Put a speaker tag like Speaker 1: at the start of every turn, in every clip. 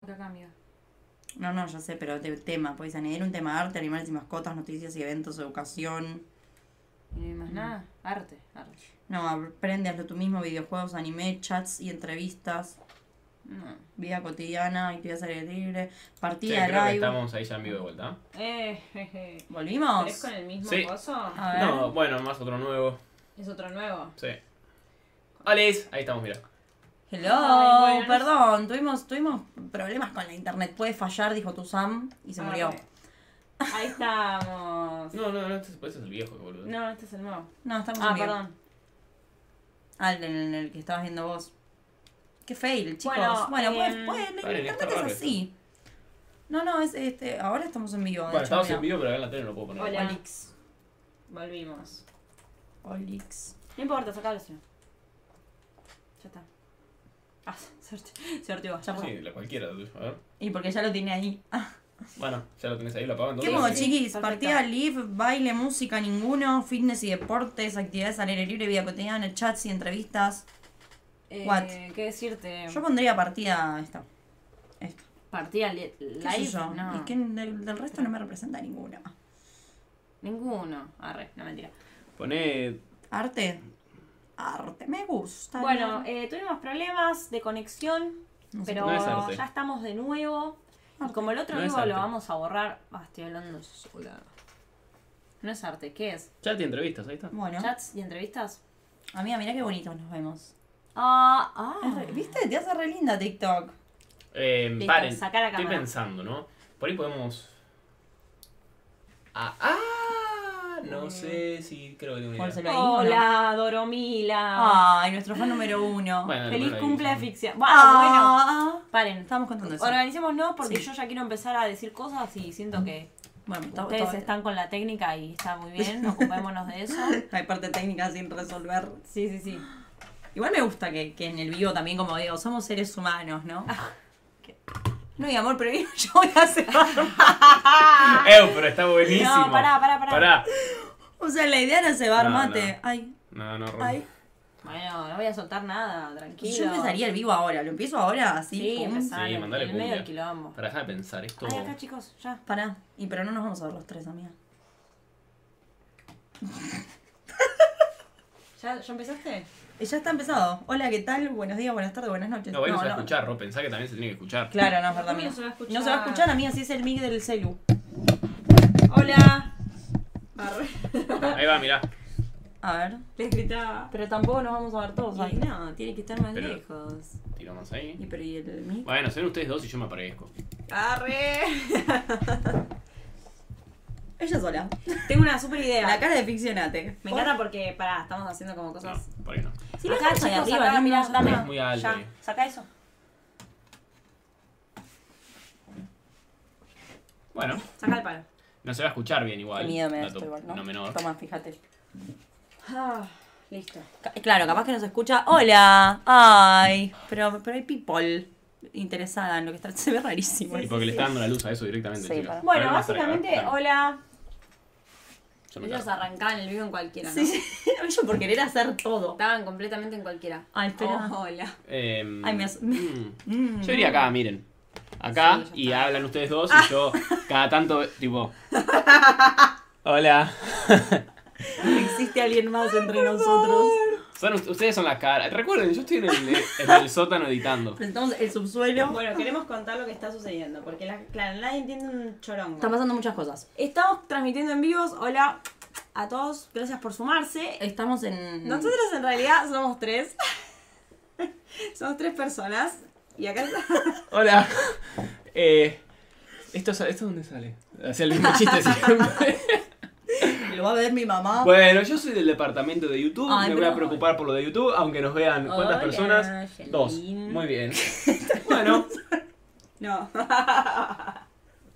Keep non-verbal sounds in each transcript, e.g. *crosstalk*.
Speaker 1: por acá, amiga.
Speaker 2: No, no, ya sé, pero de tema. Podéis añadir un tema de arte, animales y mascotas, noticias y eventos, educación.
Speaker 1: Y no hay más nada. Arte, arte.
Speaker 2: No, aprende, hazlo tú mismo, videojuegos, anime, chats y entrevistas,
Speaker 1: No.
Speaker 2: vida cotidiana, actividades al aire libre,
Speaker 3: Sí,
Speaker 2: partida de
Speaker 3: creo que
Speaker 2: rayo.
Speaker 3: estamos ahí ya en vivo de vuelta.
Speaker 1: Eh, jeje. ¿Es
Speaker 2: ¿Volvimos?
Speaker 1: con el mismo
Speaker 3: Sí.
Speaker 1: coso?
Speaker 2: A ver.
Speaker 3: No, bueno, más otro nuevo.
Speaker 1: Es otro nuevo.
Speaker 3: Sí. Alice, ahí estamos, mira.
Speaker 2: Hello,
Speaker 1: Ay, bueno.
Speaker 2: perdón, tuvimos, tuvimos problemas con la internet. Puede fallar, dijo tu Sam, y se
Speaker 1: Ah,
Speaker 2: murió.
Speaker 1: ok. Ahí
Speaker 3: *laughs*
Speaker 1: estamos.
Speaker 3: No, no, no, este este es el viejo, boludo.
Speaker 1: No, este es el nuevo.
Speaker 2: No, estamos
Speaker 1: Ah,
Speaker 2: en vivo.
Speaker 1: perdón.
Speaker 2: Ah, el, el- el que estabas viendo vos. Qué fail, chicos.
Speaker 1: Bueno,
Speaker 2: Bueno, pues,
Speaker 1: em,
Speaker 2: pues, la
Speaker 3: paren, está
Speaker 2: internet es
Speaker 3: raro
Speaker 2: así. No, no, es este, ahora estamos en vivo. de
Speaker 3: Bueno,
Speaker 2: hecho,
Speaker 3: estamos
Speaker 2: mira.
Speaker 3: en vivo, pero acá en la tele no lo puedo poner.
Speaker 1: Hola.
Speaker 2: Olix.
Speaker 1: Volvimos.
Speaker 2: Olix.
Speaker 1: No importa, sacalo si no. Ya está. Ah, *laughs* se orti- se ortió. Ya fue.
Speaker 3: Sí, la cualquiera, tuyo, a ver.
Speaker 2: Y porque ya lo tiene ahí. *laughs* Ah,
Speaker 3: Bueno, ya lo tenés ahí, lo apago
Speaker 2: ¿Qué
Speaker 3: entonces.
Speaker 2: modo,
Speaker 1: sí,
Speaker 2: chiquis?
Speaker 1: perfecto.
Speaker 2: Partida live, baile, música, ninguno, fitness y deportes, actividades al aire libre, vida cotidiana, chats y entrevistas.
Speaker 1: Eh,
Speaker 2: What?
Speaker 1: ¿Qué decirte?
Speaker 2: Yo pondría partida esta. Esta.
Speaker 1: Partida li-
Speaker 2: ¿Qué
Speaker 1: live.
Speaker 2: sé yo?
Speaker 1: No.
Speaker 2: Es que del, del resto no me representa ninguna.
Speaker 1: Ninguno. Arre, no mentira.
Speaker 3: Poné.
Speaker 2: Arte. Arte, me gusta.
Speaker 1: Bueno, eh, tuvimos problemas de conexión,
Speaker 2: No sé.
Speaker 1: pero
Speaker 3: No es arte.
Speaker 1: ya estamos de nuevo. Y como el otro
Speaker 3: No es
Speaker 1: vivo lo
Speaker 3: arte.
Speaker 1: vamos a borrar. Ah, estoy hablando sola. No es arte, ¿qué es?
Speaker 3: Chat y entrevistas, ahí está.
Speaker 2: Bueno,
Speaker 1: ¿Chats y entrevistas?
Speaker 2: amiga, mirá qué bonitos nos vemos.
Speaker 1: Ah, ah.
Speaker 2: Es re- ¿Viste? Te hace re linda TikTok.
Speaker 3: Eh,
Speaker 1: Listo,
Speaker 3: paren,
Speaker 1: saca la
Speaker 3: estoy
Speaker 1: cámara.
Speaker 3: pensando, ¿no? Por ahí podemos. Ah, ah
Speaker 1: Eh.
Speaker 3: no sé si creo que tengo una
Speaker 2: ¿Cuál se
Speaker 3: idea.
Speaker 2: lo digo, no? Ah.
Speaker 1: Hola, Doromila.
Speaker 2: Ay, nuestro fan número uno.
Speaker 3: Bueno,
Speaker 1: Feliz
Speaker 3: bueno, Ah, ahí,
Speaker 1: cumple
Speaker 3: sí.
Speaker 1: asfixia. Va, bueno.
Speaker 2: Ah, bueno.
Speaker 1: Paren.
Speaker 2: Estamos contando eso.
Speaker 1: Organicémonos no, porque
Speaker 2: Sí.
Speaker 1: yo ya quiero empezar a decir cosas y siento que
Speaker 2: Bueno, está-
Speaker 1: ustedes
Speaker 2: está-
Speaker 1: están con la técnica y está muy bien. Ocupémonos de eso.
Speaker 2: *laughs* Hay parte técnica sin resolver.
Speaker 1: Sí, sí, sí.
Speaker 2: Igual me gusta que, que en el vivo también, como digo, somos seres humanos, ¿no?
Speaker 1: Ah. qué-
Speaker 2: No, mi amor, pero *laughs* yo voy a hacer.
Speaker 3: ¡Ew! Pero está buenísimo.
Speaker 1: Ah. No, pará, pará, pará.
Speaker 2: O sea, la idea era cebar
Speaker 3: No,
Speaker 2: mate.
Speaker 3: no.
Speaker 2: Ay,
Speaker 3: No, no, rompe.
Speaker 2: ay.
Speaker 1: Bueno, no voy a soltar nada, tranquilo.
Speaker 2: Yo empezaría el vivo ahora. ¿Lo empiezo ahora? Así.
Speaker 1: Sí,
Speaker 2: pum.
Speaker 1: empezar
Speaker 3: Sí,
Speaker 1: en
Speaker 3: mandale
Speaker 1: el medio del
Speaker 3: cumbia.
Speaker 1: quilombo.
Speaker 3: Pará, déjame pensar esto.
Speaker 1: Ay, acá chicos, ya.
Speaker 2: Pará. Y pero no nos vamos a ver los tres, amiga.
Speaker 1: ¿Ya, ya empezaste?
Speaker 2: Eh, Ya está empezado. Hola, ¿qué tal? Buenos días, buenas tardes, buenas noches.
Speaker 3: No, bueno, no se va a escuchar, Ro. Pensá que también se tiene que escuchar.
Speaker 2: Claro, no es verdad,
Speaker 1: ¿Cómo
Speaker 2: amiga.
Speaker 1: no se va a escuchar?
Speaker 2: No se va a escuchar, amiga, si es el mic del celu.
Speaker 1: Hola. Arre.
Speaker 3: Ahí va, mirá.
Speaker 2: A ver.
Speaker 1: Les gritaba.
Speaker 2: Pero tampoco nos vamos a ver todos
Speaker 1: Ay,
Speaker 2: ahí.
Speaker 1: no, tiene que estar más
Speaker 3: Pero-
Speaker 1: lejos.
Speaker 3: Tiramos ahí.
Speaker 2: Y pero ¿y el mic?
Speaker 3: Bueno, sean ustedes dos y yo me aparezco.
Speaker 1: *laughs* Arre.
Speaker 2: Ella sola.
Speaker 1: Tengo una super idea.
Speaker 2: La cara de ficcionate.
Speaker 1: Me encanta porque, pará, estamos haciendo como
Speaker 3: No,
Speaker 1: cosas.
Speaker 3: por ahí no.
Speaker 2: Si no
Speaker 1: acá,
Speaker 2: está
Speaker 1: chicos,
Speaker 2: arriba,
Speaker 1: acá,
Speaker 2: no,
Speaker 1: mirá,
Speaker 2: no,
Speaker 1: dame.
Speaker 3: no, es muy alto.
Speaker 1: Ya, saca eso.
Speaker 3: Bueno,
Speaker 1: Saca el palo.
Speaker 3: no se va a escuchar bien igual.
Speaker 2: Qué miedo me da
Speaker 3: Dato
Speaker 2: esto igual, ¿no?
Speaker 3: menor.
Speaker 2: Toma, fíjate. Ah,
Speaker 1: listo.
Speaker 2: Ca- Claro, capaz que nos escucha. Hola. Ay. Pero, pero hay people interesada en lo que está. Se ve rarísimo.
Speaker 3: Y porque le está dando la luz a eso directamente.
Speaker 2: Sí,
Speaker 3: chicos.
Speaker 2: pará.
Speaker 1: Bueno,
Speaker 3: Ahora no estaría-
Speaker 1: básicamente,
Speaker 3: claro,
Speaker 1: hola.
Speaker 3: yo me
Speaker 1: Ellos
Speaker 3: cargo.
Speaker 1: arrancaban el vivo en cualquiera, ¿no?
Speaker 2: Sí, sí. *laughs* Yo por querer hacer todo.
Speaker 1: Estaban completamente en cualquiera.
Speaker 2: Ay, espera.
Speaker 1: Oh, hola.
Speaker 3: Em,
Speaker 2: Ay, me hace-
Speaker 3: mm.
Speaker 2: Mm.
Speaker 3: Yo iría acá, miren. Acá
Speaker 1: Sí, ya
Speaker 3: y
Speaker 1: está.
Speaker 3: hablan ustedes dos y yo cada tanto, tipo. Hola.
Speaker 2: Existe alguien más entre nosotros.
Speaker 3: Son, ust- ustedes son las caras. Recuerden, yo estoy en el, en el sótano editando.
Speaker 2: Presentamos el subsuelo.
Speaker 1: Bueno, queremos contar lo que está sucediendo, porque la, claro, nadie entiende un chorongo.
Speaker 2: Están pasando muchas cosas.
Speaker 1: Estamos transmitiendo en vivos, hola a todos, gracias por sumarse.
Speaker 2: Estamos en.
Speaker 1: Nosotros en realidad somos tres. *laughs* somos tres personas. Y acá está.
Speaker 3: Hola. Eh, ¿esto, sa- ¿Esto dónde sale? Hacía
Speaker 2: *laughs*
Speaker 3: el mismo chiste siempre.
Speaker 2: Lo va a ver mi mamá.
Speaker 3: Bueno, yo soy del departamento de YouTube.
Speaker 2: Ay,
Speaker 3: me voy
Speaker 2: pero-
Speaker 3: a preocupar por lo de YouTube, aunque nos vean cuántas
Speaker 1: Hola,
Speaker 3: personas.
Speaker 1: Yelin.
Speaker 3: Dos.
Speaker 2: *laughs*
Speaker 3: Muy bien. Bueno,
Speaker 1: *laughs* No. *laughs*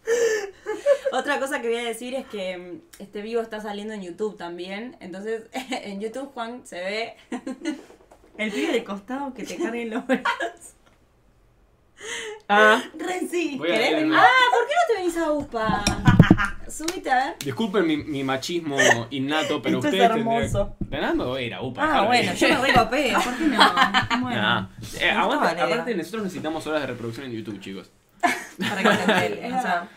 Speaker 1: Otra cosa que voy a decir es que mm, este vivo está saliendo en YouTube también. Entonces, *laughs* en YouTube, Juan se ve. *laughs*
Speaker 2: El pibe de costado que te carguen los brazos.
Speaker 3: ah,
Speaker 2: *laughs* Ren, sí.
Speaker 3: voy a
Speaker 1: ¿Querés
Speaker 3: leer-
Speaker 1: venir? Ah, ¿por qué no te venís a
Speaker 2: *laughs*
Speaker 1: UPA? Subite ¿eh? a ver.
Speaker 3: Disculpen mi, mi machismo innato, pero
Speaker 2: Esto es
Speaker 3: ustedes
Speaker 2: hermoso.
Speaker 3: tendrían... De nada me voy a ir a UPA.
Speaker 2: Ah,
Speaker 3: déjalo
Speaker 2: bueno,
Speaker 3: ahí.
Speaker 2: yo me
Speaker 3: *laughs*
Speaker 2: recopé. ¿Por qué no? Bueno.
Speaker 3: Nah. Eh,
Speaker 2: No
Speaker 3: aguanta-
Speaker 2: estaba la idea.
Speaker 3: aparte, nosotros necesitamos horas de reproducción en YouTube, chicos.
Speaker 1: para que se enteren. o sea,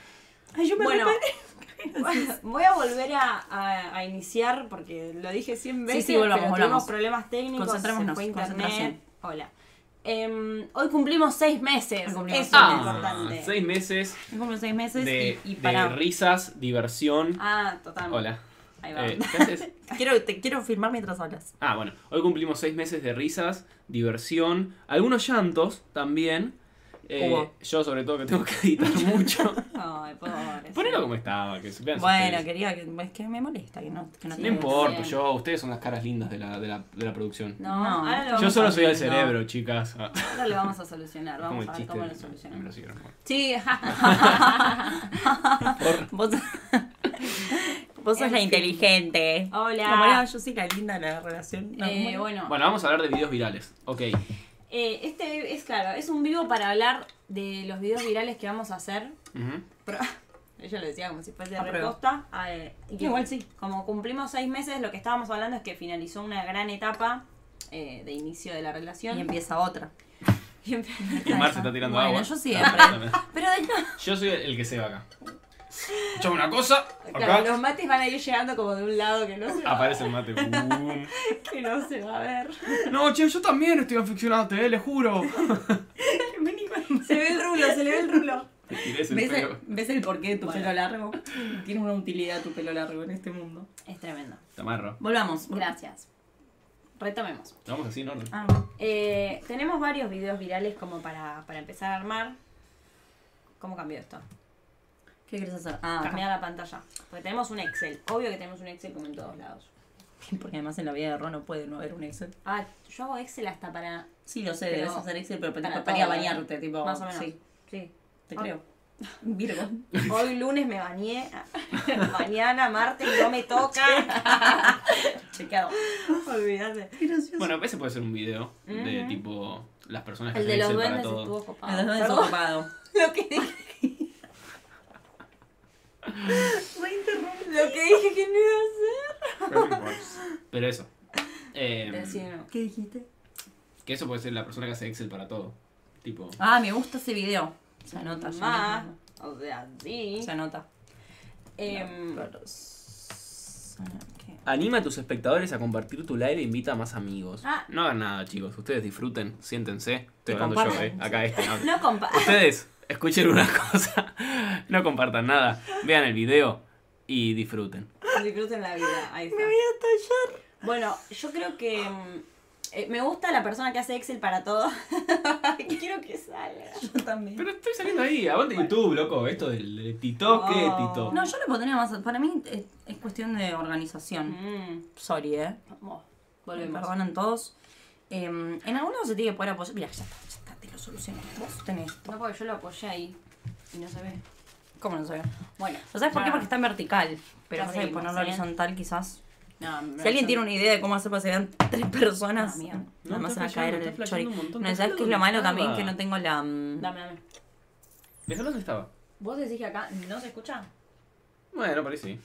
Speaker 2: Ay, *laughs* yo me
Speaker 1: bueno, *laughs*
Speaker 2: reparé.
Speaker 1: voy a volver a, a- a iniciar porque lo dije 100 veces.
Speaker 2: sí, volvamos,
Speaker 1: pero
Speaker 2: volvamos.
Speaker 1: Tuvimos problemas técnicos, se
Speaker 2: Concentrémonos,
Speaker 1: fue internet.
Speaker 2: concentración.
Speaker 1: Hola. Em, hoy cumplimos seis meses.
Speaker 2: Hoy cumplimos
Speaker 1: Eso
Speaker 2: seis
Speaker 1: es lo
Speaker 2: meses.
Speaker 1: importante.
Speaker 3: Ah, seis meses
Speaker 2: Es como seis meses
Speaker 3: de,
Speaker 2: y, y
Speaker 3: de
Speaker 2: para.
Speaker 3: risas, diversión.
Speaker 1: Ah, totalmente.
Speaker 3: Hola.
Speaker 1: Ahí va.
Speaker 3: Eh, ¿qué
Speaker 1: *laughs*
Speaker 3: haces?
Speaker 2: Quiero, te quiero firmar mientras hablas.
Speaker 3: Ah, bueno, hoy cumplimos seis meses de risas, diversión, algunos llantos también. Eh,
Speaker 2: Hubo.
Speaker 3: yo sobre todo que tengo que editar
Speaker 1: *laughs*
Speaker 3: mucho.
Speaker 1: Ay, pobre.
Speaker 3: Ponelo como estaba, que supieran
Speaker 2: Bueno,
Speaker 3: ustedes.
Speaker 2: quería que, es que me molesta que no, que no
Speaker 1: Sí.
Speaker 3: No
Speaker 2: te-
Speaker 3: importa,
Speaker 1: Bien.
Speaker 3: yo, ustedes son las caras lindas de la, de la, de la producción.
Speaker 1: No,
Speaker 2: No.
Speaker 1: ahora lo
Speaker 3: yo
Speaker 1: vamos
Speaker 3: solo
Speaker 1: a-
Speaker 3: soy el
Speaker 1: no,
Speaker 3: cerebro, chicas. Ah,
Speaker 1: Ahora lo vamos a solucionar.
Speaker 3: como
Speaker 1: Vamos
Speaker 3: el
Speaker 1: a ver
Speaker 3: chiste.
Speaker 1: cómo lo
Speaker 3: no, me lo
Speaker 1: solucionamos.
Speaker 3: siguieron, bueno.
Speaker 1: Sí, *laughs*
Speaker 2: *laughs* Vos, vos sos
Speaker 1: En
Speaker 2: la
Speaker 1: fin.
Speaker 2: inteligente.
Speaker 1: Hola.
Speaker 2: Como era, yo soy la linda de la relación. No,
Speaker 1: Eh,
Speaker 2: bueno.
Speaker 1: bueno,
Speaker 3: Bueno, vamos a hablar de videos virales.
Speaker 1: *laughs*
Speaker 3: Ok.
Speaker 1: eh, este es claro, es un vivo para hablar de los videos virales que vamos a hacer.
Speaker 3: Ujú.
Speaker 1: Yo lo decía como si fuese
Speaker 2: Apruebo.
Speaker 1: reposta. Ah, eh, y
Speaker 2: Igual sí.
Speaker 1: Como cumplimos seis meses, lo que estábamos hablando es que finalizó una gran etapa eh, de inicio de la relación.
Speaker 2: Y empieza *laughs* otra.
Speaker 1: *laughs* Y empe-
Speaker 3: Y Mar se está tirando
Speaker 2: Bueno,
Speaker 3: agua. *laughs*
Speaker 2: yo siempre.
Speaker 1: Pero de
Speaker 3: Yo soy el que se va acá. Yo hago una cosa,
Speaker 1: claro, los
Speaker 3: acá
Speaker 1: mates van a ir llegando como de un lado que no se va,
Speaker 3: aparece el mate. Boom.
Speaker 1: que no se va a ver.
Speaker 3: No, che, yo también estoy aficionado a TV, le juro.
Speaker 1: Se ve el rulo, se le ve el rulo.
Speaker 3: Te tiré ese
Speaker 2: ¿Ves el,
Speaker 3: pelo.
Speaker 2: ¿Ves el porqué de tu
Speaker 1: Bueno.
Speaker 2: pelo largo? Tiene una utilidad tu pelo largo en este mundo.
Speaker 1: Es tremendo.
Speaker 3: Te amarro.
Speaker 2: Volvamos.
Speaker 1: Gracias. Retomemos.
Speaker 3: Lo Vamos así en orden.
Speaker 2: Ah,
Speaker 1: Eh, tenemos varios videos virales como para, para empezar a armar. ¿Cómo cambió esto?
Speaker 2: ¿Qué quieres hacer? Ah,
Speaker 1: Cambiar la pantalla. Porque tenemos un Excel. Obvio que tenemos un Excel como en todos lados.
Speaker 2: porque además en la vida de Ron no puede no haber un Excel.
Speaker 1: Ah, yo hago Excel hasta para.
Speaker 2: Sí, lo sé,
Speaker 1: Pero-
Speaker 2: debes hacer Excel, pero
Speaker 1: para
Speaker 2: para,
Speaker 1: todo,
Speaker 2: para ir a
Speaker 1: ¿eh?
Speaker 2: bañarte, tipo.
Speaker 1: más o menos.
Speaker 2: Sí,
Speaker 1: Sí.
Speaker 2: te
Speaker 1: Ah.
Speaker 2: creo. Virgo.
Speaker 1: Hoy lunes me bañé. *laughs* Mañana, martes, no me *laughs* toca.
Speaker 2: *laughs* Chequeado.
Speaker 1: Olvídate.
Speaker 3: Bueno, ese puede ser un video de
Speaker 1: Ujú.
Speaker 3: tipo las personas que
Speaker 1: Mm. El de
Speaker 3: hacen
Speaker 1: los
Speaker 3: Excel
Speaker 1: duendes
Speaker 3: para todo.
Speaker 1: estuvo copado.
Speaker 2: Me los
Speaker 1: Perdón,
Speaker 2: desocupado.
Speaker 1: *laughs* Lo que dije. Lo que dije que no iba
Speaker 3: Pero eso. Eh,
Speaker 1: a hacer. Sí, no.
Speaker 2: ¿Qué dijiste?
Speaker 3: que eso puede ser la persona que hace Excel para todo. Tipo.
Speaker 2: Ah, me gusta ese video. Se anota, se
Speaker 1: Más.
Speaker 2: anota.
Speaker 1: O sea, sí.
Speaker 2: Se anota.
Speaker 1: Em,
Speaker 3: Anima a tus espectadores a compartir tu live e invita a más amigos.
Speaker 1: Ah.
Speaker 3: No hagan nada, chicos. Ustedes disfruten, siéntense. Estoy
Speaker 2: Y
Speaker 3: hablando yo, eh.
Speaker 2: compartan.
Speaker 3: Acá este. no.
Speaker 1: no compa. *laughs*
Speaker 3: Ustedes, escuchen una *laughs* cosa. No compartan nada. Vean el video y disfruten.
Speaker 1: Disfruten la vida. Ahí está.
Speaker 2: a tallar.
Speaker 1: Bueno, yo creo que mm, eh, me gusta la persona que hace Excel para todo. *laughs* Quiero que salga.
Speaker 2: Yo también.
Speaker 3: Pero estoy saliendo ahí. Aguante YouTube, loco. Esto del, del TikTok, ¿qué
Speaker 1: Oh.
Speaker 3: TikTok?
Speaker 2: No, yo lo pondría más. Para mí es, es cuestión de organización.
Speaker 1: Mm,
Speaker 2: Sorry, eh.
Speaker 1: vamos,
Speaker 2: Me
Speaker 1: volvemos.
Speaker 2: perdonan todos. Eh, en algunos se tiene que poder apoyar. Mira, ya está, ya está, te lo solucioné. Vos tenés esto.
Speaker 1: No, porque yo lo apoyé ahí y no se ve.
Speaker 2: ¿Cómo no se ve?
Speaker 1: Bueno,
Speaker 2: ¿Lo sabes por qué? Porque está en vertical. Pero
Speaker 1: Ya
Speaker 2: no sé,
Speaker 1: seguimos,
Speaker 2: ponerlo
Speaker 1: ¿eh?
Speaker 2: horizontal quizás.
Speaker 1: No,
Speaker 2: Si alguien tiene una idea de cómo hacer para que se vean *laughs* tres personas,
Speaker 1: No, amiga. No,
Speaker 2: nada más se
Speaker 3: está
Speaker 2: va a caer
Speaker 3: flasheando,
Speaker 2: el
Speaker 3: está
Speaker 2: chori.
Speaker 3: flasheando un montón,
Speaker 2: No,
Speaker 3: está
Speaker 2: ¿sabes qué es
Speaker 3: flasheando
Speaker 2: lo malo
Speaker 3: donde
Speaker 2: también? Que
Speaker 3: estaba.
Speaker 2: no tengo la... mm,
Speaker 1: Dame, dame.
Speaker 3: Déjalo donde estaba.
Speaker 1: ¿Vos decís que acá no se escucha?
Speaker 3: Bueno, parece sí.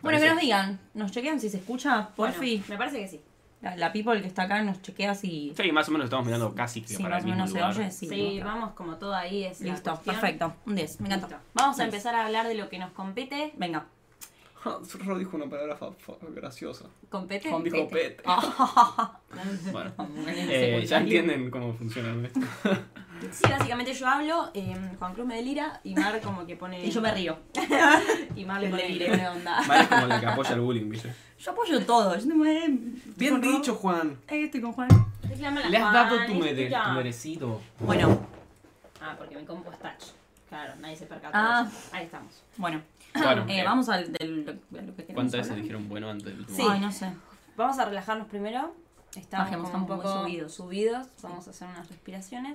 Speaker 2: Bueno, que
Speaker 3: Parece.
Speaker 2: nos digan. Nos chequean si se escucha,
Speaker 1: Bueno,
Speaker 2: porfi.
Speaker 1: Me parece que sí.
Speaker 2: La, la people que está acá nos chequea si,
Speaker 3: Sí, más o menos estamos mirando casi que
Speaker 2: si
Speaker 3: para
Speaker 2: más
Speaker 3: el
Speaker 2: o
Speaker 3: mismo
Speaker 2: menos se
Speaker 3: lugar.
Speaker 2: oye.
Speaker 1: Sí,
Speaker 2: Sí,
Speaker 1: vamos como todo ahí. Es la
Speaker 2: Listo,
Speaker 1: cuestión.
Speaker 2: perfecto. Un 10, me encanta.
Speaker 1: Listo. Pues. Vamos a
Speaker 2: Nice.
Speaker 1: empezar a hablar de lo que nos compete.
Speaker 2: Venga.
Speaker 3: Ah, Ro dijo una palabra fa- fa- graciosa.
Speaker 1: ¿Compete?
Speaker 3: Juan dijo
Speaker 2: *laughs*
Speaker 3: pete. Bueno, eh, ya entienden cómo funciona esto.
Speaker 1: Sí, básicamente yo hablo, eh, Juan Cruz me delira y Mar como que pone...
Speaker 2: *laughs* Y yo me río.
Speaker 1: Y Mar le
Speaker 2: Me
Speaker 1: pone,
Speaker 2: deliré.
Speaker 1: le pone onda.
Speaker 2: *laughs*
Speaker 3: Mal es como la que apoya el bullying, ¿viste?
Speaker 2: Yo apoyo todo. Yo no me... con Ro-
Speaker 3: Juan.
Speaker 2: Eh, estoy con Juan.
Speaker 1: Reclámala,
Speaker 3: Le has
Speaker 1: Juan,
Speaker 3: dado tu,
Speaker 1: es
Speaker 3: mere-
Speaker 1: tuya.
Speaker 3: tu
Speaker 2: *clears throat*
Speaker 3: merecido.
Speaker 2: Bueno,
Speaker 1: Ah, porque mi compu es touch. Claro, nadie se percató.
Speaker 2: Ah.
Speaker 1: de eso. Ahí estamos.
Speaker 2: bueno.
Speaker 3: Bueno,
Speaker 2: Eh,
Speaker 3: eh,
Speaker 2: Vamos al del, a lo que queremos
Speaker 3: ¿Cuántas veces
Speaker 2: hablar.
Speaker 3: dijeron bueno antes del último?
Speaker 1: Sí.
Speaker 2: Ay, no *laughs* sé.
Speaker 1: Vamos a relajarnos primero. Estamos
Speaker 2: Bajemos,
Speaker 1: como un
Speaker 2: estamos
Speaker 1: poco
Speaker 2: muy subidos.
Speaker 1: subidos. Vamos a hacer unas
Speaker 2: *laughs*
Speaker 1: respiraciones.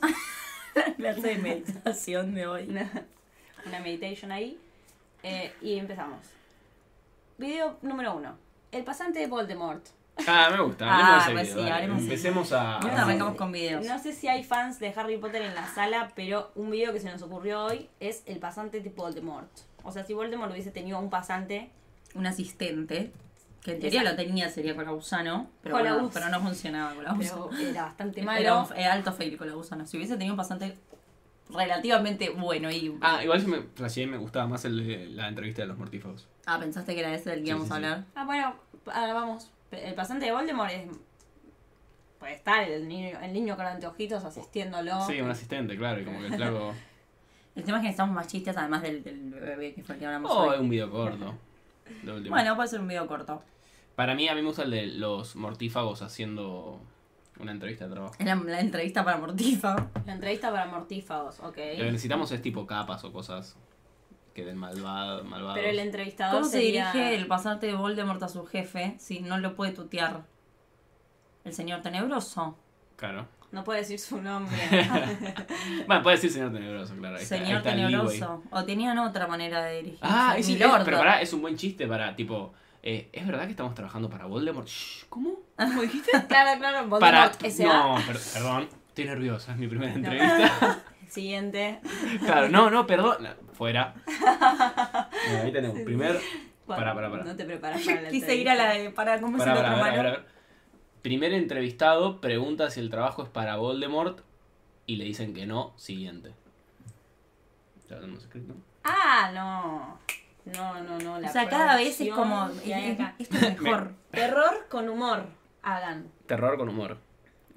Speaker 2: clase de meditación de hoy.
Speaker 1: una, una meditation ahí. Eh, y empezamos. Video número uno. El pasante de Voldemort.
Speaker 3: Ah, me gusta.
Speaker 2: Ah,
Speaker 3: hablemos de ese
Speaker 2: pues
Speaker 3: video,
Speaker 2: sí,
Speaker 3: dale.
Speaker 2: hablemos de-
Speaker 3: Empecemos a.
Speaker 2: Bueno, arrancamos con videos.
Speaker 1: No sé si hay fans de Harry Potter en la sala, pero un video que se nos ocurrió hoy es el pasante de Voldemort. O sea, si Voldemort hubiese tenido un pasante,
Speaker 2: Un asistente, que en teoría lo tenía, sería Colabusano, pero,
Speaker 1: Colabus.
Speaker 2: bueno, pero no funcionaba Colabusano.
Speaker 1: pero era bastante
Speaker 2: Era
Speaker 1: malo.
Speaker 2: un- era alto fail Colabusano. Si hubiese tenido un pasante relativamente bueno y... Ah,
Speaker 3: Ah, igual yo me flasheé, me gustaba más el de la entrevista de los mortífagos.
Speaker 2: ah, pensaste que era ese del que
Speaker 3: Sí,
Speaker 2: íbamos
Speaker 3: sí,
Speaker 2: a
Speaker 3: sí.
Speaker 2: hablar.
Speaker 1: Ah, bueno, ahora vamos. El pasante de Voldemort es. Puede estar el niño, el niño con anteojitos asistiéndolo.
Speaker 3: Sí, un asistente, claro, y como que el
Speaker 2: *laughs*
Speaker 3: flaco.
Speaker 2: El tema es que necesitamos más chistes además del, del bebé que fue el que hablamos
Speaker 3: Oh,
Speaker 2: hoy.
Speaker 3: un video corto. de última.
Speaker 2: Bueno, puede ser un video corto.
Speaker 3: Para mí, a mí me gusta el de los mortífagos haciendo una entrevista de trabajo.
Speaker 2: Es la, la entrevista para Mortífago.
Speaker 1: La entrevista para mortífagos, ok.
Speaker 3: Lo que necesitamos es tipo capas o cosas que den malvado, malvados.
Speaker 1: Pero el entrevistador
Speaker 2: ¿Cómo se
Speaker 1: Ah, sería-
Speaker 2: dirige el pasante de Voldemort a su jefe si no lo puede tutear? ¿El señor tenebroso?
Speaker 3: Claro.
Speaker 1: No puede decir su
Speaker 2: *laughs*
Speaker 1: nombre.
Speaker 3: Bueno, puede decir señor tenebroso, claro. Ahí está- ahí
Speaker 2: señor
Speaker 3: está el leeway.
Speaker 2: tenebroso. O tenían otra manera de dirigirse.
Speaker 3: Ah, es, es-
Speaker 2: Milordo.
Speaker 3: pero pará, es un buen chiste para, tipo, eh, ¿es verdad que estamos trabajando para Voldemort? Shh, ¿Cómo?
Speaker 2: Ah,
Speaker 1: ¿Cómo dijiste? claro, claro, Voldemort
Speaker 3: Para...
Speaker 1: S.A.
Speaker 3: No, per- perdón. Estoy nerviosa, es mi
Speaker 2: *laughs*
Speaker 3: primera entrevista.
Speaker 1: Siguiente.
Speaker 3: claro, no, no, perdón.
Speaker 2: *laughs*
Speaker 3: No, fuera. Bueno, ahí tenemos. Primer... Pará, pará, pará.
Speaker 1: No te preparas para la
Speaker 2: Quise ir a la
Speaker 1: entrevista.
Speaker 2: de. Para, ¿cómo es
Speaker 3: Pará,
Speaker 2: el
Speaker 3: pará,
Speaker 2: otro
Speaker 3: pará,
Speaker 2: malo?
Speaker 3: pará, pará. Primer entrevistado pregunta si el trabajo es para Voldemort y le dicen que no. Siguiente. Ya lo tenemos escrito.
Speaker 1: Ah, no. No, no, no. La
Speaker 2: o sea, cada vez es
Speaker 1: producción
Speaker 2: como. es-
Speaker 1: que hay
Speaker 2: es-
Speaker 1: acá.
Speaker 2: Esto es mejor.
Speaker 1: Terror con humor. Hagan.
Speaker 3: Terror con humor.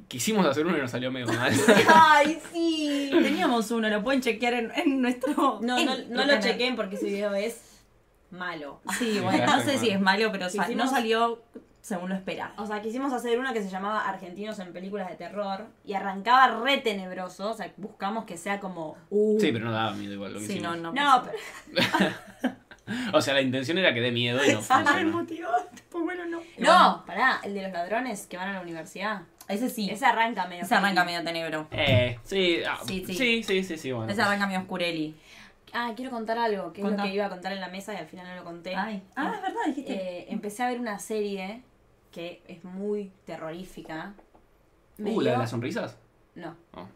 Speaker 3: Quisimos hacer uno y nos salió medio mal.
Speaker 2: *laughs*
Speaker 1: ¡Ay, sí!
Speaker 2: Teníamos uno, lo pueden chequear en, en nuestro.
Speaker 1: No,
Speaker 2: en
Speaker 1: no,
Speaker 2: nuestro
Speaker 1: no lo
Speaker 2: canal.
Speaker 1: chequen porque ese video es malo. *laughs*
Speaker 2: Sí, bueno, no sé si es malo, pero sal-
Speaker 1: Hicimos-
Speaker 2: no salió según lo esperado.
Speaker 1: O sea, quisimos hacer una que se llamaba Argentinos en películas de terror y arrancaba re tenebroso. O sea, buscamos que sea como. uh,
Speaker 3: Sí, pero no daba miedo igual lo que
Speaker 2: Sí, no,
Speaker 3: hicimos.
Speaker 2: no.
Speaker 1: No,
Speaker 2: pasó.
Speaker 1: pero
Speaker 3: O sea, la intención era que dé miedo y no
Speaker 2: Ah, el
Speaker 3: funcionó.
Speaker 2: motivo, tipo, bueno, no.
Speaker 1: No, pará, el de los ladrones que van a la universidad.
Speaker 2: Ese sí.
Speaker 1: Ese arranca medio.
Speaker 2: Ese arranca
Speaker 1: creepy.
Speaker 2: medio tenebro.
Speaker 3: Eh, sí, ah,
Speaker 2: Sí,
Speaker 3: sí,
Speaker 2: sí.
Speaker 3: sí, sí, sí, sí, bueno.
Speaker 2: Ese arranca medio oscureli.
Speaker 1: Ah, quiero contar algo, que
Speaker 2: Contá.
Speaker 1: es lo que iba a contar en la mesa y al final no lo conté.
Speaker 2: Ah, es verdad, dijiste.
Speaker 1: Eh, empecé a ver una serie que es muy terrorífica. Me
Speaker 3: Uh, la de
Speaker 1: dio-
Speaker 3: las sonrisas.
Speaker 1: No.
Speaker 3: Oh.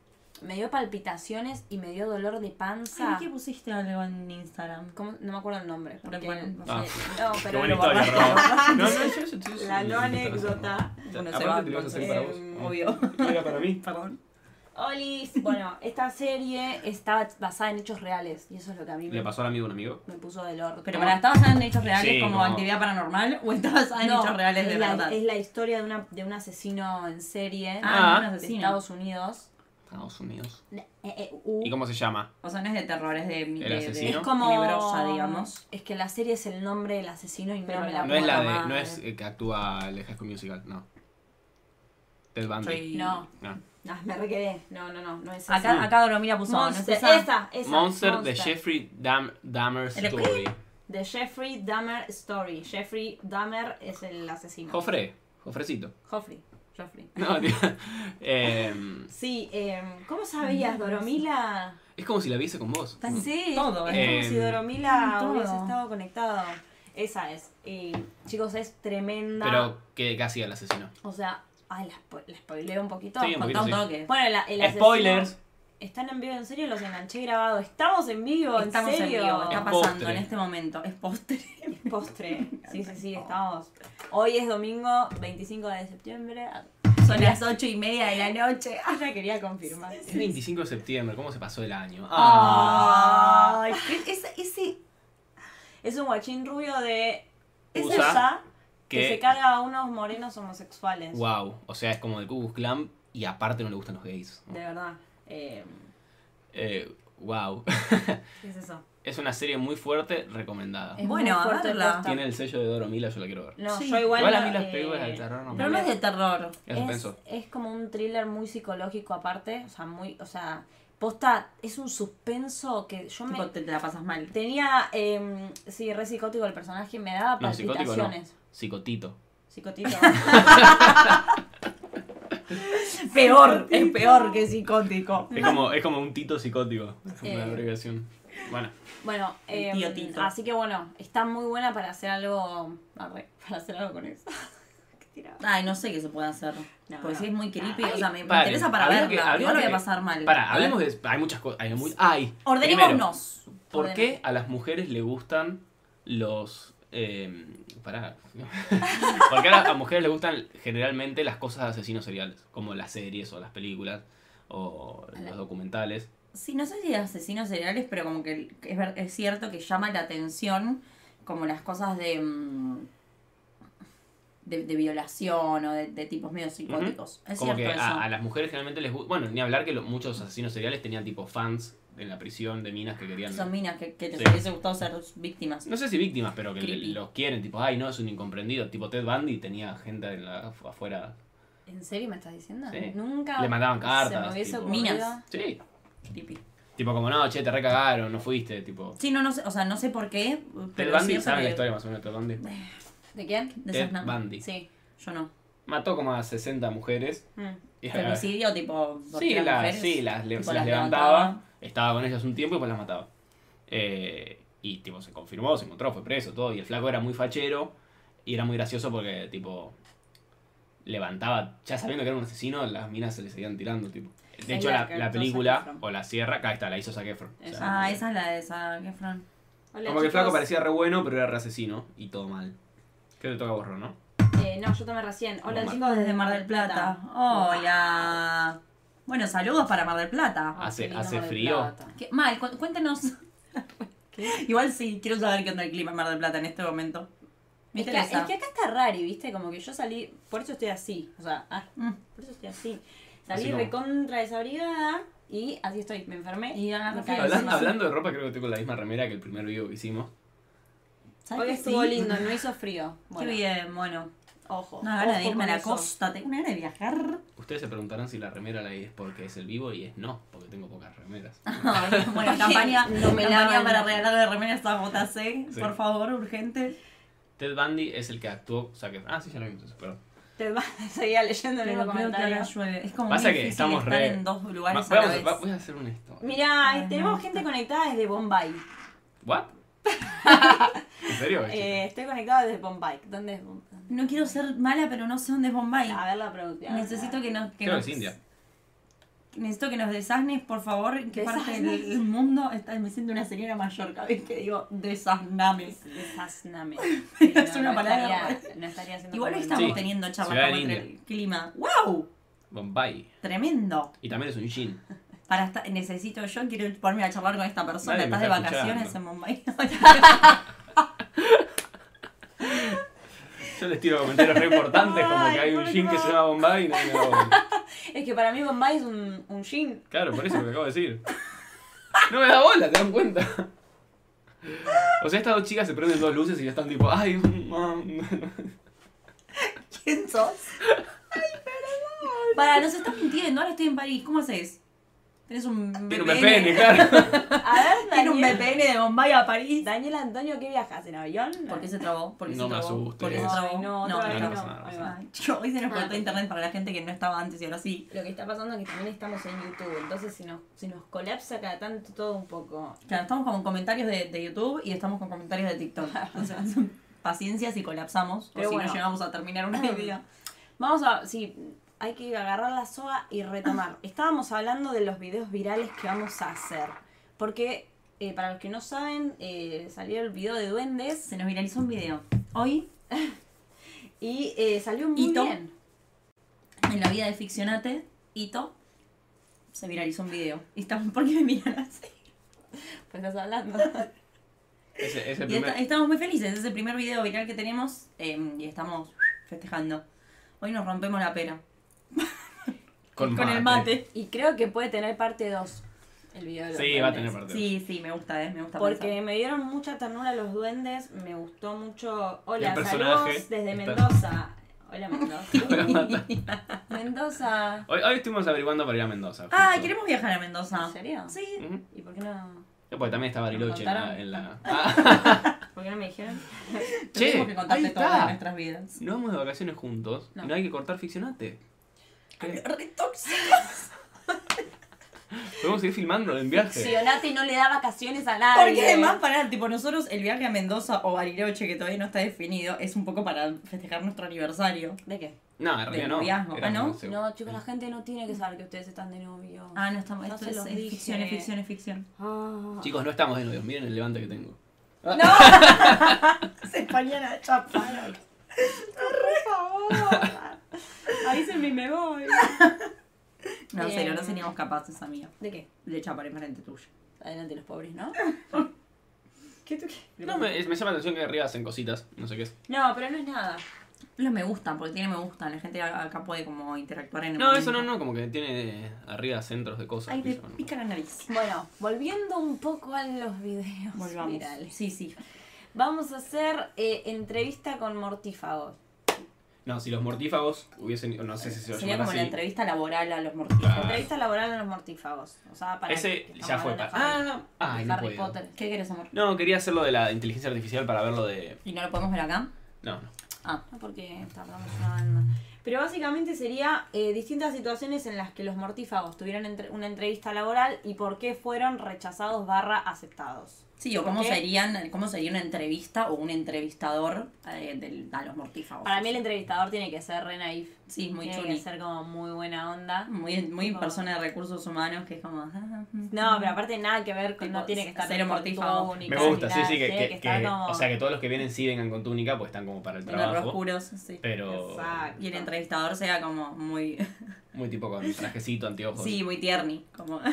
Speaker 1: Me dio palpitaciones y me dio dolor de panza.
Speaker 2: ¿Por qué pusiste algo en Instagram?
Speaker 1: ¿Cómo? No me acuerdo el nombre. porque
Speaker 2: bueno,
Speaker 1: no,
Speaker 3: ah.
Speaker 1: sé. No,
Speaker 3: Qué
Speaker 1: pero
Speaker 3: buena
Speaker 1: lo borré.
Speaker 3: historia, Rob. No, no, yo, yo- yo- yo-
Speaker 1: La no
Speaker 3: yo- yo-
Speaker 1: anécdota.
Speaker 2: Bueno, se
Speaker 3: Aparte
Speaker 2: va,
Speaker 3: te lo ibas a hacer
Speaker 2: entonces,
Speaker 3: para vos.
Speaker 2: eh,
Speaker 3: Ah.
Speaker 2: obvio.
Speaker 3: Era para mí.
Speaker 2: *laughs* Perdón.
Speaker 1: *laughs* Olis. Bueno, esta serie estaba basada en hechos reales y eso es lo que a mí
Speaker 3: ¿Le
Speaker 1: me,
Speaker 3: pasó al amigo un amigo?
Speaker 1: me puso del orto.
Speaker 2: Pero para, ¿está basada en hechos reales
Speaker 3: Sí,
Speaker 2: como
Speaker 3: como-
Speaker 2: actividad paranormal o está basada en
Speaker 1: No,
Speaker 2: hechos reales de
Speaker 1: es la,
Speaker 2: verdad?
Speaker 1: Es la historia de, una, de un asesino en serie
Speaker 2: Ah,
Speaker 3: Ah.
Speaker 2: no es un
Speaker 1: de
Speaker 2: asesino.
Speaker 1: Estados Unidos.
Speaker 3: Estados Unidos.
Speaker 1: Eh, eh, uh.
Speaker 3: ¿Y cómo se llama?
Speaker 2: O sea, no es de terror, es de... de- de-
Speaker 1: es
Speaker 3: asesino? ¿no?
Speaker 1: como
Speaker 2: tenebrosa, digamos.
Speaker 1: Es que la serie es el nombre del asesino y
Speaker 2: Pero
Speaker 1: no me
Speaker 2: me
Speaker 1: la
Speaker 2: la
Speaker 3: No es la
Speaker 2: puta
Speaker 3: de. No
Speaker 2: madre.
Speaker 3: es eh, que actúa el High School Musical, no. Ted Bundy.
Speaker 2: Soy-
Speaker 1: No,
Speaker 3: No.
Speaker 1: no, me requedé. No, no, no, no es
Speaker 2: Acá,
Speaker 1: esa.
Speaker 2: acá Doromira puso, ¿no es
Speaker 1: Monster,
Speaker 2: esa?
Speaker 1: esa, esa,
Speaker 3: Monster, de Jeffrey Dam Dahmer
Speaker 2: ¿El espe-
Speaker 3: Story.
Speaker 1: The Jeffrey Dahmer Story. Jeffrey Dahmer es el asesino.
Speaker 3: Jofre. Jofrecito.
Speaker 1: Joffrey. Joffrey.
Speaker 3: No, *laughs* tío. Eh,
Speaker 1: Sí, em, ¿cómo sabías, Doromila?
Speaker 3: es como si la viese con vos.
Speaker 2: Está en
Speaker 1: Sí,
Speaker 2: todo,
Speaker 1: es mm,
Speaker 3: ¿eh?
Speaker 1: como si
Speaker 3: Mm. Em,
Speaker 1: Doromila
Speaker 2: todo.
Speaker 1: hubiese estado conectado. Esa es. Y, chicos, es tremenda.
Speaker 3: Pero que casi el asesino.
Speaker 1: O sea, ay, la, spo- la spoileo un poquito.
Speaker 3: Sí, un
Speaker 2: Contá un
Speaker 3: poquito, sí.
Speaker 2: toque.
Speaker 1: Bueno, la- el asesino-
Speaker 3: Spoilers.
Speaker 1: ¿Están en vivo? ¿En serio? Los enganché grabado. Estamos en vivo,
Speaker 2: Estamos
Speaker 1: en serio.
Speaker 2: en vivo, está
Speaker 3: Es
Speaker 2: pasando
Speaker 3: postre.
Speaker 2: en este momento. Es
Speaker 1: *laughs*
Speaker 2: postre.
Speaker 1: Postre. Sí, sí, sí, estamos. Hoy es domingo 25 de septiembre. Ah,
Speaker 2: Son las ocho y media de la noche.
Speaker 1: Ya quería confirmar.
Speaker 3: Es 25 de septiembre, ¿cómo se pasó el año? Ah.
Speaker 2: Ay, qué- ese, ese-
Speaker 1: Es un guachín rubio de. Es
Speaker 3: Usa,
Speaker 1: esa que...
Speaker 3: que-
Speaker 1: se carga a unos morenos homosexuales.
Speaker 3: Wow. O sea, es como del Ku Klux Klan y aparte no le gustan los gays.
Speaker 1: De verdad. Eh,
Speaker 3: Eh, wow.
Speaker 1: ¿Qué es eso?
Speaker 3: *laughs* Es una serie muy fuerte, recomendada.
Speaker 1: Es
Speaker 2: Bueno,
Speaker 1: muy
Speaker 2: a
Speaker 1: fuerte el
Speaker 2: verla.
Speaker 1: posta.
Speaker 3: Tiene el sello de Doromila, yo la quiero ver.
Speaker 1: No,
Speaker 2: Sí.
Speaker 1: yo igual.
Speaker 3: Igual a
Speaker 1: no,
Speaker 3: mí las
Speaker 1: eh,
Speaker 3: películas de terror no me
Speaker 2: Pero no es de terror.
Speaker 3: Es
Speaker 1: Es,
Speaker 3: suspenso.
Speaker 1: es como un thriller muy psicológico aparte, o sea, muy, o sea, posta, es un suspenso que yo
Speaker 2: Tipo,
Speaker 1: me
Speaker 2: te, te la pasas mal.
Speaker 1: tenía, eh, sí, re psicótico el personaje, me daba
Speaker 3: No, psicótico no.
Speaker 1: palpitaciones.
Speaker 3: Psicotito.
Speaker 1: Psicotito.
Speaker 2: Peor, es peor que psicótico.
Speaker 3: Es como, es como un tito psicótico. Es
Speaker 1: Eh.
Speaker 3: una abreviación. Bueno,
Speaker 1: bueno,
Speaker 2: El tío
Speaker 1: eh,
Speaker 2: Tito.
Speaker 1: así que bueno, está muy buena para hacer algo, arre, para hacer algo con eso. Qué tirada.
Speaker 2: Ay, no sé qué se puede hacer.
Speaker 1: No,
Speaker 2: Porque
Speaker 1: no.
Speaker 2: si es muy creepy, o sea, me, me
Speaker 3: paren,
Speaker 2: interesa para
Speaker 3: habría
Speaker 2: verla.
Speaker 3: que-
Speaker 2: pero
Speaker 3: habría
Speaker 2: no lo voy a
Speaker 3: que-
Speaker 2: pasar mal. Eh,
Speaker 3: para, hablemos de. Hay muchas cosas. Hay muy, ay, primero,
Speaker 2: Ordenémonos.
Speaker 3: ¿Por qué a las mujeres le gustan los. Eh,
Speaker 2: *laughs*
Speaker 3: pará. ¿Por qué a las mujeres les gustan generalmente las cosas de asesinos seriales? Como las series o las películas o los documentales.
Speaker 2: Sí, no sé si de asesinos seriales, pero como que es, ver- es cierto que llama la atención como las cosas de. mm, de, de violación o de, de tipos medio psicóticos. Es
Speaker 3: Como
Speaker 2: cierto
Speaker 3: que ah,
Speaker 2: eso.
Speaker 3: a, a las mujeres generalmente les gusta. Bueno, ni hablar que lo- muchos asesinos seriales tenían tipo fans en la prisión de minas que querían.
Speaker 2: Son minas que, que les
Speaker 3: ah, Sí.
Speaker 2: hubiese gustado ser víctimas.
Speaker 3: No sé si víctimas, pero que le-
Speaker 2: Creepy.
Speaker 3: los quieren. Tipo, ay, no, es un incomprendido. Tipo, Ted Bundy tenía gente en la, afu- afuera.
Speaker 1: ¿En serio me estás diciendo?
Speaker 3: Sí.
Speaker 1: Nunca.
Speaker 3: Le mandaban
Speaker 1: Se me
Speaker 3: cartas,
Speaker 1: hubiese
Speaker 3: tipo.
Speaker 1: ocurrido.
Speaker 2: Minas.
Speaker 3: Sí.
Speaker 2: Creepy.
Speaker 3: Tipo, como no, che, te recagaron, no fuiste. Tipo,
Speaker 2: Sí, no, no sé, o sea, no sé por qué.
Speaker 3: Ted
Speaker 2: pero
Speaker 3: Bundy,
Speaker 2: siento
Speaker 3: ¿saben la
Speaker 2: que-
Speaker 3: historia más o menos de Ted Bundy?
Speaker 1: ¿De quién?
Speaker 2: de
Speaker 3: Ted
Speaker 2: esas-
Speaker 3: Bundy.
Speaker 1: Sí.
Speaker 2: Yo
Speaker 3: *laughs*
Speaker 2: no.
Speaker 3: Mató como a 60 mujeres.
Speaker 1: Mm.
Speaker 3: Y-
Speaker 2: Femicidio, tipo.
Speaker 3: Sí,
Speaker 2: las
Speaker 3: la-
Speaker 2: mujeres,
Speaker 3: sí, las, le-
Speaker 2: tipo,
Speaker 3: las levantaba, estaba con ellas un tiempo y pues las mataba. Eh, y tipo, se confirmó, se encontró, fue preso, todo. Y el flaco era muy fachero y era muy gracioso porque, tipo, levantaba, ya sabiendo que era un asesino, las minas se le seguían tirando, tipo. De
Speaker 1: Ahí
Speaker 3: hecho,
Speaker 1: la
Speaker 3: la,
Speaker 1: cantó
Speaker 3: la
Speaker 1: Zac
Speaker 3: película
Speaker 1: Efron.
Speaker 3: o la sierra, acá está, la hizo Zac Efron. O sea,
Speaker 1: Esa.
Speaker 2: Ah, esa es la de esa, Efron.
Speaker 1: Hola,
Speaker 3: Como que el flaco
Speaker 1: chicos.
Speaker 3: parecía re bueno, pero era re asesino y todo mal. Creo que te toca borrar, ¿no?
Speaker 1: Eh, no, yo tomé recién. Hola,
Speaker 3: Mar-
Speaker 1: chicos,
Speaker 2: Desde Mar del Plata. Hola. Bueno, saludos para Mar del Plata.
Speaker 3: Hace-
Speaker 1: Qué lindo
Speaker 3: hace
Speaker 1: Mar del
Speaker 3: frío.
Speaker 1: Plata.
Speaker 2: ¿Qué- Mal, cu- cuéntenos. Igual sí, quiero saber qué onda el clima en Mar del Plata en este momento. Me
Speaker 1: Es que,
Speaker 2: interesa.
Speaker 1: es que acá está rari, ¿viste? Como que yo salí, por eso estoy así, o sea, ah,
Speaker 2: Mm.
Speaker 1: por eso estoy así.
Speaker 3: Así
Speaker 1: Salí
Speaker 3: como.
Speaker 1: recontra desabrigada y así estoy, me enfermé.
Speaker 2: Y agarra
Speaker 1: Me
Speaker 2: frío.
Speaker 1: caí.
Speaker 2: Habla-
Speaker 3: Hablando,
Speaker 2: sí.
Speaker 3: hablando de ropa, creo que estoy con la misma remera que el primer video que hicimos.
Speaker 2: ¿Sabes
Speaker 1: Hoy
Speaker 2: que
Speaker 1: estuvo
Speaker 2: sí?
Speaker 1: lindo, no hizo frío.
Speaker 2: Qué
Speaker 1: Bueno,
Speaker 2: bien, bueno.
Speaker 1: ojo.
Speaker 2: Una gana de
Speaker 1: ojo
Speaker 2: irme a
Speaker 1: con
Speaker 2: la
Speaker 1: eso.
Speaker 2: costa, tengo una gana de viajar.
Speaker 3: Ustedes se preguntarán si la remera la es porque es el vivo y es no, porque tengo pocas remeras.
Speaker 2: Ay, *laughs* bueno, campaña,
Speaker 1: No me
Speaker 2: campaña
Speaker 1: lavan.
Speaker 2: para regalarle remeras a JC,
Speaker 3: Sí.
Speaker 2: por favor, urgente.
Speaker 3: Ted Bundy es el que actuó Zac Efron. Ah, sí, ya lo vimos eso, perdón.
Speaker 1: Te vas *laughs* seguía leyendo en
Speaker 2: Pero
Speaker 1: los
Speaker 2: creo que ahora
Speaker 1: comentarios.
Speaker 2: llueve. Es como
Speaker 3: Pasa
Speaker 2: muy
Speaker 3: que
Speaker 2: difícil
Speaker 3: estamos
Speaker 2: estar
Speaker 3: re-
Speaker 2: en dos
Speaker 3: Va-
Speaker 2: lugares a la
Speaker 3: vamos a-
Speaker 2: vez.
Speaker 3: va- voy a hacer un esto.
Speaker 1: Mirá,
Speaker 2: Ay,
Speaker 1: tenemos
Speaker 2: no.
Speaker 1: gente conectada desde Bombay. *laughs*
Speaker 3: ¿What? ¿En serio?
Speaker 1: Eh, estoy conectada desde Bombay. ¿Dónde es Bombay?
Speaker 2: No quiero ser mala, pero no sé dónde es Bombay.
Speaker 1: A ver la producción.
Speaker 2: Necesito que nos. Que
Speaker 3: Creo que
Speaker 2: nos-
Speaker 3: es India.
Speaker 2: Necesito que nos desasnes, por favor, en qué parte del del mundo. Está, me siento una señora mayor cada vez que digo desasname.
Speaker 1: Desasname. *laughs*
Speaker 2: Es una palabra.
Speaker 1: Estaría, no estaría haciendo
Speaker 2: Igual hoy
Speaker 1: como el
Speaker 2: estamos
Speaker 3: Sí.
Speaker 2: teniendo charlas
Speaker 3: Ciudad
Speaker 2: como
Speaker 3: de
Speaker 2: entre
Speaker 3: India.
Speaker 2: el clima. ¡Wow!
Speaker 3: Bombay.
Speaker 2: Tremendo.
Speaker 3: Y también es un jean.
Speaker 2: Para esta- necesito yo, quiero ponerme a charlar con esta persona.
Speaker 3: Nadie me
Speaker 2: Estás de
Speaker 3: está
Speaker 2: vacaciones
Speaker 3: escuchando.
Speaker 2: en Bombay.
Speaker 3: *laughs* Yo les tiro comentarios re importantes, como que hay un
Speaker 1: Ay,
Speaker 3: jean
Speaker 1: por
Speaker 3: que se
Speaker 1: favor.
Speaker 3: llama Bombay y nadie me lo bola.
Speaker 1: Es que para mí Bombay es un, un jean.
Speaker 3: Claro, por eso lo que acabo de decir. No me da bola, ¿te dan cuenta? O sea, estas dos chicas se prenden dos luces y ya están tipo, ay, mam".
Speaker 2: ¿Quién sos? Para, nos estás mintiendo. Ahora estoy en París. ¿Cómo haces? Tenés un
Speaker 3: Tiene un VPN, claro.
Speaker 1: A *laughs* ver,
Speaker 2: Tiene un
Speaker 1: Daniel.
Speaker 2: VPN de Bombay a París.
Speaker 1: Daniel Antonio, ¿qué viajas en avión?
Speaker 2: ¿Por qué se trabó? ¿Por qué
Speaker 3: No
Speaker 2: se
Speaker 3: me
Speaker 2: trabó?
Speaker 3: asustes.
Speaker 2: ¿Por qué se
Speaker 1: Ay,
Speaker 2: trabó?
Speaker 1: no, otra vez
Speaker 3: no
Speaker 1: no,
Speaker 3: pasa nada, no
Speaker 1: Ahí
Speaker 3: pasa
Speaker 1: va.
Speaker 3: nada.
Speaker 2: Ay, chico, hoy se nos
Speaker 1: Ah.
Speaker 2: cortó internet para la gente que no estaba antes y ahora sí.
Speaker 1: Lo que está pasando es que también estamos en YouTube, entonces si nos, si nos colapsa cada tanto todo un poco.
Speaker 2: Claro, estamos con comentarios de, de YouTube y estamos con comentarios de TikTok. Entonces, paciencia si colapsamos
Speaker 1: Pero
Speaker 2: o si
Speaker 1: bueno.
Speaker 2: no llegamos a
Speaker 1: *laughs*
Speaker 2: terminar una idea.
Speaker 1: Vamos a, sí, hay que agarrar la soga y *laughs* retomar. Estábamos hablando de los videos virales que vamos a hacer, porque eh, para los que no saben, eh, salió el video de Duendes
Speaker 2: Se nos viralizó un video. Hoy,
Speaker 1: y eh, salió muy
Speaker 2: Hito.
Speaker 1: bien.
Speaker 2: en la vida de Ficcionate, Ito, se viralizó un video. Y estamos, ¿Por qué me miran así?
Speaker 1: Pues estás hablando.
Speaker 3: Ese, ese
Speaker 2: Y
Speaker 3: primer...
Speaker 2: esta- estamos muy felices, es el primer video viral que tenemos eh, y estamos festejando. Hoy nos rompemos la pera. con el mate.
Speaker 1: *laughs* y creo que puede tener parte 2 el video de los
Speaker 3: Sí, va a
Speaker 1: Duendes.
Speaker 3: tener parte.
Speaker 2: Sí, sí, me gusta, eh, me gusta.
Speaker 1: Porque me dieron mucha ternura los duendes, me gustó mucho. Hola,
Speaker 3: personaje
Speaker 1: saludos desde
Speaker 3: está-
Speaker 1: Mendoza. Hola, Mendoza.
Speaker 2: pensar.
Speaker 3: *laughs*
Speaker 1: Mendoza.
Speaker 3: Hoy, hoy estuvimos averiguando para ir a Mendoza.
Speaker 2: Ah,
Speaker 3: justo.
Speaker 2: queremos viajar a Mendoza.
Speaker 1: ¿En serio?
Speaker 2: Sí.
Speaker 3: Ujú.
Speaker 1: Ah. ¿Y por qué no,
Speaker 3: Eh, Porque también está Bariloche en la...
Speaker 1: ¿Contaron?
Speaker 3: en la- Ah,
Speaker 1: por qué no me dijeron?
Speaker 3: che,
Speaker 2: Tenemos que
Speaker 3: ahí
Speaker 2: contarte todo de
Speaker 3: está.
Speaker 2: nuestras vidas.
Speaker 3: No vamos de vacaciones juntos
Speaker 1: No.
Speaker 3: y no hay que cortar ficcionate. Podemos seguir filmando en viaje.
Speaker 1: Sionati no le da vacaciones a nadie.
Speaker 2: Porque además, para, tipo, nosotros el viaje a Mendoza o Bariloche, que todavía no está definido, es un poco para festejar nuestro aniversario.
Speaker 1: ¿De qué?
Speaker 3: No, en realidad
Speaker 2: Del
Speaker 3: no.
Speaker 2: noviazgo.
Speaker 3: Era
Speaker 2: Ah, ¿no?
Speaker 3: un museo.
Speaker 1: No, chicos, la gente no tiene que saber que ustedes están de novio.
Speaker 2: Ah, no estamos.
Speaker 1: No
Speaker 2: esto
Speaker 1: se
Speaker 2: es,
Speaker 1: los
Speaker 2: es
Speaker 1: dije.
Speaker 2: ficción, es ficción, es ficción.
Speaker 1: Ah.
Speaker 3: Chicos, no estamos de novios. Miren el levante que tengo.
Speaker 2: Se española a
Speaker 1: *laughs*
Speaker 2: chapar.
Speaker 1: Por favor. Ahí se me voy.
Speaker 2: No, en serio, no
Speaker 1: Em.
Speaker 2: seríamos capaces, amiga.
Speaker 1: ¿De qué?
Speaker 2: De echar por enfrente tuyo.
Speaker 1: Adelante los pobres, ¿no? ¿Qué tú qué?
Speaker 3: No, me, me llama la atención que arriba hacen cositas, no sé qué es.
Speaker 1: No, pero no es nada.
Speaker 2: Los me gustan, porque tiene me gustan. La gente a- acá puede como interactuar en el
Speaker 3: No, eso no,
Speaker 2: momento.
Speaker 3: no, como que tiene arriba centros de cosas.
Speaker 2: Ay,
Speaker 3: qué
Speaker 2: te
Speaker 3: sé yo, no.
Speaker 2: pica la nariz.
Speaker 1: Bueno, volviendo un poco a los videos
Speaker 2: Volvamos.
Speaker 1: virales.
Speaker 2: Sí, sí.
Speaker 1: Vamos a hacer eh, entrevista con mortífagos.
Speaker 3: No, si los mortífagos hubiesen. No sé si se lo
Speaker 2: Sería
Speaker 3: llaman
Speaker 2: como la
Speaker 3: así.
Speaker 2: entrevista laboral a los mortífagos.
Speaker 3: Claro.
Speaker 1: Entrevista laboral a los mortífagos. O sea, para
Speaker 3: Ese
Speaker 1: que
Speaker 3: ya
Speaker 1: estamos
Speaker 3: fue. pa-
Speaker 1: hablando de Harry-
Speaker 3: Ah, ay,
Speaker 1: de
Speaker 3: no
Speaker 1: Harry
Speaker 3: puedo.
Speaker 1: Potter.
Speaker 2: ¿Qué querés, amor?
Speaker 3: No, quería hacer lo de la inteligencia artificial para ver lo de.
Speaker 2: ¿Y no lo podemos ver acá?
Speaker 3: No, no.
Speaker 2: Ah,
Speaker 1: No, porque tardamos una banda. Pero básicamente sería eh, distintas situaciones en las que los mortífagos tuvieron entre- una entrevista laboral y por qué fueron rechazados barra aceptados.
Speaker 2: sí, o cómo,
Speaker 1: ¿Por qué?
Speaker 2: serían, cómo sería una entrevista o un entrevistador eh, del- a los mortífagos.
Speaker 1: Para mí el entrevistador tiene que ser re naif.
Speaker 2: Sí, muy
Speaker 1: tiene
Speaker 2: chuni.
Speaker 1: que ser como muy buena onda.
Speaker 2: Muy, muy
Speaker 1: Tipo-
Speaker 2: persona de recursos humanos que es como. ah,
Speaker 1: No, pero aparte nada que ver con...
Speaker 2: Tipo,
Speaker 1: no tiene que estar
Speaker 2: cero
Speaker 1: con
Speaker 2: mortífago.
Speaker 1: túnica
Speaker 3: Me
Speaker 1: ni
Speaker 3: gusta, sí,
Speaker 1: nada,
Speaker 3: sí, que,
Speaker 1: tiene
Speaker 3: que,
Speaker 1: estar
Speaker 3: que-
Speaker 1: como-
Speaker 3: O sea, que todos los que vienen sí vengan con túnica, pues están como para el
Speaker 2: en los
Speaker 3: trabajo. Eh.
Speaker 2: oscuros, sí.
Speaker 3: Pero
Speaker 1: Exacto.
Speaker 2: Y el entrevistador sea como muy.
Speaker 3: muy tipo con trajecito, anteojos.
Speaker 2: Sí, muy tierni. Como. *laughs*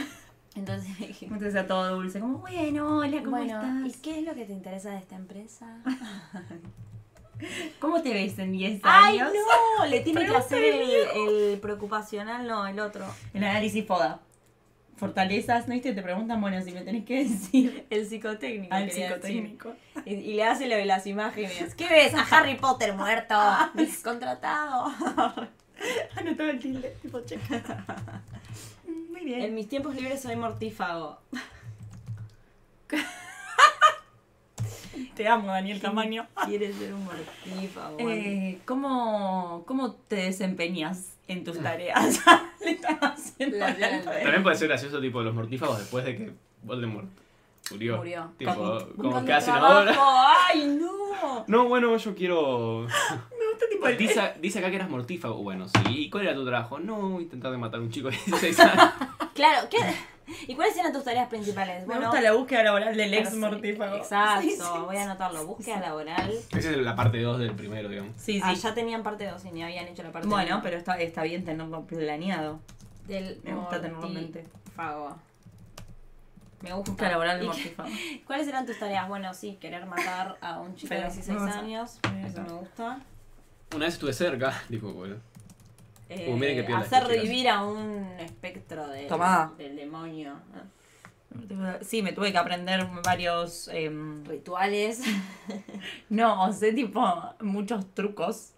Speaker 1: Entonces *laughs* dije,
Speaker 2: Entonces sea todo dulce. Como, bueno, hola, ¿cómo
Speaker 1: bueno, ¿y
Speaker 2: estás?
Speaker 1: qué es lo que te interesa de esta empresa?
Speaker 2: ¿Cómo te ves en 10 años?
Speaker 1: ¡Ay, no! Le tiene que hacer el,
Speaker 2: Pregúntale,
Speaker 1: el preocupacional, no, el otro.
Speaker 2: El análisis FODA. Fortalezas, ¿no viste? Te preguntan, bueno, si me tenés que
Speaker 1: *laughs*
Speaker 2: decir.
Speaker 1: El psicotécnico.
Speaker 2: Al
Speaker 1: quería decir.
Speaker 2: psicotécnico.
Speaker 1: Y, y le hace lo de las imágenes. ¿Qué ves a Harry Potter *laughs* muerto? Descontratado.
Speaker 2: Anotaba el tilde, tipo
Speaker 1: *laughs*
Speaker 2: checa. Mm, Muy bien.
Speaker 1: En mis tiempos libres soy mortífago.
Speaker 2: Te amo,
Speaker 1: *laughs*
Speaker 2: Daniel Camaño.
Speaker 1: ¿Quieres ser un mortífago?
Speaker 2: Eh, ¿cómo, ¿Cómo te desempeñas en tus tareas? *laughs* Le estás haciendo
Speaker 1: La- la-
Speaker 2: la-
Speaker 1: la-
Speaker 3: También puede ser gracioso, tipo, los mortífagos después de que Voldemort murió.
Speaker 1: Murió.
Speaker 3: Tipo,
Speaker 2: Con-
Speaker 3: como
Speaker 1: Buscando
Speaker 3: que hacen
Speaker 1: trabajo.
Speaker 2: *laughs*
Speaker 3: ahora.
Speaker 1: *laughs* ¡Ay, no!
Speaker 3: No, bueno, yo quiero.
Speaker 2: Este tipo de- *laughs*
Speaker 3: Dice, dice acá que eras mortífago. Bueno, sí. ¿Y cuál era tu trabajo? No, intentar de matar a un chico de 16 años.
Speaker 1: Claro, ¿qué? ¿y cuáles eran tus tareas principales?
Speaker 2: Me gusta la búsqueda laboral del ex mortífago.
Speaker 1: Exacto,
Speaker 2: Sí, sí.
Speaker 1: voy a anotarlo. Búsqueda laboral.
Speaker 3: *laughs* Esa es la parte 2 del primero, digamos.
Speaker 2: Sí, sí.
Speaker 1: Ah, ya tenían parte 2 y ni habían hecho la parte
Speaker 2: Bueno,
Speaker 1: uno.
Speaker 2: pero está, está bien tenerlo planeado.
Speaker 1: Del
Speaker 2: Me gusta tenerlo en mente.
Speaker 1: mortífago. Me
Speaker 2: Búsqueda
Speaker 1: gusta.
Speaker 2: laboral del
Speaker 1: Ah, ¿Y
Speaker 2: mortífago.
Speaker 1: ¿Cuáles eran tus tareas? Bueno, sí, querer matar a un chico de
Speaker 2: Pero,
Speaker 1: 16
Speaker 2: vamos a-
Speaker 1: años. Eso me gusta.
Speaker 3: Una vez estuve cerca, *laughs* dijo, bueno.
Speaker 1: Eh,
Speaker 3: Uh, miren qué piola
Speaker 1: hacer
Speaker 3: estas chicas.
Speaker 1: revivir a un espectro del,
Speaker 2: Tomá.
Speaker 1: del demonio.
Speaker 2: Sí, me tuve que aprender varios. em,
Speaker 1: Rituales. *laughs*
Speaker 2: no, sé, tipo, muchos trucos.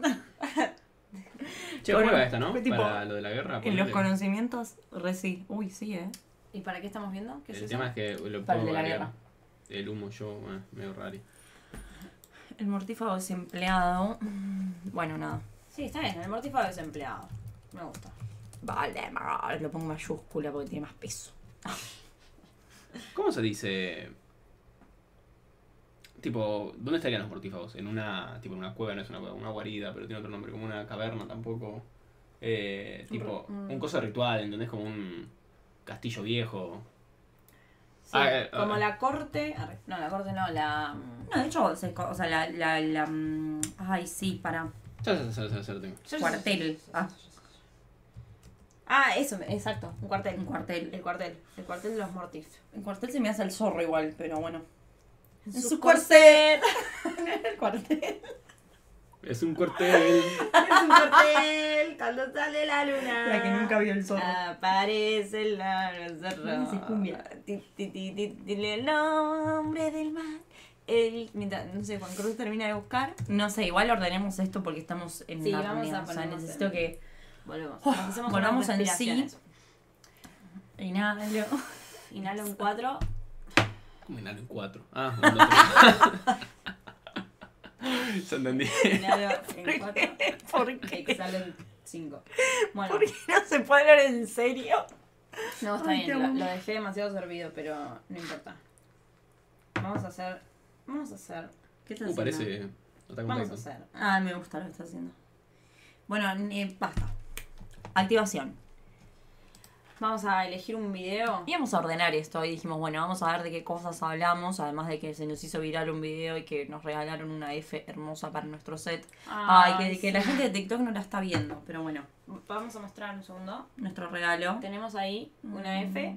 Speaker 3: Che,
Speaker 2: Bueno,
Speaker 3: juega esta, ¿no?
Speaker 2: fue tipo-
Speaker 3: Para lo de la guerra.
Speaker 2: En los
Speaker 3: ponele.
Speaker 2: conocimientos, re sí. Uy, sí, eh.
Speaker 1: ¿Y para qué estamos viendo? ¿Qué es
Speaker 3: El
Speaker 1: eso?
Speaker 3: tema es que lo
Speaker 2: Para el de
Speaker 3: puedo
Speaker 2: la
Speaker 3: variar.
Speaker 2: guerra.
Speaker 3: El humo yo, bueno, medio raro.
Speaker 2: El mortífago desempleado. Mm, Bueno, nada.
Speaker 1: Sí, está bien, el mortífago desempleado. Me gusta.
Speaker 2: Vale, mar, lo pongo mayúscula porque tiene más peso.
Speaker 3: ¿Cómo se dice? Tipo, ¿dónde estarían los mortífagos? En una, tipo, en una cueva, no es una cueva, una guarida, pero tiene otro nombre, como una caverna tampoco. Eh, tipo,
Speaker 1: Mm.
Speaker 3: un coso de ritual, ¿entendés? Como un castillo viejo.
Speaker 1: Sí,
Speaker 3: Ah, eh,
Speaker 1: como
Speaker 3: ah.
Speaker 1: la corte. arre, No, la corte no, la. mm,
Speaker 2: No, de hecho, se co- o sea, la, la, la, mm, Ay, sí, para.
Speaker 3: Ya, ya, ya, ya, ya lo tengo.
Speaker 2: Cuartel. Ah.
Speaker 1: Ah, eso, me- exacto, un cuartel.
Speaker 2: Un cuartel.
Speaker 1: El cuartel. El cuartel de los mortif.
Speaker 2: En cuartel se me hace el zorro igual, pero bueno. En
Speaker 1: su
Speaker 2: su cuartel.
Speaker 1: *laughs*
Speaker 2: el cuartel.
Speaker 3: Es un cuartel.
Speaker 1: Es un cuartel cuando sale la luna.
Speaker 2: La que nunca vio el zorro.
Speaker 1: Aparece el zorro.
Speaker 2: No sé, cumbia.
Speaker 1: Ti, ti, ti, ti, Dile el nombre del mar. El, mientras, no sé, Juan Cruz termina de buscar,
Speaker 2: No sé, igual ordenemos esto porque estamos en
Speaker 1: Sí,
Speaker 2: una
Speaker 1: vamos a
Speaker 2: reunión. O sea,
Speaker 1: ponernos
Speaker 2: necesito
Speaker 1: en-
Speaker 2: que.
Speaker 1: volvemos.
Speaker 2: Oh,
Speaker 1: Nos hacemos
Speaker 2: volvamos
Speaker 1: unas
Speaker 2: en sí.
Speaker 1: respiraciones.
Speaker 2: Inhalo.
Speaker 1: Inhala un 4.
Speaker 3: *laughs* ¿Cómo inhalo en cuatro? Ah, un, dos, tres. *laughs*
Speaker 1: *laughs*
Speaker 3: Ya entendí.
Speaker 1: Inhala
Speaker 2: *laughs*
Speaker 1: en 4.
Speaker 2: ¿Por qué?
Speaker 1: Exhala en 5. Bueno,
Speaker 2: ¿Por qué no se puede hablar en serio?
Speaker 1: no, está
Speaker 2: Ay, te
Speaker 1: bien, lo,
Speaker 2: amo.
Speaker 1: lo dejé demasiado servido, pero no importa. Vamos a hacer. Vamos a hacer.
Speaker 2: ¿Qué te
Speaker 3: Uh, parece. Attack on
Speaker 1: Vamos a
Speaker 3: Titan.
Speaker 1: hacer.
Speaker 2: Ah, me gusta lo que está haciendo. Bueno, eh, basta. Activación.
Speaker 1: Vamos a elegir un video.
Speaker 2: Íbamos a ordenar esto y dijimos, bueno, vamos a ver de qué cosas hablamos, además de que se nos hizo viral un video y que nos regalaron una F hermosa para nuestro set. Ay, que, que la gente de TikTok no la está viendo, pero bueno,
Speaker 1: Vamos a mostrar un segundo.
Speaker 2: nuestro regalo. Mm,
Speaker 1: Tenemos ahí una F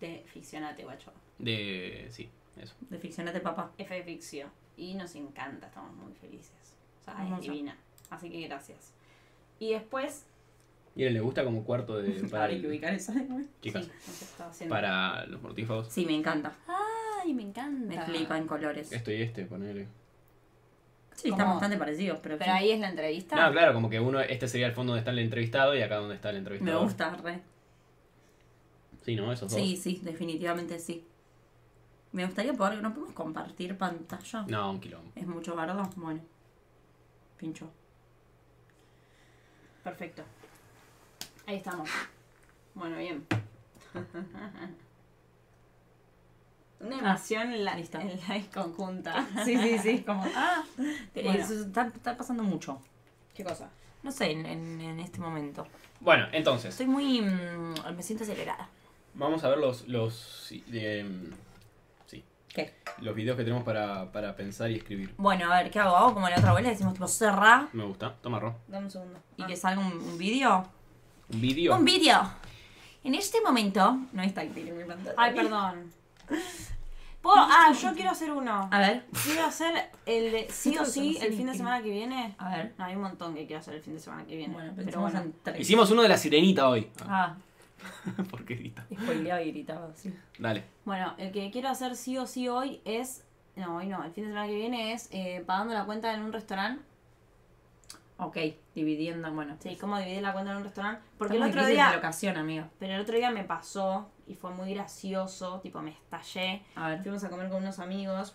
Speaker 1: de ficcionate, guacho.
Speaker 3: De. Sí, eso.
Speaker 2: De Ficcionate Papá.
Speaker 1: F de ficción. Y nos encanta, estamos muy felices. O sea, es
Speaker 2: Hermoso.
Speaker 1: divina. Así que gracias. Y después.
Speaker 3: Miren, le gusta como cuarto
Speaker 2: *laughs*
Speaker 3: de. Para,
Speaker 2: Hay que ubicar esa.
Speaker 3: chicas,
Speaker 1: ¿eh? Sí, nos está haciendo.
Speaker 3: para los mortífagos.
Speaker 2: Sí, me encanta.
Speaker 1: Ay, me encanta.
Speaker 2: Me flipa en colores.
Speaker 3: Esto y este, ponele.
Speaker 2: Sí, están
Speaker 1: ¿Cómo?
Speaker 2: bastante parecidos, pero,
Speaker 1: Pero
Speaker 2: sí.
Speaker 1: ahí es la entrevista.
Speaker 3: No, claro, como que uno, este sería el fondo donde está el entrevistado y acá donde está el
Speaker 2: me
Speaker 3: entrevistado.
Speaker 2: gusta, re.
Speaker 3: Sí, ¿no? Esos dos.
Speaker 2: Sí, sí, definitivamente sí. Me gustaría poder, ¿no podemos compartir pantalla?
Speaker 3: No, un quilombo.
Speaker 2: ¿Es mucho bardo? Bueno. Pincho.
Speaker 1: Perfecto. Ahí estamos. Bueno,
Speaker 2: *laughs*
Speaker 1: bien. Una emoción en la,
Speaker 2: Ah, listo.
Speaker 1: en la conjunta.
Speaker 2: Sí,
Speaker 1: *laughs*
Speaker 2: sí, sí, *laughs* como... Ah,
Speaker 1: Bueno.
Speaker 2: Eso está, está pasando mucho.
Speaker 1: ¿Qué cosa?
Speaker 2: No sé, en, en- en este momento.
Speaker 3: Bueno, entonces,
Speaker 2: Estoy muy... mm, me siento acelerada.
Speaker 3: vamos a ver los. los em, sí,
Speaker 2: ¿Qué?
Speaker 3: los videos que tenemos para, para pensar y escribir.
Speaker 2: Bueno, a ver, ¿qué hago? ¿Hago como la otra abuela? Decimos tipo, cerra
Speaker 3: Me gusta. Toma, Ro.
Speaker 1: Dame un segundo.
Speaker 2: y
Speaker 1: Ah.
Speaker 2: que salga un, un vídeo.
Speaker 3: Un video.
Speaker 2: ¡Un vídeo! En este momento... No está táctil mi pantalla. *laughs*
Speaker 1: Ay, perdón. ¿Puedo? Ah, yo quiero hacer uno.
Speaker 2: A ver,
Speaker 1: Quiero hacer el de sí o
Speaker 2: Ah. Esto
Speaker 1: sí
Speaker 2: es
Speaker 1: el fin de
Speaker 2: así.
Speaker 1: semana que viene.
Speaker 2: a ver.
Speaker 1: No, hay un montón que quiero hacer el fin de semana que viene.
Speaker 2: Bueno,
Speaker 1: pero
Speaker 2: pensamos
Speaker 1: bueno.
Speaker 2: en tres.
Speaker 3: Hicimos uno de la sirenita hoy. *laughs*
Speaker 2: Ah,
Speaker 3: ¿Por qué grita?
Speaker 2: spoileaba y gritaba, sí.
Speaker 3: Dale.
Speaker 1: Bueno, el que quiero hacer sí o sí hoy es. No, hoy no. El fin de semana que viene es eh, pagando la cuenta en un restaurante.
Speaker 2: Ok, dividiendo, bueno.
Speaker 1: Sí,
Speaker 3: Pues
Speaker 1: cómo dividir la cuenta en un restaurante.
Speaker 2: Porque
Speaker 1: Porque el otro día.
Speaker 2: ocasión, amiga.
Speaker 1: Pero el otro día me pasó y fue muy gracioso, tipo me estallé.
Speaker 2: A ver.
Speaker 1: Fuimos a comer con unos amigos,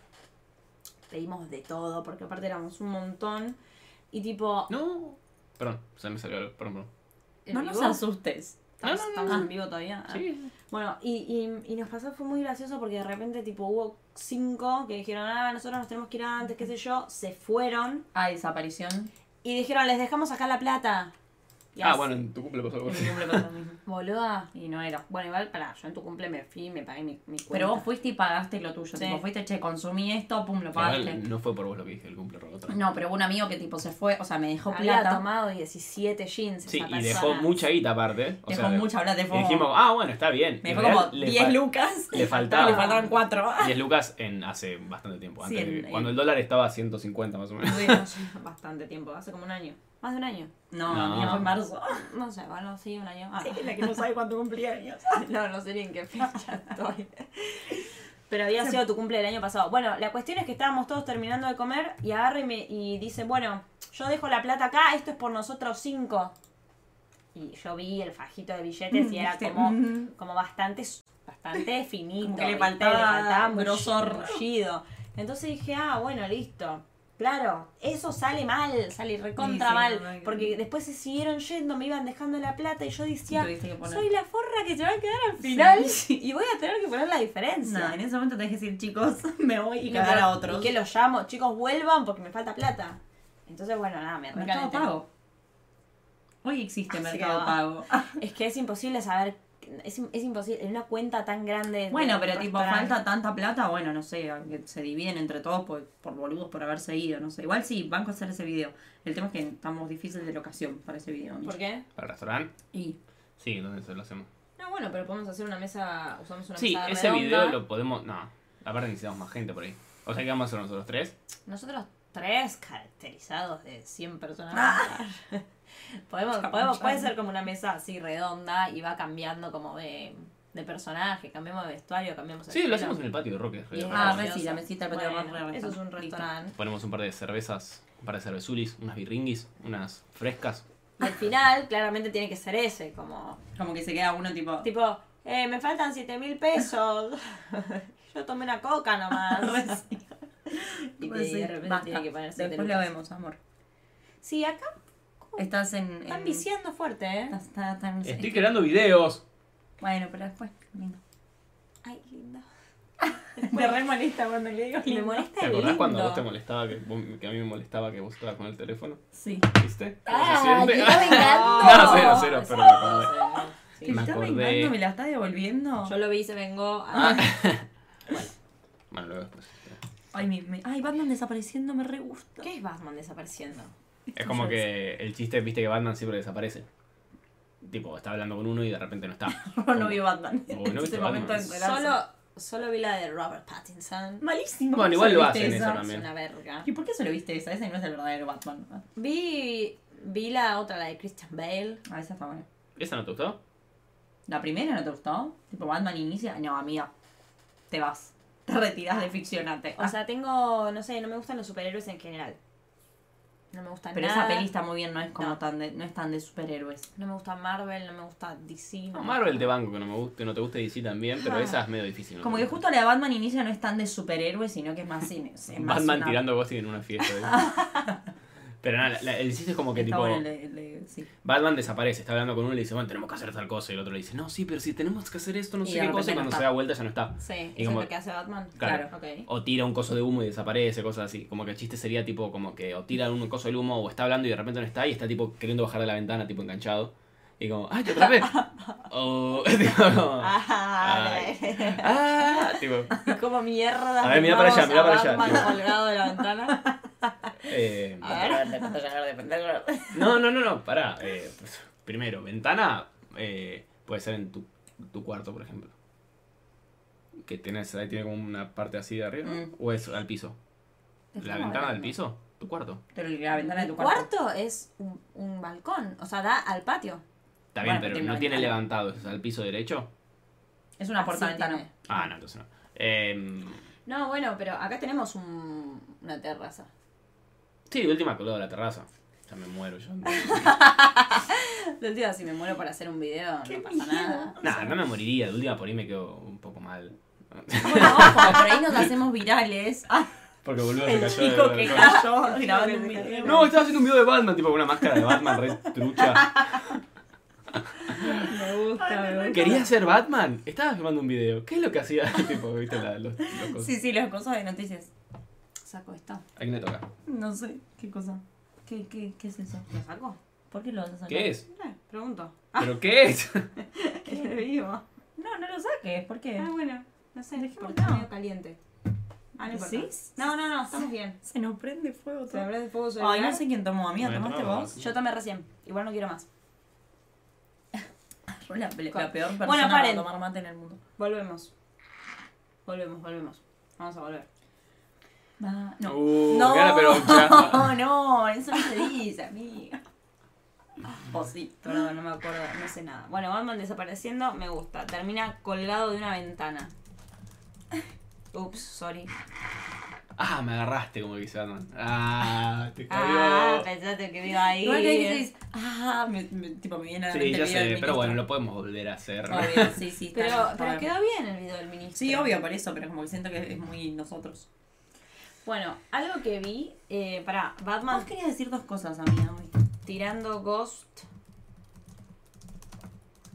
Speaker 1: pedimos de todo, porque aparte éramos un montón. Y tipo,
Speaker 3: No. Perdón, se me salió algo. Perdón, perdón.
Speaker 1: ¿en
Speaker 2: No nos
Speaker 1: vivo?
Speaker 2: asustes.
Speaker 1: ¿Estamos,
Speaker 3: No, no, no,
Speaker 1: estamos
Speaker 3: no.
Speaker 1: en vivo todavía? Ah.
Speaker 3: Sí.
Speaker 1: Bueno, y, y, y nos pasó, fue muy gracioso porque de repente tipo hubo cinco que dijeron, ah, nosotros nos tenemos que ir antes, qué sé yo, se fueron
Speaker 2: Ah, desaparición.
Speaker 1: y dijeron, les dejamos acá la plata. Y
Speaker 3: Ah,
Speaker 1: así-
Speaker 3: bueno, en tu cumple pasó algo
Speaker 2: En
Speaker 3: así.
Speaker 2: mi cumple pasó lo mismo.
Speaker 1: Boluda. Y no era. Bueno, igual, pará, yo en *laughs* tu cumple me fui, me pagué mi, mi cuenta.
Speaker 2: Pero vos fuiste y pagaste lo tuyo.
Speaker 1: Sí.
Speaker 2: Tipo, fuiste, che, consumí esto, pum, lo pagaste.
Speaker 3: Igual, No fue por vos lo que dije, el cumple Roberto.
Speaker 2: No, pero hubo un amigo que tipo se fue, o sea, me dejó
Speaker 1: Había
Speaker 2: plata.
Speaker 1: tomado 17 jeans.
Speaker 3: Sí,
Speaker 1: esa
Speaker 3: y dejó
Speaker 1: persona.
Speaker 3: mucha guita aparte. O
Speaker 2: dejó
Speaker 3: sea,
Speaker 2: mucha plata.
Speaker 3: y
Speaker 2: Dejó,
Speaker 3: dijimos, ah, bueno, está bien.
Speaker 2: me
Speaker 3: En
Speaker 2: dejó
Speaker 3: realidad,
Speaker 2: como
Speaker 3: le
Speaker 2: 10
Speaker 3: fa- *laughs*
Speaker 2: lucas. *laughs*
Speaker 3: le faltaban-
Speaker 2: le faltaban 4.
Speaker 1: *laughs*
Speaker 3: 10 lucas en hace bastante tiempo. Antes
Speaker 2: Sí,
Speaker 3: de-
Speaker 2: en-
Speaker 3: cuando el dólar estaba a 150 más o menos.
Speaker 1: Tuvimos bastante tiempo, hace como un año. Más de un año.
Speaker 2: No,
Speaker 3: No.
Speaker 2: no, fue en marzo.
Speaker 1: *laughs* No sé, bueno, sí, un año. Ah, *laughs*
Speaker 2: La que no *laughs* sabe cuánto cumplía años.
Speaker 1: no, no sé ni en qué fecha
Speaker 2: *laughs*
Speaker 1: estoy. Pero había sido tu cumple el año pasado. Bueno, la cuestión es que estábamos todos terminando de comer y agarra y, me- y dice, bueno, yo dejo la plata acá, esto es por nosotros cinco. Y yo vi el fajito de billetes y era
Speaker 2: Este,
Speaker 1: como,
Speaker 2: mm,
Speaker 1: como bastante, bastante finito.
Speaker 2: Como que le
Speaker 1: ¿viste?
Speaker 2: faltaba
Speaker 1: mull-
Speaker 2: grosor.
Speaker 1: mullido. Entonces dije, ah, bueno, listo. Claro, eso sale mal, sale recontra
Speaker 2: Sí, sí, la verdad
Speaker 1: mal.
Speaker 2: que-
Speaker 1: Porque después se siguieron yendo, me iban dejando la plata y yo decía,
Speaker 2: Tuviste que poner.
Speaker 1: soy la forra que se va a quedar al
Speaker 2: *laughs*
Speaker 1: final *laughs* y voy a tener que poner la
Speaker 2: No,
Speaker 1: diferencia.
Speaker 2: en ese momento tenés que decir, chicos, *laughs* me voy y
Speaker 1: no
Speaker 2: cagar a
Speaker 1: puedo-
Speaker 2: otros.
Speaker 1: ¿Y qué los llamo? Chicos, vuelvan porque me falta plata. Entonces, bueno, nada, me
Speaker 2: Mercado
Speaker 1: recalenté.
Speaker 2: Pago. Hoy existe
Speaker 1: Así
Speaker 2: Mercado
Speaker 1: que va. *laughs*
Speaker 2: Pago.
Speaker 1: Es que es imposible saber, es, es imposible, en una cuenta tan grande. de
Speaker 2: Bueno,
Speaker 1: un
Speaker 2: pero tipo,
Speaker 1: restaurante.
Speaker 2: falta tanta plata, bueno, no sé, que se dividen entre todos por, por boludos por haberse ido, no sé. Igual sí, banco a hacer ese video. El tema es que estamos difíciles de locación para ese video. Micho.
Speaker 1: ¿Por qué?
Speaker 3: ¿Al restaurante?
Speaker 2: Y
Speaker 3: Sí, entonces lo hacemos.
Speaker 1: No, bueno, pero podemos hacer una mesa, usamos una
Speaker 3: Sí,
Speaker 1: mesa
Speaker 3: ese
Speaker 1: redonda.
Speaker 3: video lo podemos. No, aparte necesitamos más gente por ahí. O sea, ¿qué vamos a hacer nosotros tres?
Speaker 1: Nosotros tres caracterizados de 100 personas.
Speaker 2: Ah.
Speaker 1: *laughs* podemos,
Speaker 2: Chau,
Speaker 1: podemos,
Speaker 2: chau.
Speaker 1: puede ser como una mesa así redonda y va cambiando como de, de personaje, cambiamos de vestuario, cambiamos el
Speaker 3: Sí, lo
Speaker 1: pelo.
Speaker 3: hacemos en el patio de Roque.
Speaker 1: Y es
Speaker 2: Ah,
Speaker 1: gracioso.
Speaker 2: re sí, la mesita del patio
Speaker 1: Bueno,
Speaker 2: re- re-
Speaker 1: Eso es un
Speaker 2: listo.
Speaker 1: restaurante.
Speaker 3: Ponemos un par de cervezas, un par de cervezulis, unas birringuis, unas frescas.
Speaker 1: Y al final, claramente tiene que ser ese, como
Speaker 2: como que se queda uno tipo. *laughs*
Speaker 1: tipo, eh, me faltan 7 mil pesos. *laughs* Yo tomé una coca nomás.
Speaker 2: *laughs* re sí.
Speaker 1: *laughs* Y
Speaker 2: Re sí.
Speaker 1: de repente
Speaker 2: Basta.
Speaker 1: tiene que ponerse
Speaker 2: Después lo vemos, amor.
Speaker 1: Sí, acá
Speaker 2: Estás en.
Speaker 1: están
Speaker 2: en-
Speaker 1: viciando fuerte, ¿eh?
Speaker 2: Estás, estás- estás en-
Speaker 3: Estoy creando videos.
Speaker 2: Bueno, pero después. lindo.
Speaker 1: Ay, lindo.
Speaker 2: *laughs* Me re molesta cuando le digo
Speaker 1: Me
Speaker 2: lindo.
Speaker 1: molesta
Speaker 3: ¿Te
Speaker 1: el
Speaker 3: acordás
Speaker 1: lindo.
Speaker 3: cuando a vos te molestaba que, vos- que a mí me molestaba que vos estabas con el teléfono?
Speaker 2: Sí. Ah,
Speaker 3: *laughs* ¿Viste? ¿Cómo se siente?
Speaker 1: Ah, yo
Speaker 3: No, cero, cero, perdón.
Speaker 2: Te
Speaker 3: me acordé.
Speaker 1: fin.
Speaker 3: Me
Speaker 2: está
Speaker 3: acordé.
Speaker 2: vengando, me la está devolviendo.
Speaker 1: Yo lo vi y se vengó.
Speaker 3: Ah. bueno, luego después.
Speaker 2: Ay, me- me- ay, Batman desapareciendo me re
Speaker 1: *laughs*
Speaker 2: gusta.
Speaker 1: ¿Qué es Batman desapareciendo?
Speaker 3: Es como que el chiste, viste que Batman siempre desaparece. Tipo, está hablando con uno y de
Speaker 2: *laughs*
Speaker 3: repente no está.
Speaker 2: *laughs* no vio Batman.
Speaker 3: Uy,
Speaker 2: En *laughs*
Speaker 3: no
Speaker 2: ese
Speaker 3: viste
Speaker 2: momento
Speaker 3: Batman.
Speaker 2: encuerazo.
Speaker 1: Solo, solo vi la de Robert Pattinson.
Speaker 2: Malísimo.
Speaker 3: Bueno,
Speaker 2: ¿por qué
Speaker 3: igual lo
Speaker 2: solo
Speaker 3: hacen
Speaker 2: viste
Speaker 3: eso
Speaker 2: esa?
Speaker 1: Es
Speaker 3: también.
Speaker 1: una verga.
Speaker 2: ¿Y por qué solo viste esa? Ese no es el verdadero Batman.
Speaker 1: Vi, vi la otra, la de Christian Bale.
Speaker 2: Ah, esa está buena.
Speaker 3: ¿Esa no te gustó?
Speaker 2: ¿La primera no te gustó? Tipo, Batman inicia. No, amiga. Te vas. Te retiras de ficcionate.
Speaker 1: O sea, tengo, no sé, no me gustan los superhéroes en general. No me gustan
Speaker 2: Ah, pero
Speaker 1: nada.
Speaker 2: esa peli está muy bien, no es como
Speaker 1: No.
Speaker 2: tan de, no es tan de superhéroes.
Speaker 1: No me gusta Marvel, no me gusta DC.
Speaker 3: No, Marvel te banco, que no, me guste, no te guste DC también, pero
Speaker 1: Ah.
Speaker 3: esa es medio difícil. ¿no?
Speaker 2: Como que justo la de Batman inicia no es tan de superhéroes, sino que es más cine. es más
Speaker 3: Batman
Speaker 2: una-
Speaker 3: tirando ghosting en una fiesta.
Speaker 2: *laughs*
Speaker 3: ¿eh? pero nada, la- la- el chiste es como que
Speaker 2: Está
Speaker 3: tipo.
Speaker 2: bueno el de- el de- sí.
Speaker 3: Batman desaparece, está hablando con uno y le dice, bueno, tenemos que hacer tal cosa. Y el otro le dice, no, sí, pero si tenemos que hacer esto, no
Speaker 2: Y
Speaker 3: sé
Speaker 2: de
Speaker 3: qué
Speaker 2: repente
Speaker 3: cosa. Y
Speaker 2: no
Speaker 3: cuando
Speaker 2: está.
Speaker 3: se da vuelta ya no está.
Speaker 1: Sí, eso
Speaker 3: como-
Speaker 1: es lo que hace Batman.
Speaker 3: Claro.
Speaker 1: Ok.
Speaker 3: O tira un coso de humo y desaparece, cosas así. Como que el chiste sería tipo como que o tira un coso del humo o está hablando y de repente no está y está tipo queriendo bajar de la ventana, tipo enganchado. Y como, ¡ay,
Speaker 2: *laughs*
Speaker 3: te atrapé! o *laughs* digo, como,
Speaker 2: Ah.
Speaker 3: *laughs*
Speaker 1: Ay.
Speaker 3: ¡ah! Tipo,
Speaker 2: *laughs*
Speaker 1: Como mierda.
Speaker 3: A ver, mirá para allá,
Speaker 1: filmamos a
Speaker 3: mirá para allá,
Speaker 1: Batman
Speaker 3: tipo.
Speaker 1: colgado de la ventana.
Speaker 3: eh,
Speaker 2: Ah.
Speaker 1: A ver.
Speaker 3: no, no, no, no, pará. Eh, pues, primero, ventana eh, puede ser en tu, tu cuarto, por ejemplo. Que tienes, ahí tiene como una parte así de arriba.
Speaker 2: Mm.
Speaker 3: ¿O es al piso?
Speaker 2: Te
Speaker 3: ¿La
Speaker 2: estamos
Speaker 3: ventana del
Speaker 2: hablando.
Speaker 3: piso? ¿Tu cuarto?
Speaker 2: Pero *laughs* la ventana de tu
Speaker 1: Mi
Speaker 2: cuarto.
Speaker 1: es un, un balcón, o sea, da al patio.
Speaker 3: Está bien,
Speaker 2: Bueno,
Speaker 3: pero
Speaker 2: tiene
Speaker 3: no
Speaker 2: una
Speaker 3: tiene
Speaker 2: ventana.
Speaker 3: levantado, es al piso derecho.
Speaker 2: Es una
Speaker 1: Así
Speaker 2: puerta ventana.
Speaker 1: tiene.
Speaker 3: Ah, no, entonces no. Eh,
Speaker 1: No, bueno, pero acá tenemos un- una terraza.
Speaker 3: sí, de última colgado de la terraza. Ya me muero yo.
Speaker 2: *laughs*
Speaker 1: Del día, si me muero para hacer un video, no pasa nada.
Speaker 3: Nah, no me moriría. De última por ahí me quedo un poco mal.
Speaker 2: Bueno, ojo, por ahí nos hacemos *laughs* virales. Ah,
Speaker 3: Porque boludo se cayó.
Speaker 2: chico
Speaker 3: de-
Speaker 2: que
Speaker 3: de-
Speaker 2: cayó grabando un video.
Speaker 3: No, estaba haciendo un video de Batman, tipo con una máscara de Batman re
Speaker 2: *laughs*
Speaker 3: trucha.
Speaker 1: Me gusta, me gusta.
Speaker 3: Quería ser Batman. Estaba filmando un video. ¿Qué es lo que hacía? *laughs* tipo, viste la, los, los cosas.
Speaker 2: Sí, sí, las cosas de noticias.
Speaker 1: *laughs* Saco esto.
Speaker 3: ¿A quién le toca?
Speaker 2: No sé, ¿qué cosa? ¿Qué, qué, qué es eso?
Speaker 1: ¿Lo saco?
Speaker 2: ¿Por qué lo vas a sacar?
Speaker 3: ¿Qué es?
Speaker 1: Eh, pregunto.
Speaker 2: Ah.
Speaker 3: ¿Pero qué es?
Speaker 2: *laughs*
Speaker 1: Es vivo.
Speaker 2: No, no lo saques, ¿por qué?
Speaker 1: Ah, bueno. No sé,
Speaker 2: Dejémoslo.
Speaker 1: porque está medio caliente. Ah, no importa.
Speaker 2: ¿Sí?
Speaker 1: No, no, no, estamos bien.
Speaker 2: Se nos prende fuego
Speaker 1: Se me
Speaker 2: todo.
Speaker 1: prende fuego
Speaker 2: Ay,
Speaker 1: celular.
Speaker 2: no sé quién tomó, amiga,
Speaker 3: Me
Speaker 2: ¿tomaste
Speaker 3: tomaba.
Speaker 2: vos?
Speaker 1: Yo tomé recién. Igual no quiero más.
Speaker 2: Yo la, la peor persona
Speaker 1: Bueno,
Speaker 2: para
Speaker 1: paren.
Speaker 2: tomar mate en el mundo.
Speaker 1: Volvemos. Volvemos, volvemos. Vamos a volver.
Speaker 2: Va, Ah, no.
Speaker 3: Uh,
Speaker 2: no,
Speaker 3: mirá la peroncha.
Speaker 2: *laughs* no, eso no se dice, amiga. O sí.
Speaker 1: Perdón, no me acuerdo, no sé nada. Bueno, Batman desapareciendo, me gusta. Termina colgado de una ventana. Ups, sorry.
Speaker 3: Ah, me agarraste como que dice Batman. Ah, te
Speaker 1: Ah,
Speaker 3: jodió.
Speaker 1: pensaste que vivo ahí.
Speaker 2: Igual que ahí dices, ah, me, me- tipo, me viene a la
Speaker 3: Sí,
Speaker 2: mente
Speaker 3: ya
Speaker 2: el video del
Speaker 3: sé, pero
Speaker 2: ministro.
Speaker 3: bueno, lo podemos volver a hacer.
Speaker 2: Obvio, sí, sí.
Speaker 1: Pero,
Speaker 2: está bien,
Speaker 1: pero
Speaker 2: está bien.
Speaker 1: quedó bien el video del ministro.
Speaker 2: Sí, obvio, por eso, pero como que siento que es muy nosotros.
Speaker 1: Bueno, algo que vi, eh, para Batman
Speaker 2: Vos querías decir dos cosas, amiga, hoy.
Speaker 1: tirando Ghost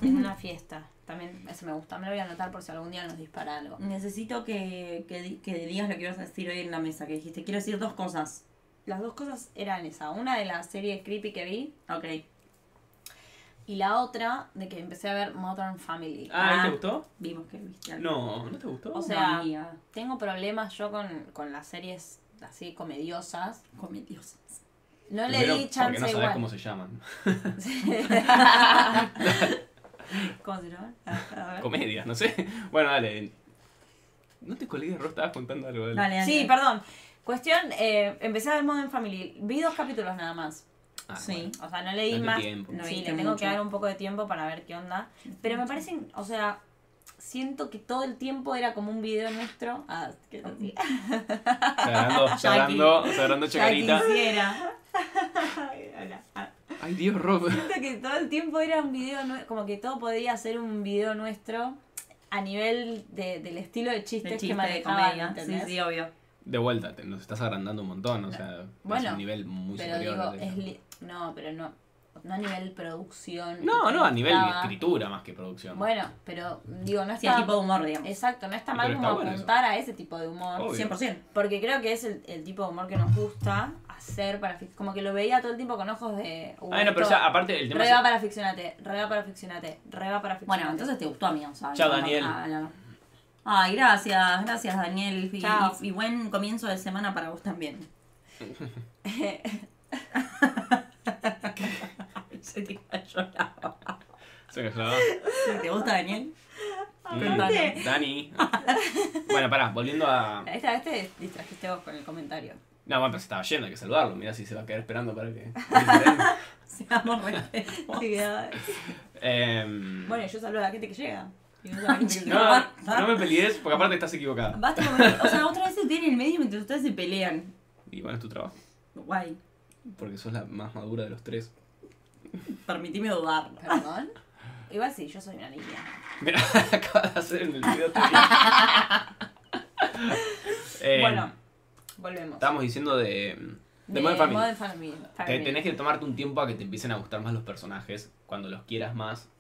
Speaker 1: en una fiesta. También eso me gusta. Me lo voy a anotar por si algún día nos dispara algo.
Speaker 2: Necesito que, que, di- que digas lo que ibas a decir hoy en la mesa, que dijiste, quiero decir dos cosas.
Speaker 1: Las dos cosas eran esa. Una de la serie creepy que vi
Speaker 2: Ok.
Speaker 1: y la otra de que empecé a ver Modern Family.
Speaker 3: Ah, ¿y
Speaker 2: Ah.
Speaker 3: ¿te gustó?
Speaker 2: Vimos que viste algo.
Speaker 3: No, ¿no te gustó?
Speaker 1: O
Speaker 2: O
Speaker 1: sea-
Speaker 2: sea, amiga,
Speaker 1: Tengo problemas yo con, con las series así comediosas.
Speaker 2: come Dios.
Speaker 1: No le
Speaker 3: Primero,
Speaker 1: di chance
Speaker 3: Porque no sabes
Speaker 1: igual.
Speaker 3: cómo se llaman.
Speaker 1: *laughs* ¿Cómo se llama? A ver.
Speaker 3: Comedias, no sé. Bueno, dale. No te colgues, Ro, estabas contando algo.
Speaker 2: Dale, dale.
Speaker 1: Sí, perdón. Cuestión, eh, empecé a ver Modern Family. Vi dos capítulos nada más.
Speaker 3: Ah,
Speaker 2: Sí.
Speaker 1: O sea, no le di
Speaker 3: Date
Speaker 1: más.
Speaker 3: tiempo.
Speaker 1: No,
Speaker 2: Sí,
Speaker 1: sí, le
Speaker 2: te
Speaker 1: tengo
Speaker 2: mucho.
Speaker 1: que dar un poco de tiempo para ver qué onda. Pero
Speaker 2: *laughs*
Speaker 1: me parecen, o sea, siento que todo el tiempo era como un video nuestro. Ah, que- *laughs*
Speaker 3: bueno. Cerrando, cerrando, cerrando
Speaker 2: Ya
Speaker 3: chacarita.
Speaker 2: quisiera.
Speaker 1: Ah,
Speaker 3: Ay, Dios, Rob.
Speaker 1: Siento que todo el tiempo era un video, nue- como que todo podía ser un video nuestro a nivel de- del estilo de
Speaker 2: De
Speaker 1: chistes
Speaker 2: chiste,
Speaker 1: que
Speaker 2: de
Speaker 1: manejaban,
Speaker 2: comedia. Sí,
Speaker 1: ¿entendés?
Speaker 2: sí, obvio.
Speaker 3: De vuelta, te- nos estás agrandando un montón, o sea, es
Speaker 1: Bueno,
Speaker 3: un nivel muy
Speaker 1: pero
Speaker 3: superior.
Speaker 1: digo,
Speaker 3: al de
Speaker 1: es
Speaker 3: ellos.
Speaker 1: li- no, pero no. No a nivel producción.
Speaker 3: No, no, a nivel de
Speaker 1: estaba-
Speaker 3: escritura más que producción.
Speaker 1: Bueno, pero digo, no
Speaker 2: Sí,
Speaker 1: está.
Speaker 2: el tipo de humor, digamos.
Speaker 1: Exacto, no está
Speaker 3: Pero
Speaker 1: mal
Speaker 3: está
Speaker 1: como
Speaker 3: bueno eso.
Speaker 1: apuntar a ese tipo de humor.
Speaker 3: Obvio.
Speaker 2: 100%.
Speaker 1: Porque creo que es el, el tipo de humor que nos gusta hacer para fic- Como que lo veía todo el tiempo con ojos de. "Uh,
Speaker 3: Ah, no, pero
Speaker 1: esto
Speaker 3: ya, aparte el tema
Speaker 1: Reba
Speaker 3: es-
Speaker 1: para ficcionate, reba para ficcionate, reba para ficcionate.
Speaker 2: Bueno, entonces te gustó, amiga. O sea,
Speaker 3: Chao,
Speaker 2: no-
Speaker 3: Daniel.
Speaker 2: ah, no. Ay, gracias, gracias, Daniel. Y,
Speaker 1: Chao.
Speaker 2: y- y buen comienzo de semana para vos
Speaker 1: *laughs*
Speaker 2: también. Se te lloraba.
Speaker 3: Se me acaba.
Speaker 1: *laughs*
Speaker 2: ¿Te gusta, Daniel?
Speaker 1: Aparte-
Speaker 3: Mm, Dani. Bueno, pará, volviendo a.
Speaker 1: Esta vez te Este, distrajiste vos con el
Speaker 2: *laughs*
Speaker 1: comentario.
Speaker 3: No, bueno, pero se estaba yendo, hay que saludarlo. Mirá si se va a quedar esperando para que. *laughs*
Speaker 2: Seamos
Speaker 1: *laughs*
Speaker 2: respetuosos.
Speaker 1: Sí, quedaba-
Speaker 3: Em,
Speaker 1: bueno, yo saludo a la gente que llega. Y no sabe la gente que llega.
Speaker 3: no, no me pelees porque aparte estás equivocada.
Speaker 2: Basta con *laughs* el- O sea, otra vez se tienen en el medio mientras ustedes se pelean.
Speaker 3: Y bueno, es tu trabajo.
Speaker 2: Guay.
Speaker 3: Porque sos la más madura de los tres.
Speaker 2: Permitime dudar.
Speaker 1: Perdón. Igual sí, yo soy una niña.
Speaker 3: Mira, *laughs* acabas de hacer en el video tuyo. Em,
Speaker 1: Bueno, volvemos.
Speaker 3: Estábamos diciendo de. De
Speaker 1: De
Speaker 3: Modern Family.
Speaker 1: Modern Family.
Speaker 3: Te,
Speaker 1: Family.
Speaker 3: tenés que tomarte un tiempo a que te empiecen a gustar más los personajes cuando los quieras más.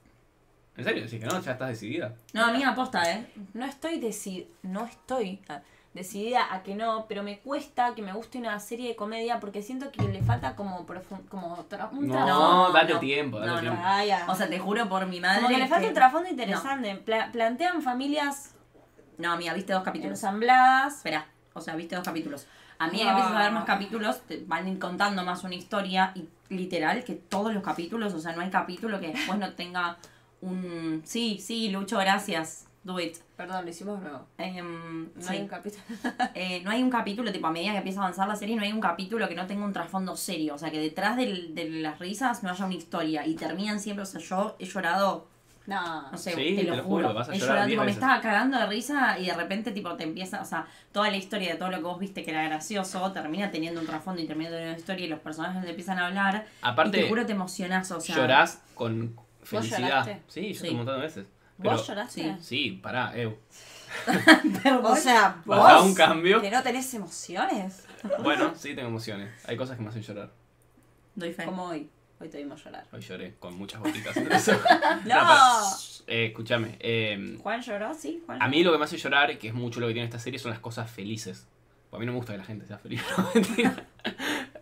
Speaker 3: ¿En serio? Decís que no, ya estás decidida.
Speaker 2: No, amiga, aposta, ¿eh?
Speaker 1: No estoy deci- no estoy ah, decidida a que no, pero me cuesta que me guste una serie de comedia porque siento que le falta como profun- como tra- un
Speaker 3: No,
Speaker 1: trasfondo.
Speaker 3: date
Speaker 2: no.
Speaker 3: tiempo, date
Speaker 2: No, no.
Speaker 3: tiempo.
Speaker 1: Ay, ah.
Speaker 2: O sea, te juro por mi madre.
Speaker 1: como que le falta
Speaker 2: que-
Speaker 1: un trasfondo interesante. Pla- plantean familias
Speaker 2: No, amiga, viste dos capítulos.
Speaker 1: ensambladas.
Speaker 2: Espera, o sea, viste dos capítulos. A mí
Speaker 1: Ah.
Speaker 2: empiezas a ver más capítulos, te van a ir contando más una historia y literal que todos los capítulos, o sea, no hay capítulo que después no tenga un sí, sí, Lucho, gracias, do it.
Speaker 1: Perdón, lo hicimos nuevo.
Speaker 2: Em,
Speaker 1: No
Speaker 2: sí.
Speaker 1: hay un capítulo. *laughs*
Speaker 2: Eh, no hay un capítulo, tipo, a medida que empieza a avanzar la serie, no hay un capítulo que no tenga un trasfondo serio. O sea, que detrás del- de las risas no haya una historia. Y terminan siempre, o sea, yo he llorado
Speaker 1: No.
Speaker 2: no sé,
Speaker 3: Sí,
Speaker 2: te, lo juro.
Speaker 3: vas a
Speaker 2: He
Speaker 3: llorar
Speaker 2: llorado,
Speaker 3: diez
Speaker 2: tipo, me
Speaker 3: veces.
Speaker 2: estaba cagando de risa y de repente tipo te empieza, o sea, toda la historia de todo lo que vos viste que era gracioso termina teniendo un trasfondo y termina teniendo una historia y los personajes te empiezan a hablar. y
Speaker 3: Aparte,
Speaker 2: te juro te emocionás, o sea. *laughs*
Speaker 3: llorás con felicidad.
Speaker 1: lloraste?
Speaker 3: Sí, yo
Speaker 2: Sí.
Speaker 3: un montón de veces. Pero-
Speaker 1: ¿Vos lloraste?
Speaker 2: sí.
Speaker 3: Sí, pará,
Speaker 2: *laughs*
Speaker 3: eh. Eu.
Speaker 2: Pero
Speaker 1: *laughs*
Speaker 2: vos-
Speaker 1: sea,
Speaker 3: Bajá un cambio.
Speaker 1: que no tenés emociones.
Speaker 3: Bueno, sí, tengo emociones. Hay cosas que me hacen llorar.
Speaker 2: doy fe.
Speaker 1: Como hoy. Hoy tuvimos llorar.
Speaker 3: Hoy lloré con muchas
Speaker 2: *laughs*
Speaker 3: gotitas en los ojos.
Speaker 1: ¡No!
Speaker 3: pará. Eh, escúchame. eh,
Speaker 1: Juan lloró, sí. Juan
Speaker 3: a mí lo que me hace llorar, que es mucho lo que tiene esta serie, son las cosas felices. Porque A mí no me gusta que la gente sea feliz. *laughs* No, mentira.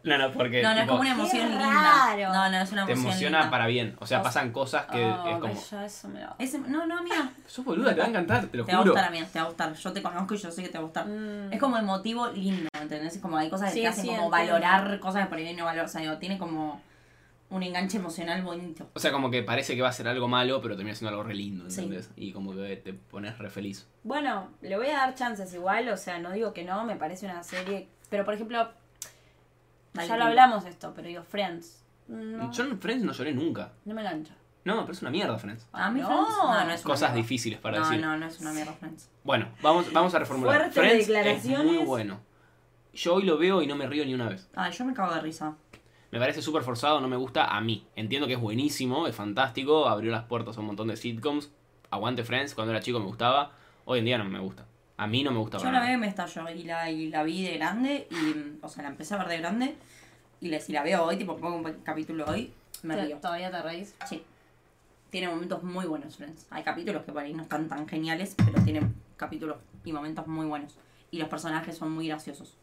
Speaker 3: no, no, porque
Speaker 2: No, no es
Speaker 3: tipo,
Speaker 2: como una emoción
Speaker 1: Qué
Speaker 2: linda.
Speaker 1: raro.
Speaker 2: No, no es una
Speaker 3: te
Speaker 2: emoción
Speaker 3: emociona
Speaker 2: linda.
Speaker 3: para bien. O sea,
Speaker 1: Cos-
Speaker 3: pasan cosas que
Speaker 1: Oh,
Speaker 3: es como.
Speaker 1: que yo eso me lo-
Speaker 2: Es- no, no, mira,
Speaker 3: Sos boluda, te va a encantar, te lo
Speaker 2: te va a
Speaker 3: juro.
Speaker 2: gustar a mí, te va a gustar. Yo te conozco y yo sé que te va a gustar.
Speaker 1: Mm.
Speaker 2: Es como emotivo lindo, ¿entendés? Es como hay cosas que
Speaker 1: Sí,
Speaker 2: te hacen
Speaker 1: sí,
Speaker 2: como
Speaker 1: entiendo.
Speaker 2: valorar cosas que por ahí no valoras. O sea, digo, tiene como un enganche emocional bonito.
Speaker 3: O sea, como que parece que va a ser algo malo, pero termina siendo algo re lindo,
Speaker 2: Sí.
Speaker 3: ¿entendés? Y como que te pones re feliz.
Speaker 1: Bueno, le voy a dar chances igual, o sea, no digo que no, me parece una serie. Pero por ejemplo,
Speaker 2: Dale,
Speaker 1: ya lo
Speaker 2: tiempo.
Speaker 1: hablamos de esto, pero digo, Friends. No,
Speaker 3: Yo en Friends no lloré nunca.
Speaker 1: no me engancha.
Speaker 3: No, pero es una mierda, Friends.
Speaker 2: ¿A mí
Speaker 1: No.
Speaker 2: Friends? No, no es una
Speaker 3: Cosas
Speaker 2: mierda.
Speaker 3: difíciles para
Speaker 2: no,
Speaker 3: decir.
Speaker 2: No, no es una mierda Friends.
Speaker 3: Bueno, vamos, vamos a reformular.
Speaker 1: Fuertes
Speaker 3: Friends
Speaker 1: declaraciones.
Speaker 3: es muy bueno. Yo hoy lo veo y no me río ni una vez.
Speaker 2: Ah, yo me cago de risa.
Speaker 3: Me parece súper forzado, no me gusta a mí. Entiendo que es buenísimo, es fantástico, abrió las puertas a un montón de sitcoms. Aguante Friends, cuando era chico me gustaba. Hoy en día no me gusta. A mí no me gusta
Speaker 2: Yo
Speaker 3: para
Speaker 2: la
Speaker 3: nada.
Speaker 2: veo y me estalló. Y la, y la vi de grande. y mm, O sea, la empecé a ver de grande. Y la- si la veo hoy, tipo, pongo un capítulo hoy, me
Speaker 1: Te-
Speaker 2: río.
Speaker 1: Todavía te reís.
Speaker 2: Sí. Tiene momentos muy buenos Friends. Hay capítulos que por ahí no están tan geniales, pero tiene capítulos y momentos muy buenos. Y los personajes son muy graciosos.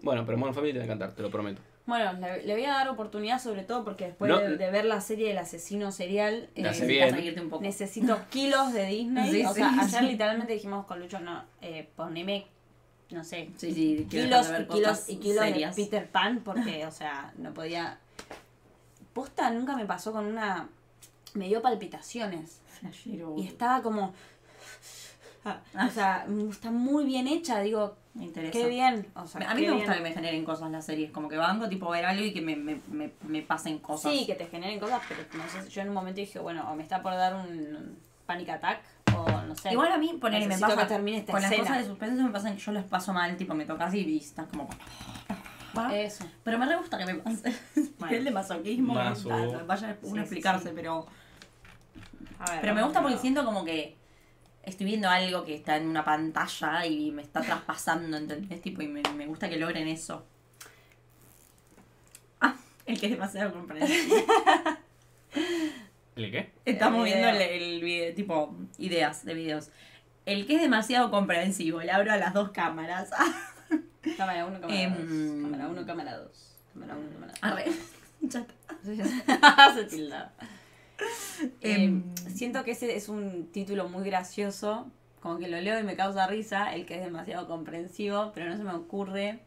Speaker 3: Bueno, pero Modern Family te va a encantar, te lo prometo.
Speaker 1: Bueno, le, le voy a dar oportunidad sobre todo porque después
Speaker 3: No.
Speaker 1: de, de ver la serie del asesino serial,
Speaker 3: La
Speaker 1: eh,
Speaker 3: serie
Speaker 2: Necesitas
Speaker 3: bien.
Speaker 2: reírte un poco.
Speaker 1: necesito kilos de Disney.
Speaker 2: Sí,
Speaker 1: o
Speaker 2: sí,
Speaker 1: sea, ayer
Speaker 2: sí.
Speaker 1: literalmente dijimos con Lucho, no, eh, poneme, no sé,
Speaker 2: Sí, sí, quiero
Speaker 1: kilos
Speaker 2: dejar de
Speaker 1: y
Speaker 2: ver
Speaker 1: kilos
Speaker 2: cosas
Speaker 1: y kilos
Speaker 2: serias.
Speaker 1: de Peter Pan
Speaker 2: *laughs*
Speaker 1: porque, o sea, no podía. Posta nunca me pasó con una. Me dio palpitaciones.
Speaker 2: Flashero.
Speaker 1: Y estaba como. Ah, o sea, mm, está muy bien hecha, digo,
Speaker 2: Me interesa.
Speaker 1: qué bien. O sea,
Speaker 2: A mí
Speaker 1: qué
Speaker 2: me gusta que
Speaker 1: bien.
Speaker 2: me generen cosas las series, como que banco tipo ver algo y que me, me, me, me pasen cosas.
Speaker 1: Sí, que te generen cosas, pero no sé, yo en un momento dije, bueno, o me está por dar un panic attack, o no sé.
Speaker 2: Igual a mí, ponele, me
Speaker 1: necesito
Speaker 2: pasa
Speaker 1: que termine esta
Speaker 2: con
Speaker 1: escena.
Speaker 2: las cosas de suspenso me pasa que yo las paso mal, tipo me tocas y estás como...
Speaker 1: Eso.
Speaker 2: *laughs* Pero me re gusta que me pase. *laughs*
Speaker 1: Bueno.
Speaker 2: El de masoquismo, me
Speaker 3: Maso.
Speaker 2: encanta, vaya uno
Speaker 1: sí,
Speaker 2: a explicarse,
Speaker 1: sí.
Speaker 2: pero...
Speaker 1: A ver,
Speaker 2: Pero me gusta porque
Speaker 1: vamos.
Speaker 2: siento como que estoy viendo algo que está en una pantalla y me está traspasando, ¿entendés? Tipo, y me, me gusta que logren eso. Ah, El que es demasiado comprensivo.
Speaker 3: ¿El qué?
Speaker 2: Estamos
Speaker 1: El video.
Speaker 2: viendo el, el video, tipo, ideas de videos. El que es demasiado comprensivo, le abro a las dos cámaras. *laughs*
Speaker 1: Cámara 1, cámara 2.
Speaker 2: Em,
Speaker 1: Cámara 1, cámara 2. Cámara 1, cámara 2.
Speaker 2: Arre. Ya
Speaker 1: *laughs*
Speaker 2: está.
Speaker 1: se tilda. Eh,
Speaker 2: Em.
Speaker 1: siento que ese es un título muy gracioso, como que lo leo y me causa risa, el que es demasiado comprensivo, pero no se me ocurre.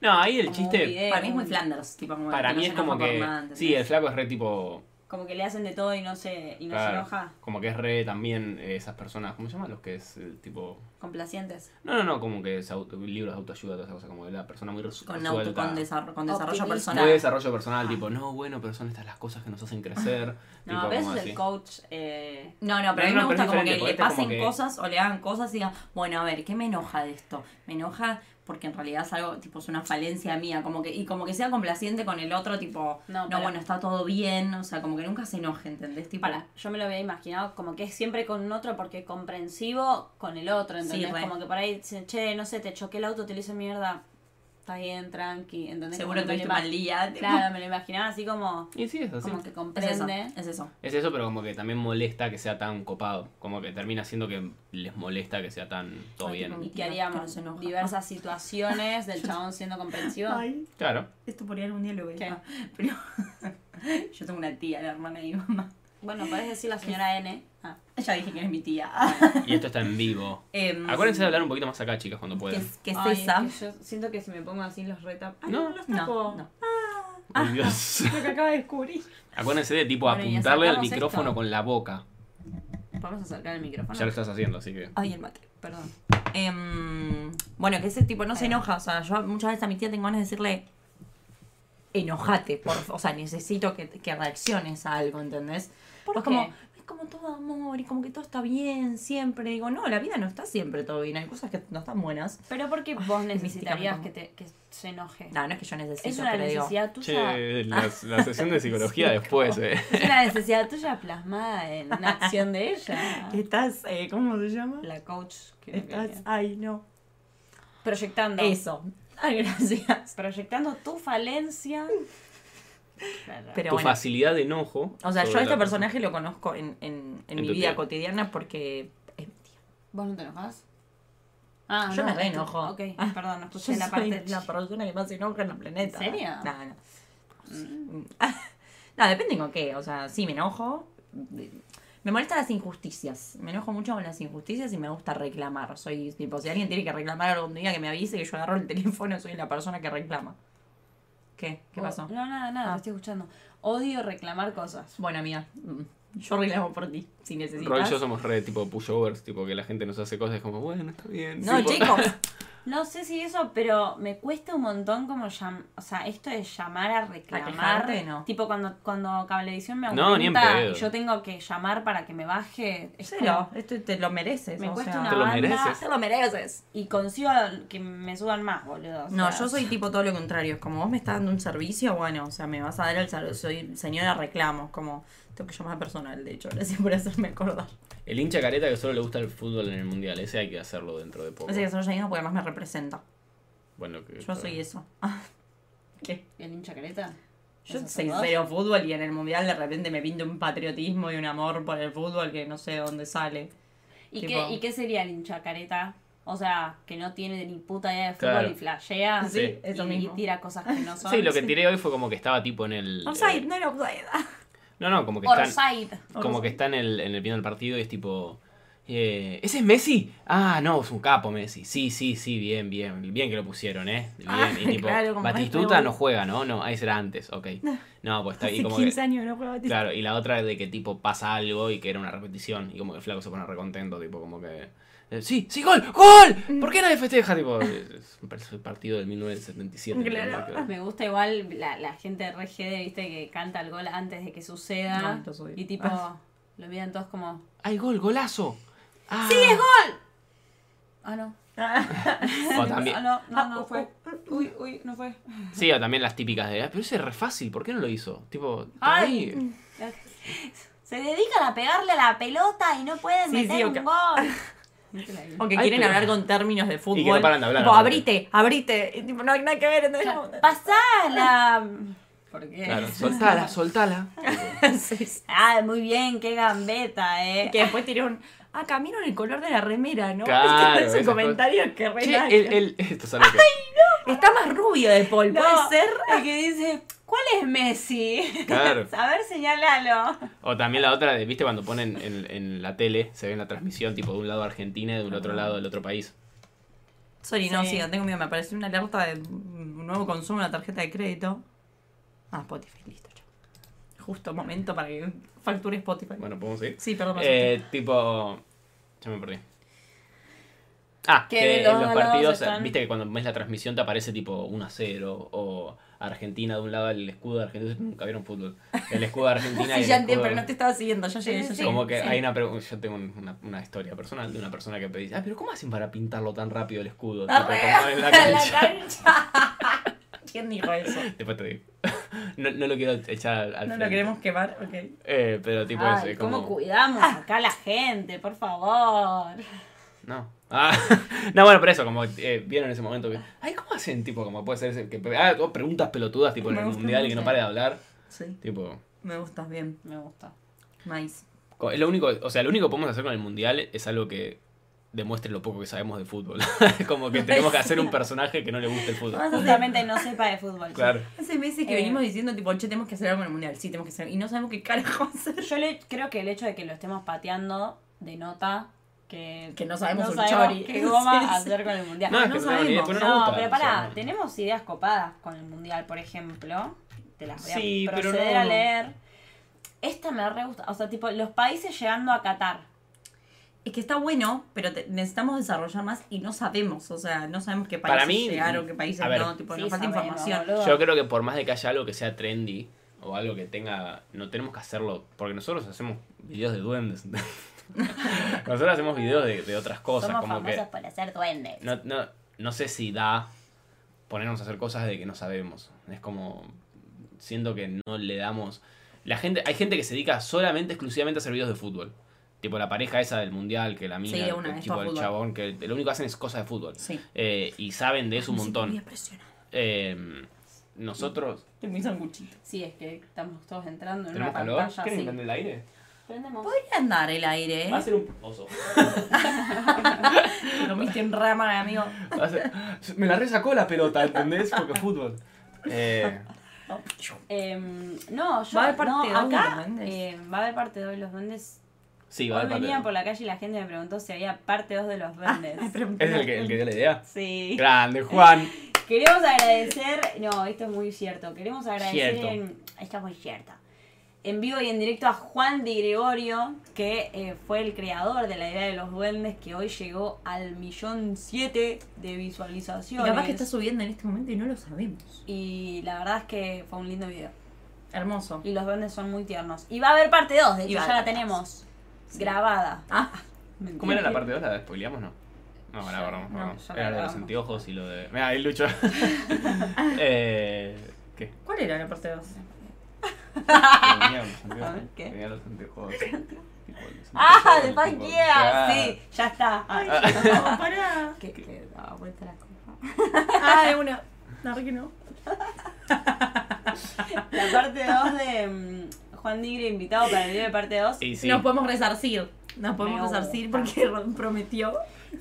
Speaker 3: No, ahí el
Speaker 1: Como un
Speaker 3: chiste.
Speaker 1: video.
Speaker 2: Para mí es muy Flanders, tipo, como
Speaker 3: Para
Speaker 2: que no
Speaker 3: mí
Speaker 2: se
Speaker 3: es como
Speaker 2: enoja por
Speaker 3: que.
Speaker 2: nada, ¿entendés?
Speaker 3: Sí, el flaco es re tipo.
Speaker 1: Como que le hacen de todo y no se, y no se
Speaker 3: claro,
Speaker 1: enoja.
Speaker 3: Como que es re también eh, esas personas. ¿Cómo se llaman los que es eh, tipo.?
Speaker 1: Complacientes.
Speaker 3: No, no, no, como que es auto- libros de autoayuda, todas esas cosas. Como de la persona muy resu-
Speaker 2: Con,
Speaker 3: resuelta.
Speaker 2: auto, con, desarrollo, con desarrollo
Speaker 1: Optimista.
Speaker 2: personal.
Speaker 3: Muy desarrollo personal,
Speaker 1: Ah.
Speaker 3: tipo, no, bueno, pero son estas las cosas que nos hacen crecer.
Speaker 1: No, pero
Speaker 3: tipo, como
Speaker 1: eso es
Speaker 3: así.
Speaker 1: el coach. eh,
Speaker 2: No, no, pero a mí me
Speaker 3: No, no, pero
Speaker 2: gusta
Speaker 3: es
Speaker 2: como que
Speaker 3: diferente, porque
Speaker 2: le
Speaker 3: este es
Speaker 2: pasen
Speaker 3: como que-
Speaker 2: cosas o le hagan cosas y digan, bueno, a ver, ¿qué me enoja de esto? Me enoja porque en realidad es algo, tipo, es una falencia mía, como que, y como que sea complaciente con el otro, tipo,
Speaker 1: No,
Speaker 2: no,
Speaker 1: para.
Speaker 2: bueno, está todo bien, o sea, como que nunca se enoje, ¿entendés? Tipo,
Speaker 1: para, yo me lo había imaginado como que es siempre con un otro porque comprensivo con el otro,
Speaker 2: Sí,
Speaker 1: ¿entendés?
Speaker 2: re.
Speaker 1: como que por ahí dicen, che, no sé, te choqué el auto, te lo hice mierda. Está bien, tranqui, ¿entendés?
Speaker 2: seguro
Speaker 1: Como que
Speaker 2: tuviste
Speaker 1: me lo
Speaker 2: un mal día.
Speaker 1: ima-
Speaker 2: tipo,
Speaker 1: Claro, me lo imaginaba así como,
Speaker 3: Y sí, es así.
Speaker 1: como que
Speaker 2: Es eso,
Speaker 1: comprende.
Speaker 2: es eso.
Speaker 3: Es eso, pero como que también molesta que sea tan copado. Como que termina siendo que les molesta que sea tan todo
Speaker 2: Ay, qué
Speaker 3: bien.
Speaker 1: Y que
Speaker 2: Mentira, pero
Speaker 1: haríamos
Speaker 2: se enoja.
Speaker 1: diversas situaciones del chabón siendo comprensivo.
Speaker 3: Claro.
Speaker 2: esto por ahí algún día lo veo.
Speaker 1: ¿Qué?
Speaker 2: Ah, Pero *laughs* yo tengo una tía, la hermana de mi mamá.
Speaker 1: Bueno, podés decir la señora N. Ah,
Speaker 2: Ya dije que es mi tía.
Speaker 3: Y esto está en vivo.
Speaker 2: *laughs* Em,
Speaker 3: Acuérdense de hablar un poquito más acá, chicas, cuando
Speaker 2: que,
Speaker 3: puedan.
Speaker 2: que es
Speaker 1: Ay,
Speaker 2: esa.
Speaker 1: que yo siento que si me pongo así los retapo. Ay,
Speaker 3: No,
Speaker 1: no, los tapo.
Speaker 2: No, no.
Speaker 3: Ay, *laughs* Dios.
Speaker 2: Lo que acaba de descubrir.
Speaker 3: Acuérdense de tipo
Speaker 1: Bueno, y
Speaker 3: apuntarle al
Speaker 1: sacamos
Speaker 3: micrófono
Speaker 1: esto.
Speaker 3: con la boca.
Speaker 1: Vamos a acercar el micrófono.
Speaker 3: Ya lo estás haciendo, así que.
Speaker 2: Ay, el mate.
Speaker 1: Perdón.
Speaker 2: Em, bueno, que ese tipo no se enoja. O sea, yo muchas veces a mi tía tengo ganas de decirle, enojate, por, fa- o sea, necesito que, que reacciones a algo, ¿entendés?
Speaker 1: ¿Por
Speaker 2: Pues
Speaker 1: qué?
Speaker 2: como, es como todo amor y como que todo está bien siempre. Digo, no, la vida no está siempre todo bien. Hay cosas que no están buenas.
Speaker 1: Pero porque vos necesitarías que,
Speaker 2: mística,
Speaker 1: te, que se enoje.
Speaker 2: No, no es que yo necesito,
Speaker 1: es una
Speaker 2: pero digo,
Speaker 1: necesidad tuya.
Speaker 3: la, sesión
Speaker 2: *laughs*
Speaker 3: de psicología después, eh.
Speaker 1: Es una necesidad tuya plasmada en una acción de
Speaker 2: *laughs*
Speaker 1: ella.
Speaker 2: Estás, eh, ¿cómo se llama?
Speaker 1: La coach que me
Speaker 2: Estás,
Speaker 1: quería.
Speaker 2: ay, no.
Speaker 1: proyectando.
Speaker 2: Eso. *laughs* Ay, gracias.
Speaker 1: Proyectando tu falencia.
Speaker 2: Pero
Speaker 3: tu
Speaker 2: bueno.
Speaker 3: facilidad de enojo.
Speaker 2: O sea, yo
Speaker 3: sobre
Speaker 2: a este
Speaker 3: la-
Speaker 2: personaje lo conozco en, en, en
Speaker 3: En
Speaker 2: mi
Speaker 3: tu
Speaker 2: vida
Speaker 3: tía.
Speaker 2: cotidiana porque es mi tía.
Speaker 1: ¿Vos no te enojas? Ah,
Speaker 2: Yo
Speaker 1: no,
Speaker 2: me re
Speaker 1: es tu-
Speaker 2: enojo.
Speaker 1: Ok,
Speaker 2: Ah,
Speaker 1: perdón, no escuché
Speaker 2: Yo *laughs*
Speaker 1: la
Speaker 2: soy
Speaker 1: parte.
Speaker 2: la persona que más se enoja en el planeta.
Speaker 1: ¿En serio? Mm.
Speaker 2: No, no. *laughs* No, depende con qué. O sea, sí, me enojo. Me molestan las injusticias. Me enojo mucho con las injusticias y me gusta reclamar. Soy tipo, si alguien tiene que reclamar algún día que me avise que yo agarro el *laughs* teléfono, soy la persona que reclama. ¿Qué? ¿Qué
Speaker 1: Oh,
Speaker 2: pasó?
Speaker 1: No, nada, nada,
Speaker 2: Ah.
Speaker 1: te estoy escuchando. Odio reclamar cosas.
Speaker 2: Bueno, amiga, mm, yo reclamo por ti, si necesitas.
Speaker 3: Roy y yo somos re tipo pushovers, tipo que la gente nos hace cosas como, bueno, está bien.
Speaker 2: No,
Speaker 3: tipo-
Speaker 2: chicos.
Speaker 3: *laughs*
Speaker 1: No sé si eso, pero me cuesta un montón como llam- o sea, esto de llamar a reclamar.
Speaker 2: quejarte, no.
Speaker 1: Tipo cuando, cuando Cablevisión me
Speaker 3: No, ni en
Speaker 1: aumenta
Speaker 3: pedo.
Speaker 1: y yo tengo que llamar para que me baje. es
Speaker 2: Cero,
Speaker 1: como-
Speaker 2: esto te lo mereces.
Speaker 1: Me
Speaker 2: o
Speaker 1: cuesta
Speaker 2: sea.
Speaker 1: una
Speaker 3: Te lo
Speaker 1: banda
Speaker 3: mereces.
Speaker 2: Te lo mereces.
Speaker 1: y consigo que me suban más, boludo. o
Speaker 2: No,
Speaker 1: sea,
Speaker 2: yo soy tipo todo lo contrario. Es como vos me estás dando un servicio, bueno, o sea, me vas a dar el servicio. Soy señora reclamos, como tengo que llamar a personal, de hecho. *laughs* Gracias por hacerme acordar.
Speaker 3: El hincha careta que solo le gusta el fútbol en el mundial, ese hay que hacerlo dentro de
Speaker 1: Oh.
Speaker 3: poco.
Speaker 2: Así que soy yo porque además me representa.
Speaker 3: Bueno, que-
Speaker 2: Yo soy eso. *laughs* ¿Qué?
Speaker 1: ¿El hincha careta?
Speaker 2: Yo
Speaker 1: ¿Eso
Speaker 2: soy
Speaker 1: sos vos?
Speaker 2: cero fútbol y en el mundial de repente me pinta un patriotismo y un amor por el fútbol que no sé de dónde sale.
Speaker 1: ¿Y,
Speaker 2: Tipo-
Speaker 1: qué, ¿Y qué sería el hincha careta? O sea, que no tiene ni puta idea de fútbol
Speaker 3: Claro.
Speaker 1: y flashea
Speaker 3: Sí,
Speaker 1: y-
Speaker 2: eso
Speaker 1: Ah, y,
Speaker 2: mismo.
Speaker 1: tira cosas que
Speaker 3: *laughs*
Speaker 1: no son.
Speaker 3: Sí, lo que tiré hoy fue como que estaba tipo en el.
Speaker 2: Offside,
Speaker 3: eh,
Speaker 2: no era *laughs* offside.
Speaker 3: no, no, como que están.
Speaker 1: Orside.
Speaker 3: Como que está en el, en el final del partido y es tipo. eh, ¿Ese es Messi? Ah, no, es un capo Messi. Sí, sí, sí, bien, bien. Bien que lo pusieron, ¿eh? Bien.
Speaker 2: Ah,
Speaker 3: y tipo,
Speaker 2: claro, como
Speaker 3: Batistuta
Speaker 2: re-
Speaker 3: no juega, ¿no? No, ahí será
Speaker 2: *laughs*
Speaker 3: antes, ok. No, pues está ahí
Speaker 2: Hace
Speaker 3: como que.
Speaker 2: 15 años no juego a
Speaker 3: Claro, y la otra es de que tipo pasa algo y que era una repetición. Y como que el flaco se pone recontento, tipo como que. eh, Sí, sí, gol,
Speaker 2: Mm.
Speaker 3: gol. ¿Por qué nadie festeja? Tipo, es es un par- es el partido del 1977.
Speaker 2: Claro.
Speaker 3: ¿no? Porque-
Speaker 1: Me gusta igual la, la gente de RGD, viste, que canta el gol antes de que
Speaker 2: No,
Speaker 1: suceda.
Speaker 2: entonces odio.
Speaker 1: y tipo,
Speaker 2: Ah.
Speaker 1: lo miran todos como,
Speaker 3: ¡Ay, gol, golazo! ¡Sí, es
Speaker 1: ah, no.
Speaker 3: gol!
Speaker 1: *laughs*
Speaker 3: O también,
Speaker 1: Ah, no, no,
Speaker 2: oh,
Speaker 1: no fue. Uy, uy, no fue.
Speaker 3: sí, o también las típicas de. "Ah, Pero ese es re fácil, ¿por qué no lo hizo? Tipo, para
Speaker 1: Ay.
Speaker 3: mí-
Speaker 1: *laughs* Se dedican a pegarle a la pelota y no pueden
Speaker 2: Sí,
Speaker 1: meter
Speaker 2: sí, ok.
Speaker 1: un
Speaker 2: *laughs*
Speaker 1: gol.
Speaker 2: O que
Speaker 3: Ay,
Speaker 2: quieren
Speaker 3: pero-
Speaker 2: hablar con términos de fútbol.
Speaker 3: Y que no paran de hablar,
Speaker 2: Tipo,
Speaker 3: aparte.
Speaker 2: abrite, abrite. Y tipo, no hay nada que ver. ¿entendés?
Speaker 1: Pasá la porque...
Speaker 3: Claro,
Speaker 1: *laughs*
Speaker 3: soltala, soltala.
Speaker 2: *laughs* Sí, sí.
Speaker 1: Ah, muy bien, qué gambeta, eh.
Speaker 2: que después tiró un. Ah, camino en el color de la remera, ¿no? *laughs*
Speaker 3: Claro,
Speaker 2: es un
Speaker 3: esas
Speaker 2: comentario que re
Speaker 3: Che,
Speaker 2: nada
Speaker 3: el,
Speaker 2: que-
Speaker 3: el- esto es algo que-
Speaker 2: Está más rubio de Paul,
Speaker 1: No.
Speaker 2: puede ser.
Speaker 1: El que dice, ¿cuál es Messi?
Speaker 3: Claro.
Speaker 1: *laughs* A ver, señalalo.
Speaker 3: O también la otra, de, viste, cuando ponen en, en la tele, se ve en la transmisión, tipo de un lado Argentina y del otro lado del otro país.
Speaker 2: Sorry, no,
Speaker 1: Sí.
Speaker 2: sí, tengo miedo. Me apareció una alerta de un nuevo consumo, una tarjeta de crédito. Ah, Spotify, listo, ya. Justo momento para que facture Spotify.
Speaker 3: Bueno, podemos ir.
Speaker 2: sí, perdón. me asusté.
Speaker 3: Eh, tipo. Ya me perdí. Ah,
Speaker 1: Que
Speaker 3: que
Speaker 1: los
Speaker 3: en los
Speaker 1: dos lados
Speaker 3: partidos, eh,
Speaker 1: están-
Speaker 3: viste que cuando ves la transmisión te aparece tipo 1 a 0 o Argentina de un lado, el escudo de Argentina. Nunca vieron fútbol. El escudo de Argentina.
Speaker 2: *laughs* Sí,
Speaker 3: y el
Speaker 2: ya entiendo,
Speaker 3: escudo-
Speaker 2: pero no te estaba siguiendo. Ya llegué, ya
Speaker 1: Sí, sí,
Speaker 2: llegué.
Speaker 3: Como que
Speaker 2: Sí.
Speaker 3: hay una pregunta. Yo tengo un- una, una historia personal de una persona que me dice: Ah, pero ¿cómo hacen para pintarlo tan rápido el escudo? Tipo, como
Speaker 2: *laughs*
Speaker 3: en la cancha.
Speaker 2: ¿Quién dijo eso?
Speaker 3: Después te digo. *laughs* No, no lo quiero echar al
Speaker 2: No lo
Speaker 3: frente.
Speaker 2: queremos quemar, ok.
Speaker 3: Eh, pero tipo
Speaker 1: Ay,
Speaker 3: eso, es
Speaker 1: ¿Cómo
Speaker 3: como.
Speaker 1: cuidamos acá a la gente? Por favor.
Speaker 3: No. Ah, *laughs* no, bueno, pero eso, como eh, vieron en ese momento que. Ay, ¿cómo hacen? Tipo, como puede ser ese que. Ah, como preguntas pelotudas, tipo, en
Speaker 2: Me
Speaker 3: el
Speaker 2: gusta,
Speaker 3: mundial
Speaker 2: me
Speaker 3: y que no
Speaker 2: gusta.
Speaker 3: pare de hablar.
Speaker 2: Sí,
Speaker 3: Tipo.
Speaker 2: me gustas bien.
Speaker 1: Me gusta.
Speaker 2: Nice.
Speaker 3: co- Es lo único, o sea, lo único que podemos hacer con el mundial es algo que demuestre lo poco que sabemos de fútbol. *laughs*
Speaker 2: *laughs*
Speaker 3: como que tenemos que hacer un personaje que no le guste el
Speaker 2: Ah,
Speaker 3: fútbol.
Speaker 1: Justamente no sepa de fútbol.
Speaker 3: Claro.
Speaker 2: Hace meses que
Speaker 1: Eh.
Speaker 2: venimos diciendo, tipo, che, tenemos que hacer algo en el mundial. Sí, tenemos que hacer. Y no sabemos qué carajo *laughs* hacer.
Speaker 1: Yo le, creo que el hecho de que lo estemos pateando denota que,
Speaker 2: Que no sabemos un chori.
Speaker 1: qué goma
Speaker 2: *laughs* Sí, sí.
Speaker 1: hacer con el mundial.
Speaker 3: No, es que
Speaker 2: no
Speaker 3: no tenemos ni idea,
Speaker 2: sabemos.
Speaker 3: después no nos
Speaker 1: No,
Speaker 3: gusta,
Speaker 1: pero
Speaker 3: o sea,
Speaker 1: pará,
Speaker 3: no.
Speaker 1: tenemos ideas copadas con el mundial, por ejemplo. Te las voy a
Speaker 3: Sí, pero
Speaker 1: proceder
Speaker 3: no.
Speaker 1: a leer. Esta me re gusta. O sea, tipo, los países llegando a Qatar.
Speaker 2: Es que está bueno, pero te- necesitamos desarrollar más y no sabemos. O sea, no sabemos qué países
Speaker 3: Para mí,
Speaker 2: llegaron, qué países
Speaker 3: a ver.
Speaker 2: no. Tipo,
Speaker 1: Sí,
Speaker 2: nos falta
Speaker 1: sabemos,
Speaker 2: información.
Speaker 1: boludo.
Speaker 3: Yo creo que por más de que haya algo que sea trendy o algo que tenga, no tenemos que hacerlo, porque nosotros hacemos videos de duendes. *laughs* nosotros hacemos videos de, de otras cosas,
Speaker 1: Somos
Speaker 3: como
Speaker 1: famosos
Speaker 3: que
Speaker 1: por hacer duendes.
Speaker 3: no, no, no sé si da ponernos a hacer cosas de que no sabemos. Es como siento que no le damos la gente, hay gente que se dedica solamente exclusivamente a hacer videos de fútbol. Tipo la pareja esa del mundial, que la mina,
Speaker 2: de una,
Speaker 3: el,
Speaker 2: es
Speaker 3: tipo,
Speaker 2: todo
Speaker 3: el
Speaker 2: fútbol.
Speaker 3: chabón, que lo único que hacen es cosas de fútbol.
Speaker 2: Sí.
Speaker 3: Eh, y saben de eso un
Speaker 2: Me siento muy
Speaker 3: montón.
Speaker 2: impresionada.
Speaker 3: Eh, nosotros
Speaker 2: Tengo un sanguchito.
Speaker 1: Sí, es que estamos todos entrando en una
Speaker 3: ¿Tenemos calor?
Speaker 1: pantalla.
Speaker 3: ¿Quieren
Speaker 1: Sí.
Speaker 3: prender el aire?
Speaker 1: Prendemos. *laughs*
Speaker 2: Podría andar el aire,
Speaker 3: Va a
Speaker 2: ¿eh?
Speaker 3: ser un oso.
Speaker 2: Te comiste en rama, amigo.
Speaker 3: Va a ser- Me la resacó la pelota, ¿entendés? Porque fútbol. Eh,
Speaker 1: Em, no, yo.
Speaker 2: Va a haber parte
Speaker 1: no,
Speaker 2: dos de los
Speaker 1: acá,
Speaker 2: duendes.
Speaker 1: eh, va a haber parte 2 de los duendes.
Speaker 3: sí, va a
Speaker 1: Hoy
Speaker 3: haber parte
Speaker 1: venía
Speaker 3: dos.
Speaker 1: por la calle y la gente me preguntó si había parte 2 de los duendes.
Speaker 2: *laughs* Ay, pero-
Speaker 3: ¿Es el que, el que dio la idea?
Speaker 1: sí.
Speaker 3: Grande, Juan.
Speaker 1: Eh, Queremos agradecer, no, esto es muy cierto, queremos agradecer,
Speaker 3: Cierto.
Speaker 1: En, esto es muy cierto, en vivo y en directo a Juan Di Gregorio, que eh, fue el creador de la idea de los duendes, que hoy llegó al millón siete de
Speaker 2: Y
Speaker 1: visualizaciones.
Speaker 2: capaz que está subiendo en este momento y no lo sabemos.
Speaker 1: Y la verdad es que fue un lindo video.
Speaker 2: Hermoso.
Speaker 1: Y los duendes son muy tiernos. Y va a haber parte 2, de
Speaker 2: Y
Speaker 1: hecho
Speaker 2: va a
Speaker 1: ya la
Speaker 2: haber
Speaker 1: tenemos grabada.
Speaker 2: Ah,
Speaker 3: ¿Cómo era la parte 2? ¿La spoileamos no? No, ahora borramos.
Speaker 1: No,
Speaker 3: borramos.
Speaker 1: ya la
Speaker 3: Era lo de los
Speaker 1: grabamos.
Speaker 3: anteojos y lo de. Mira, ahí
Speaker 1: *laughs*
Speaker 3: Lucho. *laughs* eh, ¿Qué?
Speaker 2: ¿cuál era la parte 2?
Speaker 3: Tenía los anteojos.
Speaker 1: A ver, ¿qué?
Speaker 3: Tenía los
Speaker 1: *laughs*
Speaker 3: anteojos. Tipo, los *laughs*
Speaker 1: ¡Ah!
Speaker 3: anteojos,
Speaker 1: ¡De
Speaker 3: tipo,
Speaker 1: Punk
Speaker 3: claro. Ah.
Speaker 1: Sí, ya está. Ay,
Speaker 2: Ah. No, pará.
Speaker 1: que, que daba vuelta la cosa.
Speaker 2: *laughs* Ah, de una. No, que no.
Speaker 1: La parte 2 de mm, Juan Nigre invitado para el video de parte 2.
Speaker 3: Y sí.
Speaker 2: Nos podemos resarcir. Nos podemos
Speaker 1: Me
Speaker 2: resarcir
Speaker 1: gusta.
Speaker 2: porque *laughs* prometió.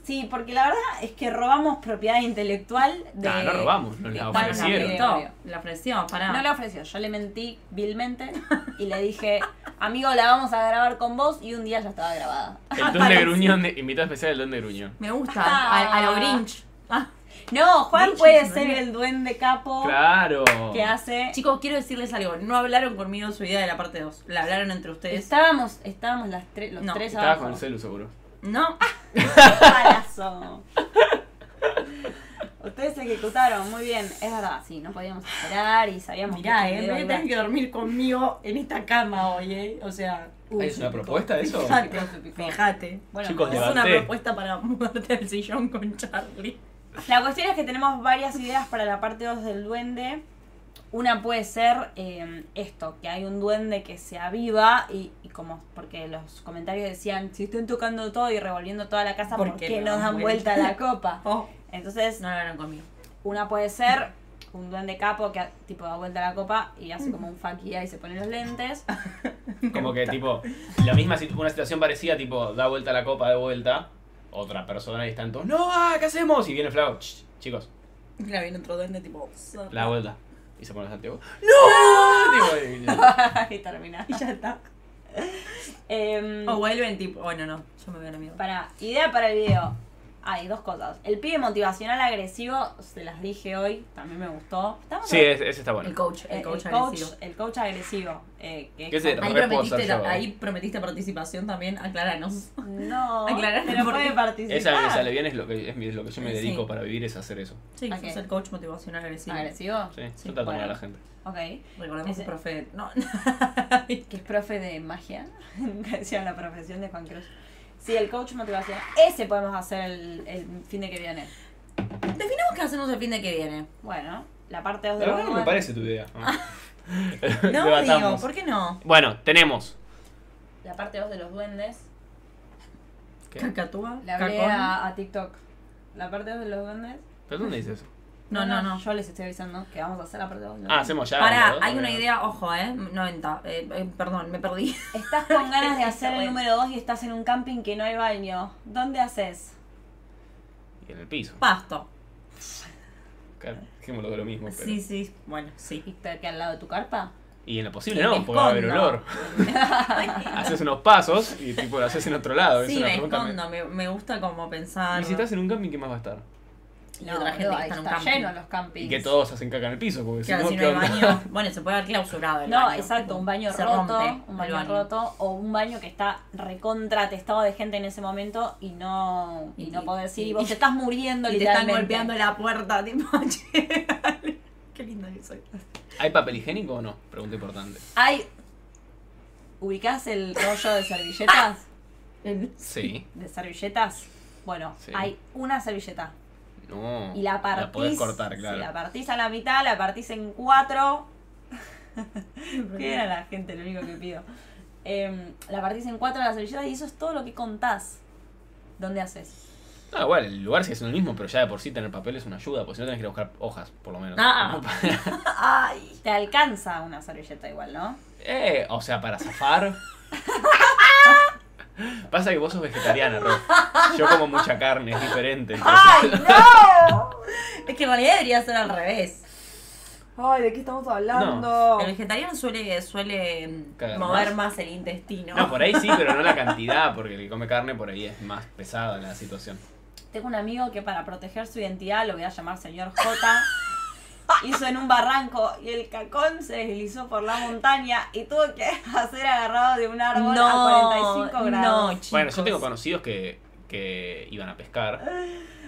Speaker 1: Sí, porque la verdad es que robamos propiedad intelectual de.
Speaker 3: Nah, Ah, no robamos, nos la
Speaker 1: Bueno, no,
Speaker 3: ofrecieron.
Speaker 2: La ofreció, la ofreció, pará.
Speaker 1: No la ofreció, yo le mentí vilmente y le dije, amigo, la vamos a grabar con vos y un día ya estaba grabada. *laughs*
Speaker 3: El don de gruñón, de- invitado especial del don de gruñón.
Speaker 2: Me gusta, a, a lo Grinch. Ah,
Speaker 1: No, Juan
Speaker 2: Dicho
Speaker 1: puede
Speaker 2: y
Speaker 1: ser
Speaker 2: duende.
Speaker 1: el duende capo
Speaker 3: Claro.
Speaker 1: que hace.
Speaker 2: chicos, quiero decirles algo. No hablaron conmigo su idea de la parte 2. La hablaron entre ustedes.
Speaker 1: Estábamos, estábamos las tres, los
Speaker 2: No,
Speaker 1: tres
Speaker 3: Estaba
Speaker 1: abajo.
Speaker 3: con el celu seguro.
Speaker 2: No,
Speaker 1: Palazo. Ustedes se ejecutaron, muy bien, es verdad, sí, no podíamos esperar y sabíamos
Speaker 2: mirá,
Speaker 1: que
Speaker 2: eh,
Speaker 1: este
Speaker 2: en
Speaker 1: video
Speaker 2: vez de
Speaker 1: iba-
Speaker 2: tener que dormir conmigo en esta cama hoy, eh. O sea,
Speaker 3: ¿Hay una propuesta de
Speaker 2: *laughs*
Speaker 3: eso?
Speaker 2: Exacto.
Speaker 1: Se picó, se picó.
Speaker 2: fíjate.
Speaker 1: Bueno,
Speaker 3: Chicos,
Speaker 2: Es una
Speaker 3: Levanté.
Speaker 2: propuesta para *laughs* mudarte al sillón con Charlie.
Speaker 1: La cuestión es que tenemos varias ideas para la parte 2 del duende. Una puede ser eh, esto, que hay un duende que se aviva y, y como porque los comentarios decían, si están tocando todo y revolviendo toda la
Speaker 2: *laughs*
Speaker 1: casa, ¿por, qué, nos dan vuelta a la copa?
Speaker 2: Oh,
Speaker 1: Entonces,
Speaker 2: no hablaron conmigo.
Speaker 1: una puede ser un duende capo que tipo da vuelta la copa y hace
Speaker 4: Mm.
Speaker 1: como un fuck yeah y se pone
Speaker 4: *laughs*
Speaker 1: los lentes.
Speaker 3: Como que tipo, la misma situ- una situación parecida, tipo, da vuelta la copa de vuelta, otra persona y están todos, no, ah, ¿qué hacemos? Y viene el flaco, "Ch, chicos,
Speaker 2: Claro, viene otro duende tipo.
Speaker 3: la da vuelta. Y se pone los antiguos. ¡No! Tipo,
Speaker 1: *laughs*
Speaker 3: y-
Speaker 1: y termina.
Speaker 2: *laughs* Y ya está.
Speaker 1: Em,
Speaker 4: O vuelven tipo. Oh, Bueno, no, yo me voy a la mierda.
Speaker 1: Para, idea para el video. Hay dos cosas. El pibe motivacional agresivo, se las dije hoy, también me gustó. Estamos
Speaker 3: Sí, eh.
Speaker 1: hablando-
Speaker 3: ese, ese está
Speaker 4: El
Speaker 3: bueno.
Speaker 4: coach,
Speaker 1: el,
Speaker 4: el coach agresivo.
Speaker 1: el coach agresivo. eh, que
Speaker 3: ¿Qué
Speaker 1: es
Speaker 3: se-
Speaker 1: como-
Speaker 2: Ahí
Speaker 3: Re puedo
Speaker 2: prometiste,
Speaker 3: ser yo,
Speaker 2: ta-
Speaker 3: eh.
Speaker 2: ahí prometiste participación también,
Speaker 1: Ah,
Speaker 2: acláranos.
Speaker 1: No,
Speaker 4: Aclarar
Speaker 1: pero
Speaker 4: por qué.
Speaker 1: puede participar.
Speaker 3: Esa me sale bien, es lo que, es mi- lo que yo me
Speaker 4: Sí.
Speaker 3: dedico para vivir, es hacer eso.
Speaker 4: Sí,
Speaker 1: Ok.
Speaker 4: sos el coach motivacional agresivo.
Speaker 1: ah, ¿Agresivo?
Speaker 3: Sí,
Speaker 4: Sí,
Speaker 3: yo trato mal a
Speaker 1: bueno.
Speaker 3: la gente.
Speaker 1: Ok.
Speaker 4: Recordemos
Speaker 1: Ese-
Speaker 4: un profe. No,
Speaker 1: *laughs* Que es profe de magia. *laughs* que Decía la profesión de Juan Cruz. Sí, el coach motivacional. Ese podemos hacer el, el fin de que viene.
Speaker 2: Definamos qué hacemos el fin de que
Speaker 3: *laughs*
Speaker 2: viene.
Speaker 1: Bueno, la parte 2 de
Speaker 3: La verdad
Speaker 1: los
Speaker 3: no me
Speaker 1: duendes.
Speaker 3: parece tu idea. Ah.
Speaker 2: *laughs* No, digo,
Speaker 3: Debatamos.
Speaker 2: ¿por qué no?
Speaker 3: Bueno, tenemos.
Speaker 1: La parte 2 de los duendes.
Speaker 3: ¿Qué?
Speaker 4: cacatúa.
Speaker 1: La hablé
Speaker 4: cacón.
Speaker 1: a, a TikTok. La parte 2 de los duendes.
Speaker 3: ¿Pero dónde dices eso?
Speaker 4: No, no, no.
Speaker 1: Yo les estoy avisando que vamos a hacer la parte 2 de los
Speaker 3: Ah,
Speaker 1: duendes.
Speaker 3: hacemos ya.
Speaker 2: Pará,
Speaker 3: ¿no?
Speaker 2: hay una idea, ojo, eh. 90. eh, eh, perdón, me perdí. *laughs*
Speaker 1: Estás con ganas de hacer el
Speaker 2: bueno.
Speaker 1: número 2 y estás en un camping que no hay baño. ¿Dónde haces?
Speaker 3: Y en el piso.
Speaker 2: Pasto.
Speaker 3: Claro, dijimos lo de lo mismo. Pero...
Speaker 2: Sí, sí. Bueno, sí.
Speaker 1: *laughs* ¿Y te que al lado de tu carpa?
Speaker 3: Y en lo posible
Speaker 2: Y
Speaker 3: no,
Speaker 2: me
Speaker 3: porque va a haber
Speaker 2: escondo.
Speaker 3: olor. haces unos pasos y tipo lo haces en otro lado. es
Speaker 2: Sí,
Speaker 3: una
Speaker 2: me
Speaker 3: pregunta.
Speaker 2: escondo, me, me gusta como pensar.
Speaker 3: Y si estás en un camping, ¿qué más va a estar?
Speaker 2: Y otra gente
Speaker 1: boludo,
Speaker 2: que
Speaker 1: ahí
Speaker 2: está en un
Speaker 1: está
Speaker 2: camping.
Speaker 1: lleno los campings.
Speaker 3: Y que todos hacen caca en el piso, porque
Speaker 2: Claro,
Speaker 3: si
Speaker 2: si
Speaker 3: no,
Speaker 2: no hay
Speaker 3: ¿qué onda?
Speaker 2: baño. Bueno, se puede haber clausurado el
Speaker 1: No,
Speaker 2: baño.
Speaker 1: exacto, un baño
Speaker 2: Se
Speaker 1: roto,
Speaker 2: rompe
Speaker 1: un
Speaker 2: el
Speaker 1: baño, roto o un baño que está recontra atestado de gente en ese momento y no y,
Speaker 2: Y-
Speaker 1: no podés ir y
Speaker 2: y-
Speaker 1: vos te estás muriendo
Speaker 2: Y te están
Speaker 1: literalmente.
Speaker 2: golpeando la puerta, *laughs* tipo, che, dale. Qué lindo que soy.
Speaker 3: ¿Hay papel higiénico o no? Pregunta importante.
Speaker 1: Hay ubicás el rollo de servilletas,
Speaker 3: Sí.
Speaker 1: de servilletas. Bueno,
Speaker 3: Sí.
Speaker 1: hay una servilleta
Speaker 3: No.
Speaker 1: y la partís.
Speaker 3: La podés cortar, claro.
Speaker 1: Si la partís a la mitad, la partís en cuatro. ¿Qué era la gente? Lo único que pido. Em, la partís en cuatro la servilleta y eso es todo lo que contás. ¿Dónde haces?
Speaker 3: No, Ah, igual, el lugar sigue siendo el mismo, pero ya de por sí tener papel es una ayuda, porque si no tenés que ir a buscar hojas, por lo menos.
Speaker 1: Ah. Te alcanza una servilleta igual, ¿no?
Speaker 3: *laughs* Eh, o sea, para zafar. Pasa que vos sos vegetariana, Ro. Yo como mucha carne, es diferente. entonces-
Speaker 2: ¡Ay, no! Es que en realidad debería ser al revés.
Speaker 1: Ay, ¿de qué estamos
Speaker 3: hablando?
Speaker 2: El vegetariano suele, suele
Speaker 3: Cagar
Speaker 2: mover más el intestino.
Speaker 3: No, por ahí sí, pero no la cantidad, porque el que come carne por ahí es más pesada la situación.
Speaker 1: Tengo un amigo que para proteger su identidad, lo voy a llamar señor J, *laughs* hizo en un barranco y el cacón se deslizó por la montaña y tuvo que hacer agarrado de un árbol a 45
Speaker 2: No,
Speaker 1: grados.
Speaker 2: chicos.
Speaker 3: Bueno, yo tengo conocidos que, que iban a pescar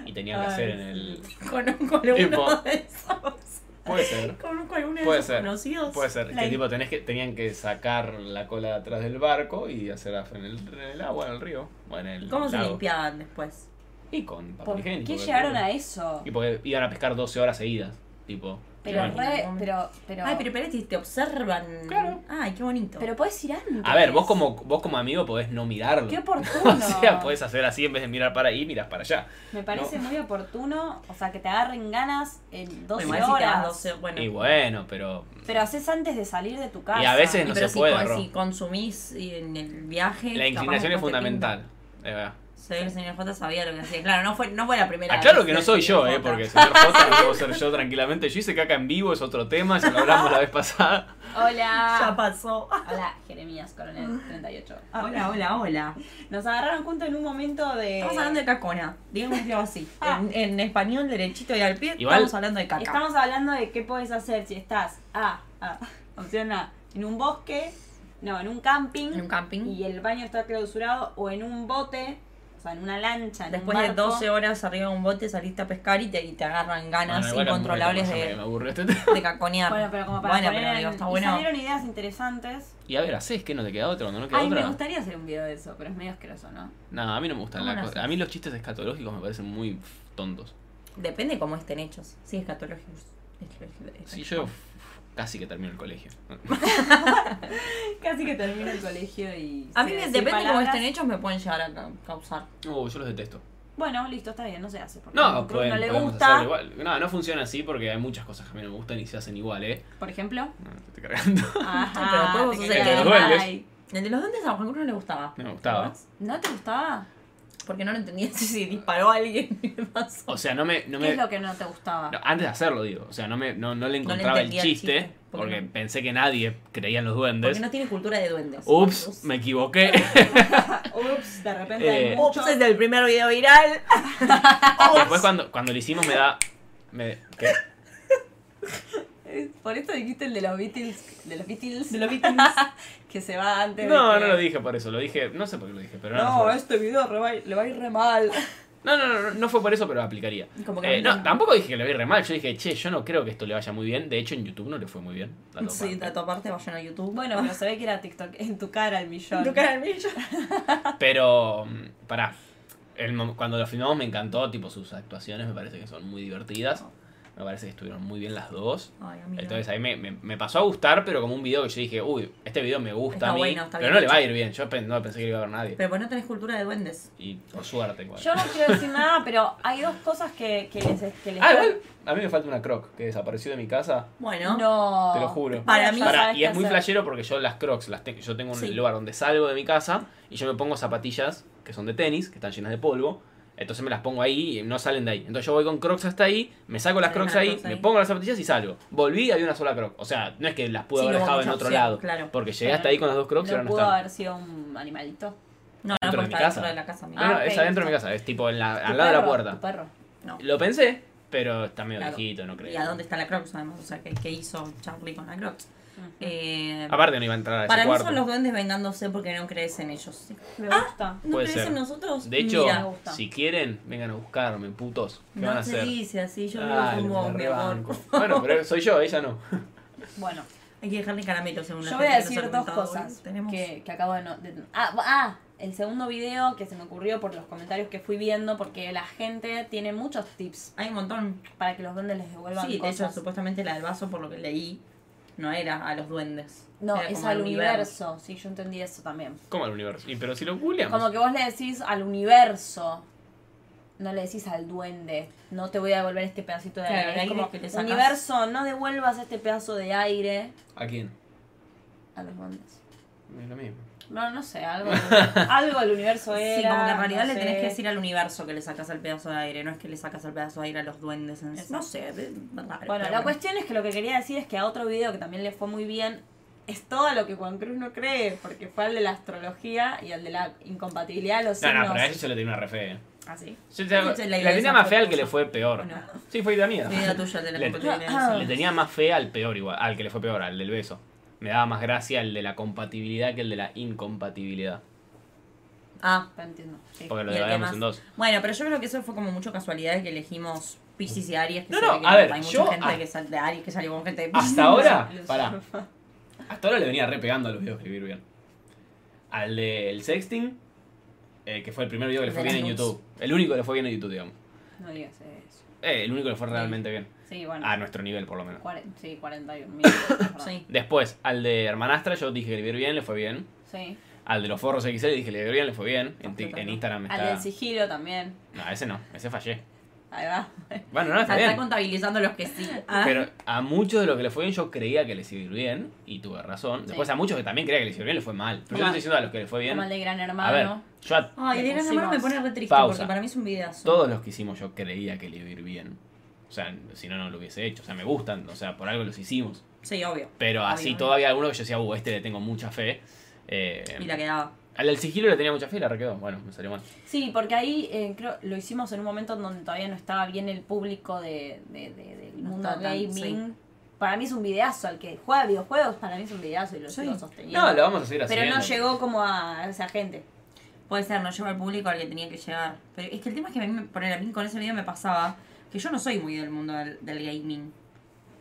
Speaker 3: y tenían que hacer en el.
Speaker 2: Conozco a
Speaker 3: Tipo.
Speaker 2: uno de esos.
Speaker 3: Puede ser.
Speaker 2: Conozco a alguno de
Speaker 3: Puede
Speaker 2: esos
Speaker 3: ser.
Speaker 2: conocidos.
Speaker 3: Puede ser.
Speaker 2: La-
Speaker 3: Que tipo tenés que, tenían que sacar la cola de atrás del barco y hacer af- en el, en el agua, en el río. O en el
Speaker 2: ¿Cómo se
Speaker 3: lago.
Speaker 2: limpiaban después?
Speaker 3: Y con papel
Speaker 1: ¿Por
Speaker 3: higiénico,
Speaker 1: qué
Speaker 3: porque-
Speaker 1: llegaron a eso?
Speaker 3: Y porque iban a pescar 12 horas seguidas. Tipo.
Speaker 1: Pero
Speaker 3: bueno.
Speaker 1: re, pero, pero,
Speaker 2: Ay, pero espérate, te observan.
Speaker 3: Claro.
Speaker 2: Ay, qué bonito.
Speaker 1: pero podés ir antes.
Speaker 3: A ver, vos como, vos como amigo podés no mirarlo. *laughs*
Speaker 1: Qué
Speaker 3: o
Speaker 1: oportuno.
Speaker 3: sea, podés hacer así en vez de mirar para ahí, miras para allá.
Speaker 1: Me parece muy oportuno, o sea, que te agarren ganas en 12
Speaker 2: Igual si te das
Speaker 1: horas.
Speaker 2: 12, bueno.
Speaker 3: Y bueno, pero.
Speaker 1: Pero haces antes de salir de tu casa.
Speaker 3: Y a veces
Speaker 2: Y
Speaker 3: no
Speaker 2: pero
Speaker 3: se
Speaker 2: si,
Speaker 3: puede,
Speaker 2: con-
Speaker 3: Ro.
Speaker 2: si consumís en el viaje.
Speaker 3: La inclinación es
Speaker 2: capaz después te
Speaker 3: fundamental. Es verdad.
Speaker 2: pinta. Se ve que el señor J sabía lo que hacía. Claro, no fue, no fue la primera.
Speaker 3: Aclaro
Speaker 2: vez
Speaker 3: Ah, que no soy yo,
Speaker 2: señor
Speaker 3: eh,
Speaker 2: J.
Speaker 3: porque señor J lo puedo ser yo tranquilamente. Yo hice caca en vivo, es otro tema, ya lo hablamos la vez pasada.
Speaker 1: Hola.
Speaker 2: Ya Ah. pasó.
Speaker 1: Hola, Jeremías, coronel 38.
Speaker 2: Hola, hola, hola. Eh,
Speaker 1: Nos agarraron juntos en un momento de.
Speaker 2: Estamos hablando de cacona. Digámoslo *laughs* así. En, en español, derechito y al pie,
Speaker 3: Igual-
Speaker 2: Ah. estamos hablando de caca.
Speaker 1: Estamos hablando de qué puedes hacer si estás. A. A. Opción A. En un bosque. No, en un camping.
Speaker 2: en un camping.
Speaker 1: Y el baño está clausurado. O en un bote. O sea, en una lancha. En
Speaker 2: Después
Speaker 1: un
Speaker 2: de
Speaker 1: barco.
Speaker 2: 12 horas arriba de un bote saliste a pescar y te, y te agarran ganas
Speaker 3: Bueno, igual es muy
Speaker 2: incontrolables
Speaker 3: cosa, Me
Speaker 2: de,
Speaker 3: aburre este tema.
Speaker 2: de caconear.
Speaker 1: Bueno, pero como para
Speaker 2: Bueno,
Speaker 1: poner
Speaker 2: pero
Speaker 1: en-
Speaker 2: digo, está
Speaker 1: y
Speaker 2: bueno.
Speaker 1: salieron ideas interesantes.
Speaker 3: Y a ver, ¿haces que no te queda otra? ¿No, no queda
Speaker 1: Ay, me
Speaker 3: otra?
Speaker 1: gustaría hacer un video de eso, pero es medio asqueroso, ¿no?
Speaker 3: No, a mí no me gustan
Speaker 2: ¿Cómo
Speaker 3: las
Speaker 2: lo
Speaker 3: cosas.
Speaker 2: haces?
Speaker 3: A mí los chistes escatológicos me parecen muy tontos.
Speaker 2: Depende cómo estén hechos. Sí, escatológicos.
Speaker 3: Sí, yo f- casi que termino el colegio.
Speaker 1: *laughs* Casi que termino el colegio y.
Speaker 2: A
Speaker 1: sé
Speaker 2: mí me,
Speaker 1: decir
Speaker 2: depende cómo
Speaker 1: palabras.
Speaker 2: estén hechos me pueden llegar a ca- causar.
Speaker 3: No, Uh, yo los detesto.
Speaker 1: Bueno, listo, está bien, no se hace. Porque creo
Speaker 3: No,
Speaker 1: que
Speaker 3: pueden-
Speaker 1: no le
Speaker 3: podemos
Speaker 1: gusta.
Speaker 3: hacerlo igual. No, no funciona así porque hay muchas cosas que a mí no me gustan y se hacen igual, ¿eh?
Speaker 1: Por
Speaker 3: *laughs*
Speaker 1: ejemplo.
Speaker 3: No, te estoy cargando.
Speaker 1: Ajá,
Speaker 2: pero podemos
Speaker 1: te
Speaker 2: hacer
Speaker 1: quería
Speaker 3: el de
Speaker 1: decir,
Speaker 3: los duendes.
Speaker 1: ay,
Speaker 2: El de los duendes a Juan Cruz no le gustaba.
Speaker 3: No me gustaba.
Speaker 1: ¿No te gustaba?
Speaker 2: Porque no lo entendía *laughs* si se disparó a alguien y le pasó.
Speaker 3: O sea, no me... No
Speaker 1: ¿Qué
Speaker 3: me
Speaker 1: es lo que no te gustaba?
Speaker 3: no, antes de hacerlo, digo. O sea, no, me, no, no le
Speaker 2: No le
Speaker 3: encontraba el
Speaker 2: entendía el
Speaker 3: chiste,
Speaker 2: chiste, porque
Speaker 3: porque
Speaker 2: no.
Speaker 3: pensé que nadie creía en los duendes.
Speaker 2: Porque no tiene cultura de duendes.
Speaker 3: Ups,
Speaker 2: *laughs*
Speaker 3: me equivoqué. *laughs*
Speaker 1: Ah, Ups, de repente hay
Speaker 3: Eh,
Speaker 1: mucho.
Speaker 2: Ups, es el primer video
Speaker 3: *laughs*
Speaker 2: viral.
Speaker 3: Después cuando, cuando lo hicimos me da... Me,
Speaker 2: *laughs*
Speaker 3: ¿qué?
Speaker 1: Por esto dijiste el de los Beatles. De los Beatles.
Speaker 2: De los Beatles.
Speaker 1: *laughs* que se va antes de.
Speaker 3: No,
Speaker 1: que-
Speaker 3: no lo dije por eso, lo dije, no sé por qué lo dije, pero no,
Speaker 1: No,
Speaker 3: no, fue por eso.
Speaker 1: este video re va- le va a ir re mal.
Speaker 3: no, no, no, no, no fue por eso, pero aplicaría.
Speaker 2: Como que
Speaker 3: Eh, no, tampoco dije que le voy re mal, yo dije, che, yo no creo que esto le vaya muy bien, de hecho en YouTube no le fue muy bien.
Speaker 2: *laughs*
Speaker 3: dato
Speaker 2: Sí,
Speaker 3: aparte.
Speaker 2: dato aparte, vayan a YouTube.
Speaker 1: Bueno, pero se ve que era TikTok. En tu cara el millón.
Speaker 3: Pero, mm, pará, el mom- cuando lo filmamos me encantó, tipo sus actuaciones me parece que son muy divertidas, me parece que estuvieron muy bien las dos.
Speaker 2: Ay, amiga.
Speaker 3: Entonces ahí me, me- me pasó a gustar, pero como un video que yo dije, uy, este video me gusta
Speaker 2: Está
Speaker 3: a mí,
Speaker 2: bueno, está
Speaker 3: pero
Speaker 2: bien
Speaker 3: no le
Speaker 2: hecho.
Speaker 3: va a ir bien, yo pen- no pensé que le iba a ver nadie.
Speaker 2: Pero pues no tenés cultura de duendes.
Speaker 3: Y por suerte, igual.
Speaker 1: Yo no quiero decir nada, pero hay dos cosas que, que les. Que les
Speaker 3: Ah, igual, a mí me falta una croc que desapareció de mi casa.
Speaker 2: Bueno,
Speaker 1: No.
Speaker 3: Te lo juro.
Speaker 2: Para mí-
Speaker 1: Ya
Speaker 3: Pará,
Speaker 1: sabes
Speaker 3: y
Speaker 1: qué
Speaker 3: es muy
Speaker 1: hacer.
Speaker 3: flashero porque yo las crocs, las te- yo tengo un
Speaker 2: Sí.
Speaker 3: lugar donde salgo de mi casa y yo me pongo zapatillas que son de tenis, que están llenas de polvo. Entonces me las pongo ahí y no salen de ahí. Entonces yo voy con crocs hasta ahí, me saco las
Speaker 2: Salen
Speaker 3: crocs
Speaker 2: las
Speaker 3: ahí,
Speaker 2: crocs
Speaker 3: me
Speaker 2: ahí.
Speaker 3: pongo las zapatillas y salgo. Volví y había una sola croc. O sea, no es que las pude
Speaker 2: Sí,
Speaker 3: haber
Speaker 2: no hubo
Speaker 3: dejado en
Speaker 2: mucha
Speaker 3: otro
Speaker 2: opción,
Speaker 3: lado.
Speaker 2: claro.
Speaker 3: Porque llegué
Speaker 1: Pero
Speaker 3: hasta ahí con las dos crocs y ahora
Speaker 1: No
Speaker 3: no
Speaker 1: pudo
Speaker 3: están.
Speaker 1: haber sido un animalito.
Speaker 2: no, no puede
Speaker 3: ¿Dentro de mi
Speaker 2: estar
Speaker 3: casa?
Speaker 2: dentro de la casa, amiga.
Speaker 3: No, no,
Speaker 1: Ah,
Speaker 3: es
Speaker 1: ok,
Speaker 3: adentro de mi
Speaker 1: está.
Speaker 3: casa, es tipo en la-
Speaker 1: Tu
Speaker 3: al lado de la
Speaker 1: perro, Tu
Speaker 3: puerta.
Speaker 1: perro.
Speaker 3: Lo pensé, pero está medio
Speaker 2: Claro.
Speaker 3: viejito, no creo.
Speaker 2: ¿Y a dónde está la Crocs además? O sea, ¿qué, qué hizo Charlie con la Crocs? Eh,
Speaker 3: Ah. Aparte no iba a entrar a ese
Speaker 2: para mí
Speaker 3: cuarto.
Speaker 2: son los duendes vengándose porque no crees en ellos. ¿sí?
Speaker 1: Me gusta.
Speaker 2: ¿No
Speaker 3: Puede
Speaker 2: crees
Speaker 3: ser.
Speaker 2: en nosotros?
Speaker 3: De hecho,
Speaker 2: Mira,
Speaker 1: gusta.
Speaker 3: si quieren, vengan a buscarme, putos. ¿Qué van a
Speaker 2: no se
Speaker 3: hacer?
Speaker 2: dice así, yo vivo
Speaker 3: Dale,
Speaker 2: con
Speaker 3: me
Speaker 2: vos, mi
Speaker 3: rebanco.
Speaker 2: amor.
Speaker 3: Bueno, pero soy yo, ella no.
Speaker 1: Bueno,
Speaker 2: Hay que dejarle caramelo según la
Speaker 1: yo voy a
Speaker 2: gente que nos
Speaker 1: decir
Speaker 2: ha
Speaker 1: dos
Speaker 2: comentado.
Speaker 1: cosas
Speaker 2: ¿eh? Tenemos-
Speaker 1: que, que acabo de, no- de- ah, bu- ah, el segundo video que se me ocurrió por los comentarios que fui viendo, porque la gente tiene muchos tips
Speaker 2: Hay un montón.
Speaker 1: para que los duendes les devuelvan
Speaker 2: Sí, de hecho,
Speaker 1: cosas.
Speaker 2: supuestamente la del vaso, por lo que leí, no era a los duendes.
Speaker 1: no,
Speaker 2: Era
Speaker 1: es
Speaker 2: como
Speaker 1: al universo. Sí, yo entendí eso también.
Speaker 3: ¿Cómo el universo? Y, pero si lo googleamos.
Speaker 1: Como que vos le decís al universo, no le decís al duende, no te voy a devolver este pedacito de
Speaker 2: Claro,
Speaker 1: aire.
Speaker 2: el
Speaker 1: Es
Speaker 2: aire
Speaker 1: como,
Speaker 2: que le sacas.
Speaker 1: universo, no devuelvas este pedazo de aire
Speaker 3: ¿A quién?
Speaker 1: a los duendes.
Speaker 3: Es lo mismo.
Speaker 1: No, no sé, *laughs* algo, algo del universo era.
Speaker 2: Sí, como que en realidad
Speaker 1: no
Speaker 2: le tenés
Speaker 1: sé.
Speaker 2: que decir al universo que le sacas el pedazo de aire, no es que le sacas el pedazo de aire a los duendes. en-
Speaker 1: Exacto.
Speaker 2: No sé, es raro. pero
Speaker 1: Bueno, la cuestión es que lo que quería decir es que a otro video que también le fue muy bien es todo lo que Juan Cruz no cree, porque fue al de la astrología y al de la incompatibilidad de los
Speaker 3: No,
Speaker 1: signos. Ah,
Speaker 3: no, pero a ella yo le tenía una re fea.
Speaker 1: Así.
Speaker 3: Yo-
Speaker 2: Esa
Speaker 3: yo-
Speaker 2: es la
Speaker 3: la
Speaker 2: idea
Speaker 3: tenía
Speaker 2: esa
Speaker 3: más fea al que
Speaker 2: cosa.
Speaker 3: le fue peor.
Speaker 2: Bueno.
Speaker 3: Sí, fue idea mía.
Speaker 2: Idea tuya de la
Speaker 3: Le-
Speaker 1: Ah,
Speaker 2: compatibilidad.
Speaker 3: Le tenía más fea al peor igual, al que le fue peor, al del beso. Me daba más gracia el de la compatibilidad que el de la incompatibilidad.
Speaker 2: Ah,
Speaker 1: Te entiendo. sí.
Speaker 3: Porque lo
Speaker 2: ¿Y el que
Speaker 3: debatíamos
Speaker 2: más?
Speaker 3: en dos.
Speaker 2: bueno, pero yo creo que eso fue como mucho casualidad de que elegimos Pisces y Aries. Que
Speaker 3: No,
Speaker 2: se
Speaker 3: no,
Speaker 2: ve que
Speaker 3: a ver,
Speaker 2: hay mucha
Speaker 3: yo-
Speaker 2: gente
Speaker 3: ah.
Speaker 2: que sal- de Aries que salió con gente de Pisces.
Speaker 3: Hasta ahora, pará. Hasta ahora le venía re pegando a los videos que vi bien. Al del sexting, eh, que fue el primer video que le
Speaker 2: De
Speaker 3: fue bien
Speaker 2: las
Speaker 3: en
Speaker 2: nudes.
Speaker 3: YouTube. El único que le fue bien en YouTube, digamos.
Speaker 1: *laughs* No digas eso.
Speaker 3: Eh, el único que le fue realmente bien.
Speaker 1: Sí, bueno.
Speaker 3: A nuestro nivel, por lo menos.
Speaker 1: Cuare- sí, 41
Speaker 2: Sí.
Speaker 3: Después, al de Hermanastra, yo dije que le vio bien, le fue bien.
Speaker 1: Sí.
Speaker 3: Al de los forros XL, dije que le vio bien, le fue bien. En, tic-
Speaker 2: Perfecto.
Speaker 3: en Instagram
Speaker 1: Al del
Speaker 3: está.
Speaker 1: sigilo también.
Speaker 3: No, ese no, ese fallé.
Speaker 1: Ahí va.
Speaker 3: Bueno, no, está
Speaker 2: Está,
Speaker 3: bien.
Speaker 2: contabilizando los que sí.
Speaker 1: Ah,
Speaker 3: Pero a muchos de los que le fue bien, yo creía que les iba a ir bien. Y tuve razón. Después, a muchos que también creía que les iba bien, le fue mal. Pero yo
Speaker 1: Como-
Speaker 3: estoy diciendo a los que le fue bien.
Speaker 1: Como el de Gran
Speaker 3: A ver,
Speaker 1: Hermano.
Speaker 3: yo a
Speaker 2: Ay,
Speaker 1: Le
Speaker 2: Ah, de gran hermano me
Speaker 1: pusimos
Speaker 2: pone re triste
Speaker 3: pausa.
Speaker 2: porque para mí es un videazo.
Speaker 3: todos los que hicimos yo creía que le iba a ir bien. O sea, si no, no lo hubiese hecho. O sea, me gustan, o sea, por algo los hicimos.
Speaker 2: Sí, obvio.
Speaker 3: Pero así
Speaker 2: Obvio.
Speaker 3: todavía alguno que yo decía, uh, este le tengo mucha fe. Eh,
Speaker 2: Y la quedaba.
Speaker 3: al del sigilo le tenía mucha fe y la requedó. Bueno, me salió mal.
Speaker 1: Sí, porque ahí eh, creo lo hicimos en un momento en donde todavía no estaba bien el público de, de- de- del
Speaker 2: No
Speaker 1: mundo
Speaker 2: estaba tan-
Speaker 1: gaming.
Speaker 2: sí.
Speaker 1: Para mí es un videazo, al que juega videojuegos, para mí es un videazo y lo
Speaker 2: Sí.
Speaker 1: sigo sosteniendo.
Speaker 3: No, lo vamos a seguir haciendo.
Speaker 1: Pero no llegó como a esa gente.
Speaker 2: Puede ser, no llegó al público al que tenía que llegar. Pero es que el tema es que a mí, me- poner a mí con ese video me pasaba que yo no soy muy del mundo del, del gaming.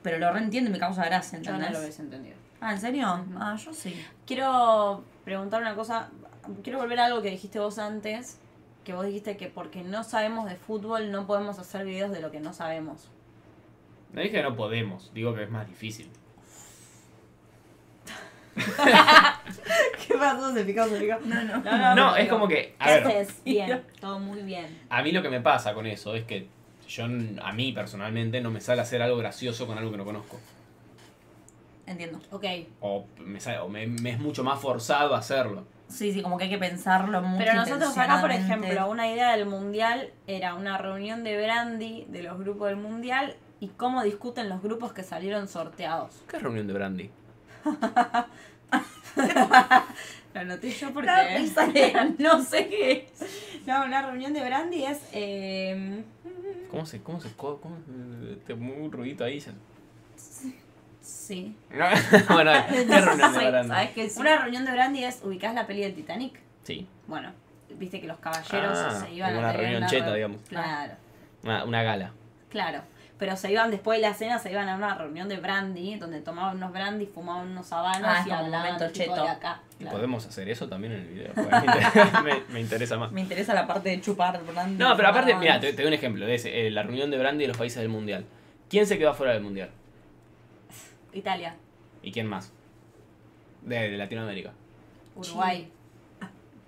Speaker 2: Pero lo reentiendo y me causa gracia,
Speaker 1: Yo no
Speaker 2: ¿entendés?
Speaker 1: lo hubiese entendido.
Speaker 2: ah, ¿en serio? Ah, yo sí.
Speaker 1: Quiero preguntar una cosa, quiero volver a algo que dijiste vos antes, que vos dijiste que porque no sabemos de fútbol no podemos hacer videos de lo que no sabemos.
Speaker 3: No dije que no podemos, digo que es más difícil.
Speaker 1: *laughs* ¿Qué pasó? Se picó, se picó. No, no. No,
Speaker 3: No, es como que. A
Speaker 1: ¿Qué
Speaker 3: ver,
Speaker 1: haces? Este *laughs* Bien, todo muy bien.
Speaker 3: A mí lo que me pasa con eso es que yo, n- a mí personalmente, no me sale hacer algo gracioso con algo que no conozco.
Speaker 2: Entiendo.
Speaker 1: Ok.
Speaker 3: O me, sale- o me- me es mucho más forzado hacerlo.
Speaker 2: Sí, sí, como que hay que pensarlo mucho.
Speaker 1: Pero nosotros acá, por
Speaker 2: intencionadamente.
Speaker 1: ejemplo, una idea del mundial era una reunión de Brandy, de los grupos del mundial, y cómo discuten los grupos que salieron sorteados.
Speaker 3: ¿Qué reunión de Brandy?
Speaker 1: Lo anoté yo
Speaker 2: No,
Speaker 1: porque... *laughs*
Speaker 2: pensaré, no sé qué es.
Speaker 1: No, una reunión de Brandy es... eh,
Speaker 3: ¿Cómo se.? ¿Cómo se.? co- Cómo, se- te mueve un ruidito ahí. se- *laughs*
Speaker 1: Sí.
Speaker 3: bueno,
Speaker 1: *laughs*
Speaker 3: ¿qué reunión de
Speaker 2: Sí,
Speaker 3: Brandy?
Speaker 2: ¿Sabes qué? Sí.
Speaker 1: Una reunión de Brandy es, ubicás la peli del Titanic.
Speaker 3: Sí.
Speaker 1: Bueno, viste que los caballeros
Speaker 3: Ah,
Speaker 1: se iban
Speaker 3: como
Speaker 1: a
Speaker 3: una
Speaker 1: tener
Speaker 3: reunión cheta, digamos.
Speaker 1: Claro,
Speaker 3: Una, una gala.
Speaker 1: claro. Pero se iban después de la cena, se iban a una reunión de Brandy, donde tomaban unos Brandy, fumaban unos habanos
Speaker 2: Ah, es
Speaker 1: y
Speaker 2: como
Speaker 1: hablaban
Speaker 2: momento
Speaker 1: tipo,
Speaker 2: cheto.
Speaker 1: de acá. claro.
Speaker 3: Podemos hacer eso también en el video.
Speaker 1: *laughs*
Speaker 3: porque a mí me inter- *laughs* me, me interesa más.
Speaker 2: Me interesa la parte de chupar, Brandy.
Speaker 3: No, pero aparte,
Speaker 2: Ah,
Speaker 3: mira, te, te doy un ejemplo de ese, eh, la reunión de Brandy y los países del mundial. ¿Quién se quedó afuera del mundial?
Speaker 1: Italia,
Speaker 3: ¿Y quién más? De, de Latinoamérica.
Speaker 1: Uruguay,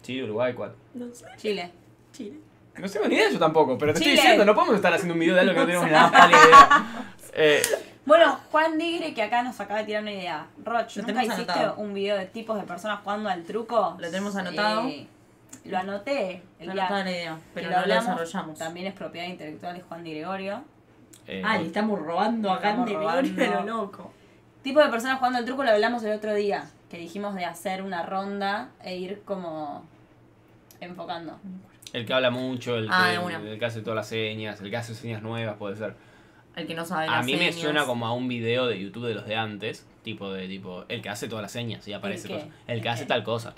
Speaker 3: Chile, Uruguay, cuatro.
Speaker 4: No sé.
Speaker 1: Chile.
Speaker 4: Chile.
Speaker 3: No tengo ni idea yo tampoco, pero te
Speaker 1: Chile.
Speaker 3: estoy diciendo, no podemos estar haciendo un video de algo que no
Speaker 1: *laughs*
Speaker 3: tenemos ni la más pálida idea. Eh,
Speaker 1: Bueno, Juan Nigre, que acá nos acaba de tirar una idea. Roch,
Speaker 2: Lo
Speaker 1: ¿nunca
Speaker 2: tenemos
Speaker 1: hiciste
Speaker 2: anotado.
Speaker 1: un video de tipos de personas jugando al truco?
Speaker 2: Lo tenemos anotado.
Speaker 1: Eh, lo anoté. El
Speaker 2: No
Speaker 1: día
Speaker 2: estaba la idea,
Speaker 1: que
Speaker 2: pero
Speaker 1: lo
Speaker 2: no la
Speaker 1: hablamos.
Speaker 2: desarrollamos.
Speaker 1: También es propiedad intelectual de Juan Di Gregorio.
Speaker 3: eh,
Speaker 2: Ah, le estamos robando a
Speaker 1: Estamos
Speaker 2: Gandhi
Speaker 1: robando.
Speaker 2: de lo loco.
Speaker 1: Tipo de personas jugando al truco lo hablamos el otro día. Que dijimos de hacer una ronda e ir como enfocando.
Speaker 3: el que habla mucho, el que,
Speaker 2: Ah, de una.
Speaker 3: el que hace todas las señas, el que hace señas nuevas, puede ser.
Speaker 2: El que no sabe
Speaker 3: A
Speaker 2: las
Speaker 3: mí me
Speaker 2: señas.
Speaker 3: suena como a un video de YouTube de los de antes, tipo de tipo, el que hace todas las señas y aparece
Speaker 1: qué?
Speaker 3: cosas. El que
Speaker 1: ¿El
Speaker 3: hace
Speaker 1: qué?
Speaker 3: tal cosa.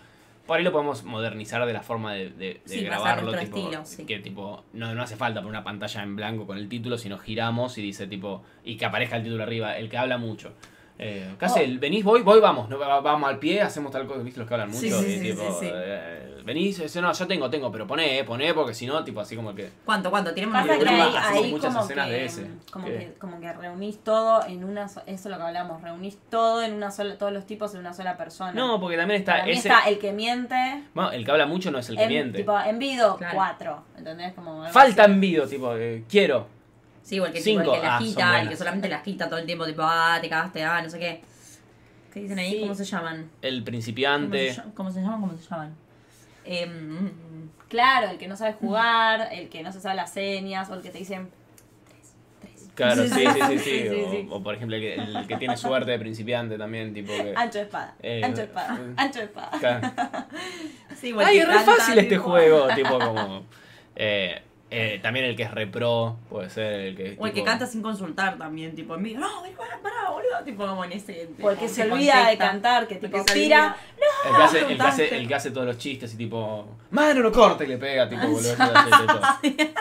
Speaker 3: Por ahí lo podemos modernizar de la forma de, de- de
Speaker 2: Sí, va a ser
Speaker 3: grabarlo,
Speaker 2: nuestro
Speaker 3: tipo,
Speaker 2: estilo, sí.
Speaker 3: que tipo, no, no hace falta poner una pantalla en blanco con el título, sino giramos y dice tipo, y que aparezca el título arriba, el que habla mucho. Eh, ¿qué hace?
Speaker 1: Oh.
Speaker 3: El venís, voy, voy, vamos, no, va- vamos al pie, hacemos tal cosa, viste los que hablan mucho,
Speaker 2: Sí, sí,
Speaker 3: y
Speaker 2: sí,
Speaker 3: tipo,
Speaker 2: sí, sí.
Speaker 3: eh, venís, dice, no, yo tengo, tengo, pero poné, eh, poné, porque si no, tipo así como que.
Speaker 2: ¿Cuánto, cuánto? Tenemos
Speaker 1: Pasa
Speaker 3: Bueno,
Speaker 1: que ahí,
Speaker 3: hacemos
Speaker 1: ahí
Speaker 3: muchas
Speaker 1: como, que, mm,
Speaker 3: escenas de ese.
Speaker 1: como
Speaker 3: ¿Qué?
Speaker 1: que como que reunís todo en una so- eso es lo que hablamos, reunís todo en una sola, todos los tipos en una sola persona.
Speaker 3: No, porque también está
Speaker 1: Para mí
Speaker 3: ese.
Speaker 1: está el que miente,
Speaker 3: Bueno, el que habla mucho no es el que
Speaker 1: en,
Speaker 3: miente.
Speaker 1: tipo envido
Speaker 2: Claro.
Speaker 1: cuatro, ¿entendés? Como algo
Speaker 3: Falta envido, tipo, eh, quiero.
Speaker 2: Sí, igual que, tipo, el
Speaker 3: Cinco.
Speaker 2: que las
Speaker 3: Ah, son
Speaker 2: quita, el que
Speaker 3: buenas.
Speaker 2: solamente las quita todo el tiempo, tipo, ah, te cagaste, ah, no sé qué. ¿Qué dicen ahí?
Speaker 1: Sí.
Speaker 2: ¿Cómo se llaman?
Speaker 3: El
Speaker 2: ¿Cómo se,
Speaker 3: principiante.
Speaker 2: ll- cómo se llaman? ¿Cómo se llaman? Em,
Speaker 1: así. Claro, el que no sabe jugar, el que no se sabe las señas o el que te dicen
Speaker 3: Claro, sí, sí, sí,
Speaker 2: *laughs*
Speaker 3: sí.
Speaker 1: Sí,
Speaker 3: o,
Speaker 1: sí.
Speaker 3: o, por ejemplo, el que, el que tiene suerte de principiante también, tipo que.
Speaker 2: Ah,
Speaker 1: ancho de espada,
Speaker 3: Eh,
Speaker 1: ancho de espada,
Speaker 3: eh.
Speaker 1: ancho de espada.
Speaker 2: *laughs*
Speaker 3: Claro.
Speaker 2: sí, igual
Speaker 3: Ay,
Speaker 2: que
Speaker 3: es re
Speaker 2: canta,
Speaker 3: fácil este
Speaker 2: tipo,
Speaker 1: ah.
Speaker 2: *laughs*
Speaker 3: juego, tipo como. eh, eh, también el que es repro, puede ser el que.
Speaker 2: O el que
Speaker 3: tipo,
Speaker 2: canta sin consultar también, tipo, en mí, no, pará, pará, boludo, tipo, como en ese. tipo,
Speaker 1: Porque se
Speaker 2: ese
Speaker 1: olvida de
Speaker 2: contexto.
Speaker 1: cantar, que
Speaker 2: Porque
Speaker 1: tipo
Speaker 2: se
Speaker 1: pira,
Speaker 3: El que, hace, el, que
Speaker 2: contaste.
Speaker 3: hace, el que hace todos los chistes y tipo. Mano, no corta y le pega,
Speaker 2: Ah,
Speaker 3: tipo, boludo. hace de
Speaker 2: *laughs*
Speaker 3: todo.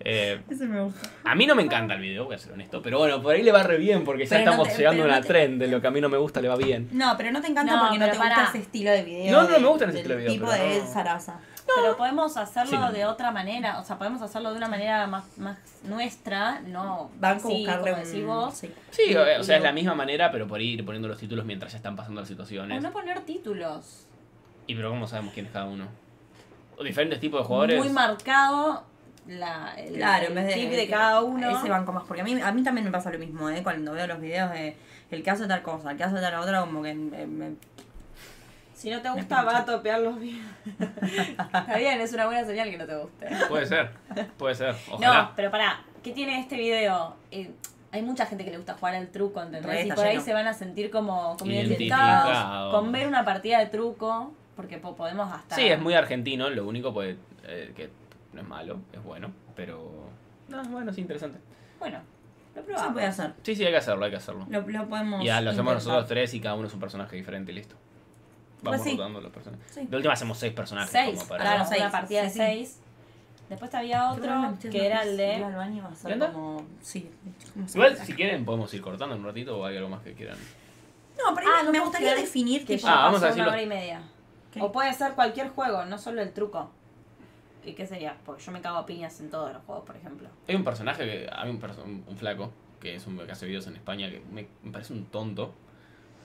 Speaker 3: Eh,
Speaker 2: Ese me gusta.
Speaker 3: A mí no me encanta el video, voy a ser honesto, pero bueno, por ahí le va re bien porque ya
Speaker 2: Pero no
Speaker 3: estamos
Speaker 2: te-
Speaker 3: llegando a
Speaker 2: pero no
Speaker 3: una
Speaker 2: te-
Speaker 3: trend de lo que a mí no me gusta le va bien.
Speaker 2: No, pero no te encanta
Speaker 1: No,
Speaker 2: porque no te
Speaker 1: pero
Speaker 2: gusta
Speaker 1: pará.
Speaker 2: ese estilo de video.
Speaker 3: No, no,
Speaker 2: del-
Speaker 3: me gusta ese estilo
Speaker 2: del
Speaker 3: de video,
Speaker 2: tipo
Speaker 3: pero
Speaker 2: de
Speaker 3: no.
Speaker 2: zaraza.
Speaker 1: pero podemos hacerlo
Speaker 3: Sí.
Speaker 1: de otra manera, o sea, podemos hacerlo de una manera más, más nuestra, no
Speaker 2: Banco
Speaker 1: así,
Speaker 2: buscarle
Speaker 1: como decís
Speaker 2: un...
Speaker 1: vos.
Speaker 2: Sí.
Speaker 3: Sí,
Speaker 1: Y-
Speaker 3: o o
Speaker 1: y
Speaker 3: sea, es
Speaker 1: lo-
Speaker 3: la misma manera, pero por ir poniendo los títulos mientras ya están pasando las
Speaker 1: O
Speaker 3: situaciones.
Speaker 1: no poner títulos.
Speaker 3: Y pero ¿cómo sabemos quién es cada uno? O diferentes tipos de jugadores.
Speaker 1: Muy marcado la, el,
Speaker 2: Claro,
Speaker 1: el
Speaker 2: en vez de,
Speaker 1: tip de cada uno.
Speaker 2: Ese banco más, porque a mí, a mí también me pasa lo mismo, ¿eh? Cuando veo los videos de el que hace tal cosa, el que hace tal otra, como que me- me-
Speaker 1: Si no te gusta, va a topear los videos. *laughs* Está bien, es una buena señal que no te guste.
Speaker 3: Puede ser, puede ser. Ojalá.
Speaker 1: No, pero pará, ¿qué tiene este video? Eh, hay mucha gente que le gusta jugar al truco,
Speaker 2: Re,
Speaker 1: ¿entendés? Y
Speaker 2: está
Speaker 1: por ahí
Speaker 2: lleno.
Speaker 1: se van a sentir como, como
Speaker 3: Identificados.
Speaker 1: identificados con ver una partida de truco, porque po- podemos hasta...
Speaker 3: Sí, es muy argentino, lo único pues, eh, que no es malo, es bueno, pero... No, es bueno, es interesante.
Speaker 1: Bueno, lo
Speaker 2: No se
Speaker 1: probamos.
Speaker 2: puede hacer.
Speaker 3: Sí, sí, hay que hacerlo, hay que hacerlo.
Speaker 2: Lo, lo podemos.
Speaker 3: Ya lo hacemos
Speaker 2: intentar.
Speaker 3: nosotros tres y cada uno es un personaje diferente y listo. Vamos
Speaker 2: Pues sí.
Speaker 3: rotando los personajes.
Speaker 2: Sí.
Speaker 3: De última hacemos seis personajes.
Speaker 1: seis,
Speaker 3: como para-
Speaker 1: claro,
Speaker 2: Seis,
Speaker 1: una partida
Speaker 2: sí, sí.
Speaker 1: de seis. Después había otro que era el
Speaker 2: Ir al
Speaker 1: de...
Speaker 2: baño va a ser
Speaker 3: ¿Y anda?
Speaker 2: como. Sí. como
Speaker 3: Igual,
Speaker 2: se-
Speaker 3: si quieren, podemos ir cortando en un ratito o hay algo más que quieran.
Speaker 2: No, pero
Speaker 1: Ah, no
Speaker 2: me
Speaker 1: puedo
Speaker 2: gustaría
Speaker 1: creer
Speaker 2: definir
Speaker 1: Que
Speaker 2: tipo.
Speaker 1: ya
Speaker 3: Ah, vamos
Speaker 1: pasó
Speaker 3: a decirlo.
Speaker 1: una hora y media.
Speaker 2: ¿Qué?
Speaker 1: O puede ser cualquier juego, no solo el truco. ¿Y qué sería? Porque yo me cago a piñas en todos los juegos, por ejemplo.
Speaker 3: Hay un personaje, que, hay un, perso- un, un flaco, que es un que hace videos en España, que me, me parece un tonto.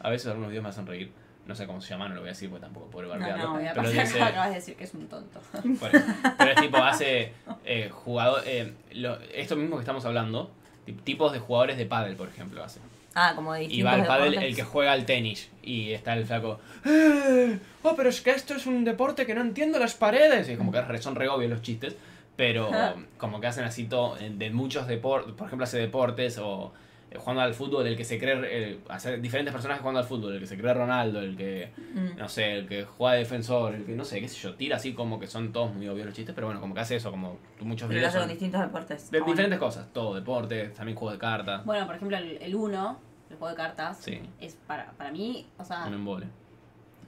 Speaker 3: A veces algunos videos me hacen reír. No sé cómo se llama, no lo voy a decir porque tampoco puedo
Speaker 5: No,
Speaker 3: bardearlo.
Speaker 5: no, voy a
Speaker 3: pero
Speaker 5: pasar
Speaker 1: *laughs*
Speaker 3: dice-
Speaker 5: acabas de decir que es un tonto.
Speaker 3: Por eso. Pero es tipo, hace eh, jugador, eh, lo- esto mismo que estamos hablando, ti- tipos de jugadores de pádel, por ejemplo, hace.
Speaker 2: Ah, como de
Speaker 3: Y
Speaker 2: distintos
Speaker 3: va al pádel
Speaker 2: deportes.
Speaker 3: el que juega al tenis y está el flaco. "Eh, oh, pero es que esto es un deporte que no entiendo las paredes. Y como que re- son re obvios los chistes, pero como que hacen así todo eh, de muchos deportes, por ejemplo, hace deportes o eh, jugando al fútbol, el que se cree, eh, hacer diferentes personajes jugando al fútbol, el que se cree Ronaldo, el que
Speaker 2: Mm.
Speaker 3: no sé, el que juega de defensor, el que no sé, qué sé yo, tira así como que son todos muy obvios los chistes, pero bueno, como que hace eso, como muchos
Speaker 2: Pero lo
Speaker 3: videos
Speaker 2: hace
Speaker 3: son
Speaker 2: con distintos deportes.
Speaker 3: de
Speaker 2: Ah, bueno.
Speaker 3: diferentes cosas, todo, deportes, también juegos de cartas,
Speaker 1: Bueno, por ejemplo, el, el uno, el juego de cartas,
Speaker 3: Sí.
Speaker 1: es para, para mí, o
Speaker 2: Ah.
Speaker 1: sea,
Speaker 3: un embole.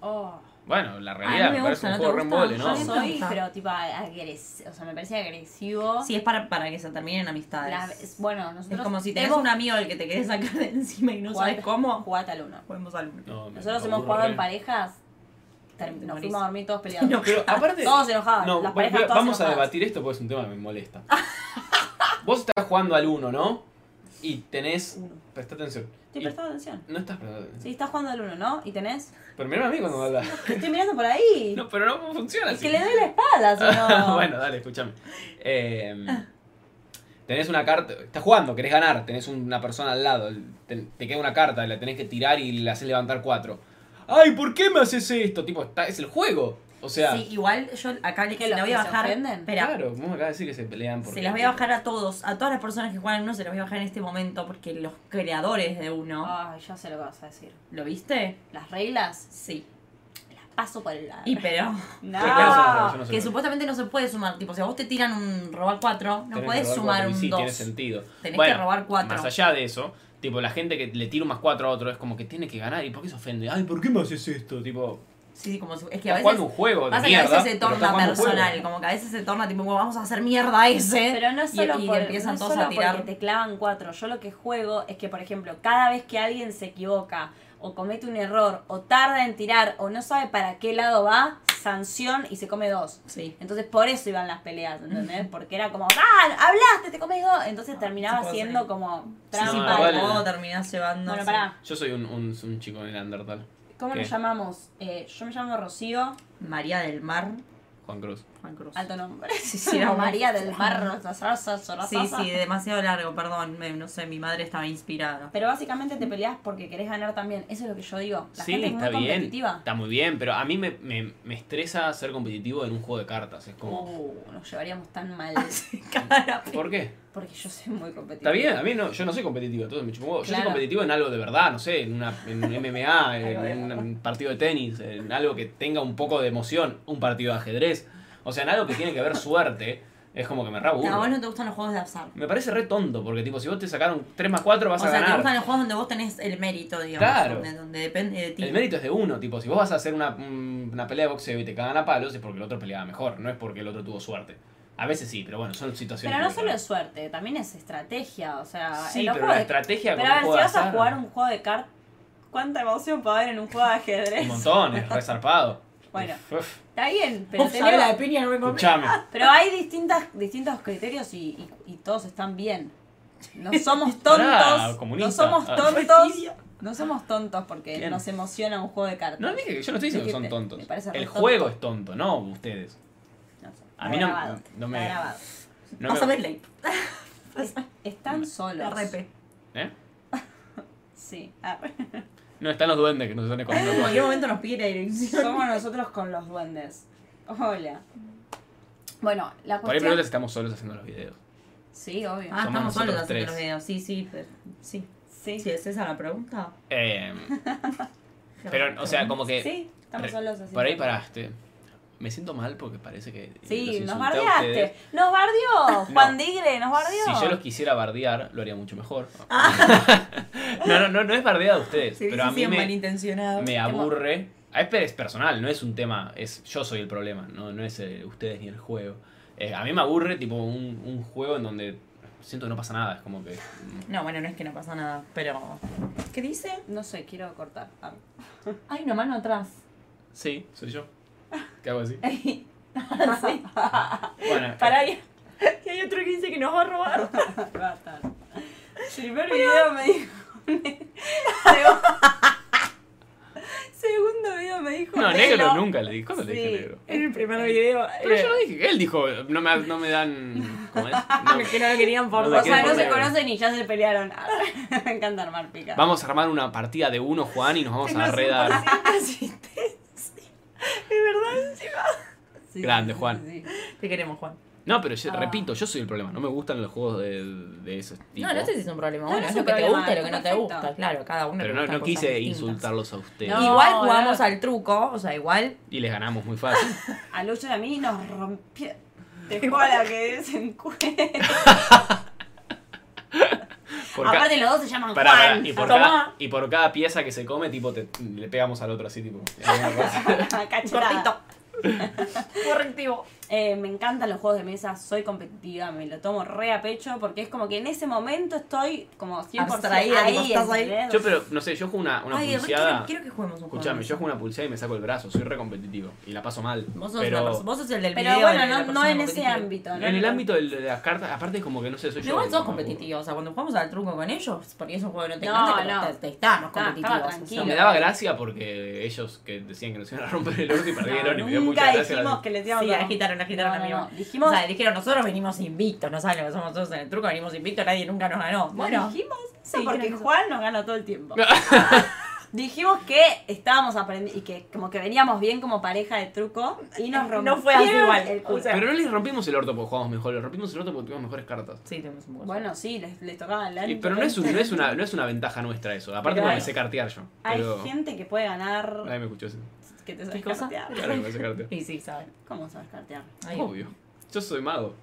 Speaker 1: oh,
Speaker 3: Bueno, la
Speaker 5: A
Speaker 3: realidad
Speaker 5: mí me
Speaker 3: me parece
Speaker 5: gusta,
Speaker 3: un
Speaker 5: ¿no te
Speaker 3: juego re
Speaker 5: gusta?
Speaker 3: embole,
Speaker 5: Yo
Speaker 1: yo
Speaker 3: ¿no?
Speaker 5: me
Speaker 1: soy,
Speaker 5: encanta.
Speaker 1: pero tipo agresivo, o sea, me parece agresivo.
Speaker 2: Sí, es para, para que se terminen amistades.
Speaker 1: Las- bueno, nosotros
Speaker 2: es como si tenés un amigo al que te querés sacar de encima y no
Speaker 1: Jugar-
Speaker 2: sabes cómo.
Speaker 1: jugate al uno.
Speaker 2: Podemos al
Speaker 3: No, me-
Speaker 1: Nosotros
Speaker 3: me
Speaker 1: hemos
Speaker 3: aburro
Speaker 1: jugado
Speaker 3: re.
Speaker 1: en parejas, ter-
Speaker 2: Te
Speaker 1: nos
Speaker 2: morís.
Speaker 1: fuimos a dormir todos peleados.
Speaker 2: *laughs* No.
Speaker 3: Pero aparte,
Speaker 1: Todos enojados,
Speaker 3: no,
Speaker 1: las
Speaker 3: voy-
Speaker 1: parejas
Speaker 3: voy-
Speaker 1: todas
Speaker 3: vamos a
Speaker 1: enojadas.
Speaker 3: debatir esto porque es un tema que me molesta. *laughs* Vos estás jugando al uno, ¿no? Y tenés.
Speaker 1: Uno.
Speaker 3: Presta atención.
Speaker 1: Estoy
Speaker 3: Y-
Speaker 1: prestando atención.
Speaker 3: No estás prestando atención.
Speaker 1: Sí, estás jugando al uno, ¿no? Y tenés.
Speaker 3: *laughs* Pero mirame a mí cuando me hablas.
Speaker 1: Te estoy mirando por ahí.
Speaker 3: No, pero no funciona
Speaker 1: es
Speaker 3: así.
Speaker 1: que le doy la espada,
Speaker 3: *laughs*
Speaker 1: si no.
Speaker 3: bueno, dale, escúchame. Eh, tenés una carta, estás jugando, querés ganar, tenés una persona al lado, te, te queda una carta, la tenés que tirar y la haces levantar cuatro. Ay, ¿por qué me haces esto? Tipo, está, es el juego. O sea,
Speaker 2: Sí, igual yo acá le
Speaker 1: Que
Speaker 2: se
Speaker 1: los
Speaker 2: la voy
Speaker 1: que
Speaker 2: a
Speaker 1: se
Speaker 2: bajar.
Speaker 1: ofenden.
Speaker 2: Espera,
Speaker 3: claro, vos me acabas de decir que se pelean por
Speaker 2: se las voy a bajar a todos. A todas las personas que juegan en uno se las voy a bajar en este momento porque los creadores de uno.
Speaker 1: Ay, ya sé lo que vas a decir.
Speaker 2: ¿Lo viste?
Speaker 1: Las reglas,
Speaker 2: Sí.
Speaker 1: las paso por el lado.
Speaker 2: Y
Speaker 3: *laughs*
Speaker 2: pero.
Speaker 1: No.
Speaker 3: Sí, claro, son las reglas, yo no sé
Speaker 2: que
Speaker 3: lo que-
Speaker 2: supuestamente no se puede sumar. Tipo, si a vos te tiran un robar 4, no
Speaker 3: Tenés que
Speaker 2: puedes
Speaker 3: robar
Speaker 2: sumar
Speaker 3: cuatro, y
Speaker 2: un
Speaker 3: Sí, tiene
Speaker 2: 2.
Speaker 3: sentido.
Speaker 2: Tenés
Speaker 3: Bueno,
Speaker 2: que robar 4.
Speaker 3: Más allá de eso, tipo, la gente que le tira un más cuatro a otro es como que tiene que ganar. ¿Y por qué se ofende? Ay, ¿por qué me haces esto? Tipo,
Speaker 2: Sí, sí, como si- es que a
Speaker 3: estás
Speaker 2: veces.
Speaker 3: jugando un juego. de
Speaker 2: Pasa que a
Speaker 3: mierda,
Speaker 2: veces se
Speaker 3: pero estás
Speaker 2: torna
Speaker 3: jugando un juego.
Speaker 2: personal, como que a veces se torna tipo, "Bueno, vamos a hacer mierda a ese.
Speaker 1: Pero no es
Speaker 2: Y-
Speaker 1: solo,
Speaker 2: y,
Speaker 1: por,
Speaker 2: empiezan
Speaker 1: no es
Speaker 2: todos
Speaker 1: solo
Speaker 2: a tirar.
Speaker 1: porque te clavan cuatro. Yo lo que juego es que, por ejemplo, cada vez que alguien se equivoca o comete un error o tarda en tirar o no sabe para qué lado va, sanción y se come dos.
Speaker 2: Sí.
Speaker 1: Entonces por eso iban las peleas,
Speaker 2: *laughs*
Speaker 1: ¿entendés? Porque era como, ¡ah! ¡Hablaste! ¡Te comes dos! Entonces terminaba
Speaker 2: puede
Speaker 1: siendo
Speaker 2: ser.
Speaker 1: como
Speaker 2: Ah, Sí, sí,
Speaker 1: trampa.
Speaker 3: no,
Speaker 2: para
Speaker 3: vale.
Speaker 2: todo terminás llevando.
Speaker 1: Bueno, pará.
Speaker 3: Yo soy un, un, un chico de Neandertal.
Speaker 1: ¿Cómo
Speaker 3: ¿Qué?
Speaker 1: nos llamamos? Eh, yo me llamo Rocío,
Speaker 2: María del Mar,
Speaker 3: Juan Cruz.
Speaker 2: Juan Cruz.
Speaker 1: alto nombre.
Speaker 2: *laughs* Sí, sí,
Speaker 1: Sí,
Speaker 2: era
Speaker 1: *laughs* María del Mar, Rosa, Rosa,
Speaker 2: *laughs*
Speaker 1: Rosa,
Speaker 2: Sí, sí, demasiado largo, perdón. me- no sé, mi madre estaba inspirada. *laughs*
Speaker 1: Pero básicamente te peleas porque querés ganar también. Eso es lo que yo digo. La gente es muy
Speaker 3: bien.
Speaker 1: competitiva.
Speaker 3: Está muy bien, pero a mí me, me, me estresa ser competitivo en un juego de cartas. Es como,
Speaker 1: Uh, nos llevaríamos tan
Speaker 3: *laughs*
Speaker 1: mal.
Speaker 2: Cara,
Speaker 3: ¿por qué?
Speaker 1: Porque yo soy muy competitiva.
Speaker 3: Está bien, a mí no, yo no soy competitivo, entonces me chupo un huevo. Yo soy
Speaker 1: Claro.
Speaker 3: competitivo en algo de verdad, no sé, en, una, en
Speaker 1: *laughs*
Speaker 3: un MMA, en un- en un partido de tenis, en algo que tenga un poco de emoción, un partido de ajedrez. O sea, en algo que tiene que ver suerte, es como que me rabo.
Speaker 2: a vos no te gustan los juegos de azar.
Speaker 3: Me parece re tonto, porque tipo, si vos te sacaron 3 más 4 vas
Speaker 2: o
Speaker 3: a
Speaker 2: sea, te
Speaker 3: ganar.
Speaker 2: gustan los juegos donde vos tenés el mérito, digamos.
Speaker 3: Claro.
Speaker 2: Donde, donde depende de ti.
Speaker 3: El mérito es de uno, tipo, si vos vas a hacer una, un- una pelea de boxeo y te cagan a palos, es porque el otro peleaba mejor, no es porque el otro tuvo suerte. A veces sí, pero bueno, son situaciones.
Speaker 1: Pero no
Speaker 3: que-
Speaker 1: solo es suerte, también es estrategia. O sea,
Speaker 3: Sí,
Speaker 1: en los
Speaker 3: pero
Speaker 1: juegos
Speaker 3: la
Speaker 1: de-
Speaker 3: estrategia
Speaker 1: Pero
Speaker 3: con
Speaker 1: a ver, si
Speaker 3: un juego de
Speaker 1: vas a
Speaker 3: azar-
Speaker 1: jugar un juego de cartas, ¿cuánta emoción puede haber en un juego de ajedrez? *laughs*
Speaker 3: Un montón, es re zarpado.
Speaker 1: Bueno.
Speaker 3: Uf, uf.
Speaker 1: Está bien, pero,
Speaker 2: Vos
Speaker 1: tenemos-
Speaker 2: sabés la de piña no me comés.
Speaker 3: Escuchame.
Speaker 1: pero hay distintas, distintos criterios y, y- y todos están bien.
Speaker 3: *laughs*
Speaker 1: No somos
Speaker 3: Pará,
Speaker 1: tontos.
Speaker 3: comunista.
Speaker 1: no somos
Speaker 3: Ah.
Speaker 1: tontos. No somos tontos porque
Speaker 3: Bien.
Speaker 1: nos emociona un juego de cartas.
Speaker 3: No dije que yo no estoy diciendo que son
Speaker 1: Dijiste,
Speaker 3: tontos.
Speaker 1: me parece re
Speaker 3: El
Speaker 1: tonto.
Speaker 3: juego es tonto, no ustedes.
Speaker 1: No sé,
Speaker 3: A
Speaker 1: está
Speaker 3: mí no-
Speaker 1: grabado,
Speaker 3: no me-
Speaker 1: Está grabado.
Speaker 3: No
Speaker 2: Vas
Speaker 3: me-
Speaker 2: a ver la-
Speaker 1: Están solos.
Speaker 2: la repe.
Speaker 3: ¿Eh?
Speaker 1: Sí. ah.
Speaker 3: *laughs* No, están los duendes que nos están escondiendo.
Speaker 1: *laughs*
Speaker 2: En
Speaker 3: cosas.
Speaker 2: cualquier momento nos pide la
Speaker 3: *laughs*
Speaker 2: dirección.
Speaker 1: Somos nosotros con los duendes. Hola. Bueno, la
Speaker 3: Por ahí pero
Speaker 1: cuestión.
Speaker 3: estamos solos haciendo los videos.
Speaker 1: Sí, obvio.
Speaker 2: Ah, estamos
Speaker 3: nosotros
Speaker 2: solos haciendo
Speaker 3: tres.
Speaker 2: los videos. Sí, sí, pero- sí.
Speaker 1: sí.
Speaker 2: Si es esa la pregunta.
Speaker 1: *laughs*
Speaker 3: Eh, pero, o sea, como que.
Speaker 1: Sí, estamos
Speaker 3: Re-
Speaker 1: solos así.
Speaker 3: Por ahí paraste. Me siento mal porque parece que.
Speaker 1: Sí,
Speaker 3: los
Speaker 1: nos
Speaker 3: insulté a ustedes.
Speaker 1: bardeaste. Nos bardeó.
Speaker 3: *laughs* No.
Speaker 1: Juan Digre, nos bardeó.
Speaker 3: Si yo los quisiera bardear, lo haría mucho mejor.
Speaker 1: Ah.
Speaker 3: *laughs* no, no, no, no es bardeada de ustedes.
Speaker 2: Sí,
Speaker 3: pero
Speaker 2: sí,
Speaker 3: a mí
Speaker 2: sí,
Speaker 3: me,
Speaker 2: malintencionado.
Speaker 3: me aburre. Ah, Es es personal, no es un tema. Es yo soy el problema, no, no es eh, ustedes ni el juego. Eh, a mí me aburre tipo un, un juego en donde siento que no pasa nada. Es como que. mm,
Speaker 2: No, bueno, no es que no pasa nada, pero... ¿Qué dice?
Speaker 1: No sé, quiero cortar. Ah.
Speaker 2: Hay una mano atrás. *laughs*
Speaker 3: Sí,
Speaker 1: *laughs*
Speaker 3: soy yo. ¿Qué hago así?
Speaker 1: Sí.
Speaker 3: Bueno, eh,
Speaker 1: Pará, *laughs* que-
Speaker 2: Y hay otro que dice que nos va a robar.
Speaker 1: Basta. *laughs* Primer video me dijo. *laughs* Segundo, segundo dijo
Speaker 3: eh, No, negro
Speaker 1: negro
Speaker 3: nunca le dije. ¿Cuándo le dije
Speaker 1: Sí,
Speaker 3: negro?
Speaker 1: En el primer video.
Speaker 3: Pero
Speaker 1: eh,
Speaker 3: yo no dije. Él dijo, no me, no me dan. ¿Cómo *laughs* es? No.
Speaker 2: Que no lo querían por
Speaker 3: No lo
Speaker 1: O
Speaker 2: dos.
Speaker 1: sea,
Speaker 3: quieren
Speaker 1: no
Speaker 3: por
Speaker 1: se
Speaker 3: negro.
Speaker 1: conocen y ya se pelearon. Ah, *laughs* Me encanta armar pica.
Speaker 3: Vamos a armar una partida de uno, Juan, y nos vamos a redar.
Speaker 2: De verdad, encima.
Speaker 1: Sí,
Speaker 3: Grande,
Speaker 1: sí,
Speaker 3: Juan.
Speaker 1: sí,
Speaker 2: Te queremos, Juan.
Speaker 3: No, pero yo-
Speaker 1: Ah.
Speaker 3: repito, yo soy el problema. No me gustan los juegos de, de ese tipo.
Speaker 2: No, no sé si es un problema.
Speaker 1: No,
Speaker 2: Bueno,
Speaker 1: no es
Speaker 2: es
Speaker 1: un
Speaker 2: lo que te
Speaker 1: problema,
Speaker 2: gusta y lo
Speaker 1: es
Speaker 2: que no te
Speaker 1: perfecto.
Speaker 2: gusta. Claro, cada uno. le
Speaker 3: Pero no,
Speaker 2: gustan
Speaker 3: no
Speaker 2: cosas
Speaker 3: quise
Speaker 2: distintas.
Speaker 3: insultarlos a ustedes.
Speaker 1: No.
Speaker 2: Igual
Speaker 1: no.
Speaker 2: jugamos al truco, o sea, igual.
Speaker 3: Y les ganamos muy
Speaker 2: *laughs*
Speaker 3: fácil.
Speaker 1: sí. A Lucho y a mí nos rompió. Dejó a la que se encuentre.
Speaker 3: Por ca-
Speaker 1: Aparte, los dos se llaman
Speaker 3: *laughs* Pará, pará,
Speaker 1: Juan.
Speaker 3: Y, por
Speaker 1: Tomá.
Speaker 3: cada, y por cada pieza que se come, tipo, te- le pegamos al otro así, tipo. alguna
Speaker 2: *laughs*
Speaker 3: cosa.
Speaker 1: Cachetada.
Speaker 2: Cortito.
Speaker 1: *laughs*
Speaker 2: Correctivo.
Speaker 1: Eh, me encantan los juegos de mesa, soy competitiva, me lo tomo re a pecho porque es como que en ese momento estoy como 100%
Speaker 2: Abstraída,
Speaker 1: ahí,
Speaker 2: tipo, estás ahí.
Speaker 1: ¿entendés?
Speaker 3: yo, pero, no sé, yo juego una, una
Speaker 2: Ay, re-
Speaker 3: pulseada.
Speaker 2: quiero, quiero que juguemos un juego.
Speaker 3: Escuchame, yo juego una pulseada y me saco el brazo, soy re competitivo y la paso mal.
Speaker 2: Vos sos,
Speaker 3: pero
Speaker 2: la perso- vos sos el del
Speaker 1: Pero
Speaker 2: video.
Speaker 1: bueno,
Speaker 2: de la
Speaker 1: no, no en
Speaker 2: persona
Speaker 1: ese
Speaker 2: competitiva.
Speaker 1: ámbito. ¿no?
Speaker 3: en el ámbito del- de las cartas, aparte como que no sé, soy
Speaker 2: Pero
Speaker 3: yo.
Speaker 2: igual
Speaker 3: no
Speaker 2: sos
Speaker 3: me acuerdo.
Speaker 2: competitivos, o sea, cuando jugamos al truco con ellos, porque es un juego que no te
Speaker 1: No,
Speaker 2: encanta, pero
Speaker 1: no.
Speaker 2: te, te estamos
Speaker 1: Está-
Speaker 2: competitivos.
Speaker 1: estaba
Speaker 2: o sea.
Speaker 1: tranquilo.
Speaker 3: No, me daba gracia porque ellos que decían que nos iban a romper el orto y perdieron y me dio mucha
Speaker 1: Nunca
Speaker 3: gracia.
Speaker 1: dijimos que les íbamos
Speaker 2: Sí,
Speaker 1: a-
Speaker 2: agitaron, agitaron
Speaker 1: No,
Speaker 2: la
Speaker 1: no,
Speaker 2: misma.
Speaker 1: no. Dijimos,
Speaker 2: O sea, dijeron, nosotros venimos invictos, no saben lo que somos nosotros en el truco, venimos invictos, nadie nunca nos ganó.
Speaker 1: bueno,
Speaker 2: Bueno,
Speaker 1: dijimos eso
Speaker 2: sí,
Speaker 1: porque
Speaker 2: creo que-
Speaker 1: Juan nos gana todo el tiempo. *laughs* dijimos que estábamos aprendiendo y que como que veníamos bien como pareja de truco y nos
Speaker 2: No
Speaker 1: rompieron
Speaker 2: fue así igual,
Speaker 1: el culo.
Speaker 2: o sea-
Speaker 3: Pero no les rompimos el orto porque jugamos mejor, les rompimos el orto porque tuvimos mejores cartas.
Speaker 2: sí, tenemos un poco.
Speaker 1: bueno, sí, les, les tocaba la
Speaker 3: Y- pero no es, un- no, es una, no es una ventaja nuestra eso, aparte
Speaker 1: Pero
Speaker 3: porque
Speaker 1: hay-
Speaker 3: sé cartear yo.
Speaker 1: Hay
Speaker 3: Pero
Speaker 1: gente que puede ganar
Speaker 3: nadie me escuchó eso.
Speaker 1: que te sabes
Speaker 2: cosa?
Speaker 1: cartear.
Speaker 3: Claro que me
Speaker 1: *laughs*
Speaker 3: sé cartear.
Speaker 2: Y sí, saben.
Speaker 1: ¿Cómo sabes cartear?
Speaker 2: Ay,
Speaker 3: Obvio. Yo soy mago.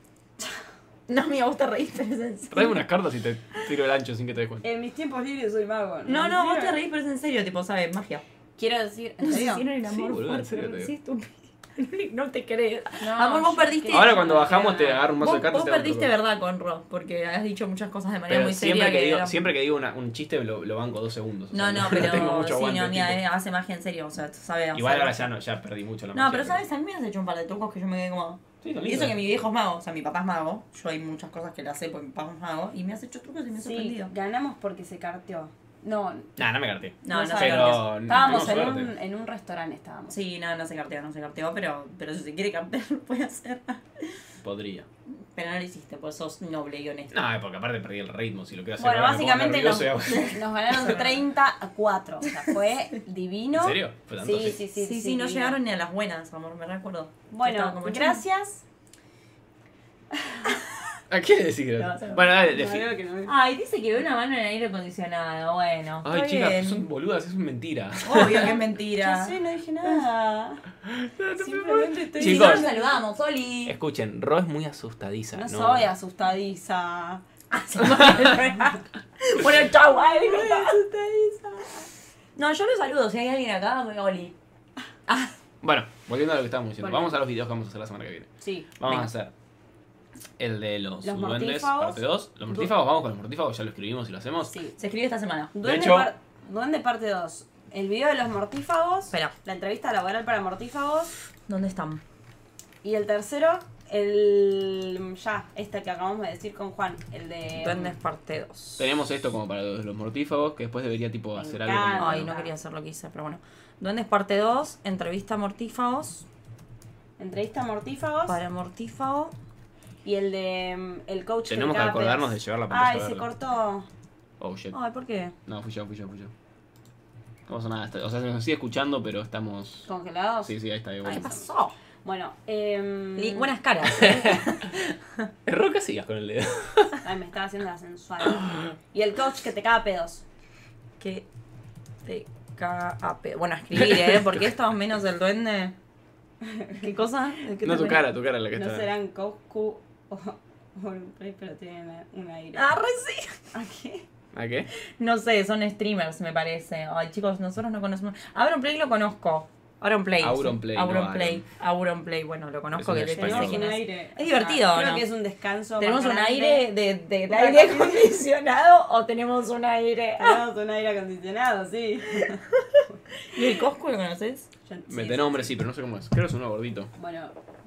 Speaker 2: No, mía, vos te reíste. es en serio.
Speaker 3: Traeme unas cartas y te tiro el ancho sin que te des cuenta.
Speaker 1: En mis tiempos libres soy mago.
Speaker 2: No, no, vos te
Speaker 1: reís
Speaker 2: reís, pero es en serio, tipo, ¿sabes? Magia.
Speaker 1: Quiero decir, ¿en
Speaker 2: No
Speaker 1: serio?
Speaker 2: hicieron el
Speaker 3: Sí,
Speaker 2: amor
Speaker 3: boludo, en
Speaker 2: fuerte,
Speaker 3: serio te
Speaker 2: no
Speaker 3: digo.
Speaker 2: sí, estúpido. *laughs* No te crees.
Speaker 1: No,
Speaker 2: Amor, vos
Speaker 1: yo
Speaker 2: perdiste.
Speaker 1: quiero-
Speaker 3: Ahora cuando bajamos te agarro un mazo
Speaker 2: Vos,
Speaker 3: de cartas
Speaker 2: vos
Speaker 3: y te hago el
Speaker 2: perdiste
Speaker 3: truco.
Speaker 2: verdad con Ross, porque has dicho muchas cosas de manera
Speaker 3: Pero
Speaker 2: muy seria.
Speaker 3: siempre, que digo,
Speaker 2: eran-
Speaker 3: siempre que digo una- un chiste lo, lo banco dos segundos. o
Speaker 2: No, *laughs*
Speaker 3: sea, *laughs*
Speaker 2: no, pero
Speaker 3: tengo mucho
Speaker 2: sí,
Speaker 3: aguante,
Speaker 2: no, mira,
Speaker 3: tipo.
Speaker 2: eh, hace magia en serio, o sea, sabe hacer-
Speaker 3: Igual ahora ya, no, ya perdí mucho la
Speaker 2: No,
Speaker 3: magia,
Speaker 2: pero sabes, a mí me has hecho un par de trucos que yo me quedé como.
Speaker 3: Sí, son
Speaker 2: Y eso
Speaker 3: lindos.
Speaker 2: que mi viejo es mago, o sea, mi papá es mago. Yo hay muchas cosas que le sé porque mi papá es mago. Y me has hecho trucos y me has
Speaker 1: Sí,
Speaker 2: sorprendido.
Speaker 1: ganamos porque se carteó. No,
Speaker 3: Nah, no me carté.
Speaker 2: No, no, se
Speaker 1: sabía.
Speaker 2: carteó.
Speaker 3: Pero
Speaker 1: estábamos en
Speaker 3: tuvimos
Speaker 1: un,
Speaker 3: suerte.
Speaker 1: en un restaurante estábamos.
Speaker 2: Sí, no, no se carteó, no se carteó, pero, pero si se quiere cartear, *laughs* lo puede hacer.
Speaker 3: Podría.
Speaker 2: Pero no lo hiciste, pues sos noble y honesto.
Speaker 3: No, eh, porque aparte perdí el ritmo. Si lo quiero hacer
Speaker 1: Bueno,
Speaker 3: ahora me pongo
Speaker 1: básicamente nos,
Speaker 3: nervioso y hago-
Speaker 1: *laughs* nos ganaron 30 a 4. O sea, fue divino.
Speaker 3: *laughs* ¿En serio? ¿Fue tanto
Speaker 1: Sí,
Speaker 3: así?
Speaker 1: sí, sí.
Speaker 2: Sí, sí, no
Speaker 1: divino.
Speaker 2: llegaron ni a las buenas, amor, me recuerdo. Estaban
Speaker 1: Bueno,
Speaker 2: como, "Che,
Speaker 1: gracias.
Speaker 3: ¿A qué le decís?
Speaker 2: No, se-
Speaker 3: bueno, dale, defi-
Speaker 1: Ah,
Speaker 2: Ay, dice que ve una mano en el aire acondicionado. Bueno.
Speaker 3: Ay,
Speaker 2: está bien.
Speaker 3: chicas, pues son boludas, es una mentira.
Speaker 2: Obvio *laughs* que es
Speaker 1: Ya
Speaker 2: mentira.
Speaker 1: sé, no dije
Speaker 3: *laughs*
Speaker 1: nada. Simplemente estoy
Speaker 3: Chicos. Eh.
Speaker 1: nos saludamos, Oli.
Speaker 3: Escuchen, Ro es muy asustadiza.
Speaker 1: No, soy asustadiza.
Speaker 2: *laughs* Ah, bueno, chau. ay,
Speaker 1: Soy asustadiza.
Speaker 2: No, yo lo saludo. Si hay alguien acá, me Oli.
Speaker 3: Bueno, volviendo a lo que estábamos diciendo,
Speaker 1: Bueno.
Speaker 3: vamos a los videos que vamos a hacer la semana que viene.
Speaker 1: Sí.
Speaker 3: Vamos
Speaker 1: venga.
Speaker 3: a hacer el de los,
Speaker 1: Los
Speaker 3: duendes,
Speaker 1: mortífagos.
Speaker 3: parte 2. Los mortífagos, vamos con los mortífagos, ya lo escribimos y lo hacemos.
Speaker 1: Sí.
Speaker 2: Se escribe esta semana.
Speaker 1: Duende,
Speaker 3: hecho-
Speaker 1: par- Duende parte 2. El video de los mortífagos.
Speaker 2: Espera.
Speaker 1: La entrevista laboral para mortífagos.
Speaker 2: ¿Dónde están?
Speaker 1: Y el tercero, el. Ya, este que acabamos de decir con Juan. El de.
Speaker 2: Duendes parte 2.
Speaker 3: Tenemos esto como para los, los mortífagos, que después debería tipo
Speaker 1: Me
Speaker 3: hacer
Speaker 1: encanta.
Speaker 3: algo. como-
Speaker 2: Ay, no quería hacer lo que hice, pero bueno. Duendes parte 2, entrevista a mortífagos,
Speaker 1: mm, Entrevista a mortífagos.
Speaker 2: para mortífago.
Speaker 1: Y el de. mm, El coach. que
Speaker 3: Tenemos que
Speaker 1: caga
Speaker 3: acordarnos de
Speaker 1: pedos.
Speaker 3: llevar la pantalla
Speaker 1: Ay, se
Speaker 3: verde.
Speaker 1: cortó.
Speaker 3: Oh, shit.
Speaker 2: Ay, ¿por qué?
Speaker 3: No, fui yo, fui yo, fui yo. No pasa nada, está- o sea, se nos sigue escuchando, pero estamos...
Speaker 1: ¿Congelados?
Speaker 3: Sí, sí, ahí está. de
Speaker 2: ¿Qué
Speaker 3: vuelta.
Speaker 2: pasó?
Speaker 1: Bueno, em,
Speaker 2: Li- Buenas caras. ¿eh? *laughs*
Speaker 3: Ro, ¿qué sigas con el dedo?
Speaker 1: *laughs* Ay, me estaba haciendo la sensual. Y el coach que te caga pedos.
Speaker 2: que te caga a pe- Bueno, a escribir, ¿eh? Porque esto menos el duende. ¿Qué cosa? ¿De qué
Speaker 3: No,
Speaker 2: te
Speaker 3: tu
Speaker 2: reís?
Speaker 3: cara, tu cara es la que
Speaker 1: No
Speaker 3: está...
Speaker 1: serán Coscu o. o el Rey, pero tienen un aire.
Speaker 2: Ah, re sí.
Speaker 1: ¿A qué?
Speaker 3: ¿A qué?
Speaker 2: No sé, son streamers, me parece. Ay, chicos, nosotros no conocemos. Auronplay lo conozco. Auronplay.
Speaker 3: Auronplay, no
Speaker 2: Auronplay. Auronplay, bueno, lo conozco,
Speaker 3: Es
Speaker 2: que
Speaker 3: un
Speaker 2: le
Speaker 3: español.
Speaker 1: Tenemos
Speaker 2: sé quién
Speaker 1: un
Speaker 2: es.
Speaker 1: aire. Ah,
Speaker 2: Es divertido,
Speaker 1: creo
Speaker 2: ¿no?
Speaker 1: que es un descanso.
Speaker 2: ¿Tenemos
Speaker 1: más
Speaker 2: un
Speaker 1: grande.
Speaker 2: aire de, de- de
Speaker 1: Más
Speaker 2: aire
Speaker 1: grande.
Speaker 2: acondicionado o tenemos un aire.
Speaker 1: Tenemos un aire acondicionado, sí.
Speaker 2: ¿Y el Cosco lo conoces?
Speaker 1: Yo- sí,
Speaker 3: Me
Speaker 1: sí.
Speaker 3: nombre, hombre, sí, pero no sé cómo es. Creo que es uno gordito.
Speaker 1: Bueno,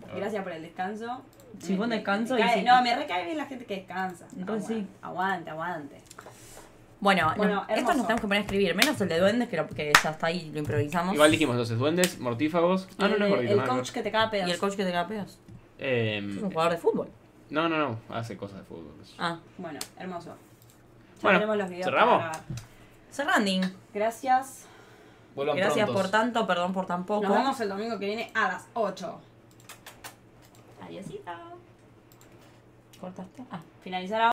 Speaker 3: Ah.
Speaker 1: gracias por el descanso.
Speaker 2: Sí,
Speaker 1: Me-
Speaker 2: fue un
Speaker 1: me-
Speaker 2: descanso
Speaker 1: me
Speaker 2: y
Speaker 1: cae-
Speaker 2: sí.
Speaker 1: No, me recae bien la gente que descansa.
Speaker 2: Entonces
Speaker 1: Agua-
Speaker 2: sí.
Speaker 1: Aguante, aguante.
Speaker 2: Bueno,
Speaker 1: Bueno,
Speaker 2: no,
Speaker 1: hermoso.
Speaker 2: estos nos tenemos que poner a escribir, menos el de duendes, que, lo- que ya está ahí, lo improvisamos.
Speaker 3: Igual dijimos entonces, duendes, mortífagos. Ah, no, no es
Speaker 1: el,
Speaker 3: gordito.
Speaker 1: Eh, el
Speaker 3: no, no.
Speaker 1: coach que te caga a pedos.
Speaker 2: y el coach que te caga pedos. Es un
Speaker 3: Em,
Speaker 2: jugador de fútbol.
Speaker 3: no, no, no. Hace cosas de fútbol.
Speaker 2: Ah,
Speaker 1: Bueno, hermoso. Ya
Speaker 3: Bueno,
Speaker 1: veremos los videos
Speaker 3: ¿cerramos?
Speaker 1: para grabar.
Speaker 2: Serranding.
Speaker 1: Gracias. Ah,
Speaker 3: Vuelvan
Speaker 2: Gracias
Speaker 3: prontos.
Speaker 2: por tanto, perdón por tan poco.
Speaker 1: Nos vemos el domingo que viene a las 8.
Speaker 2: Adiósito. ¿Cortaste? Ah.
Speaker 1: Finalizar ahora.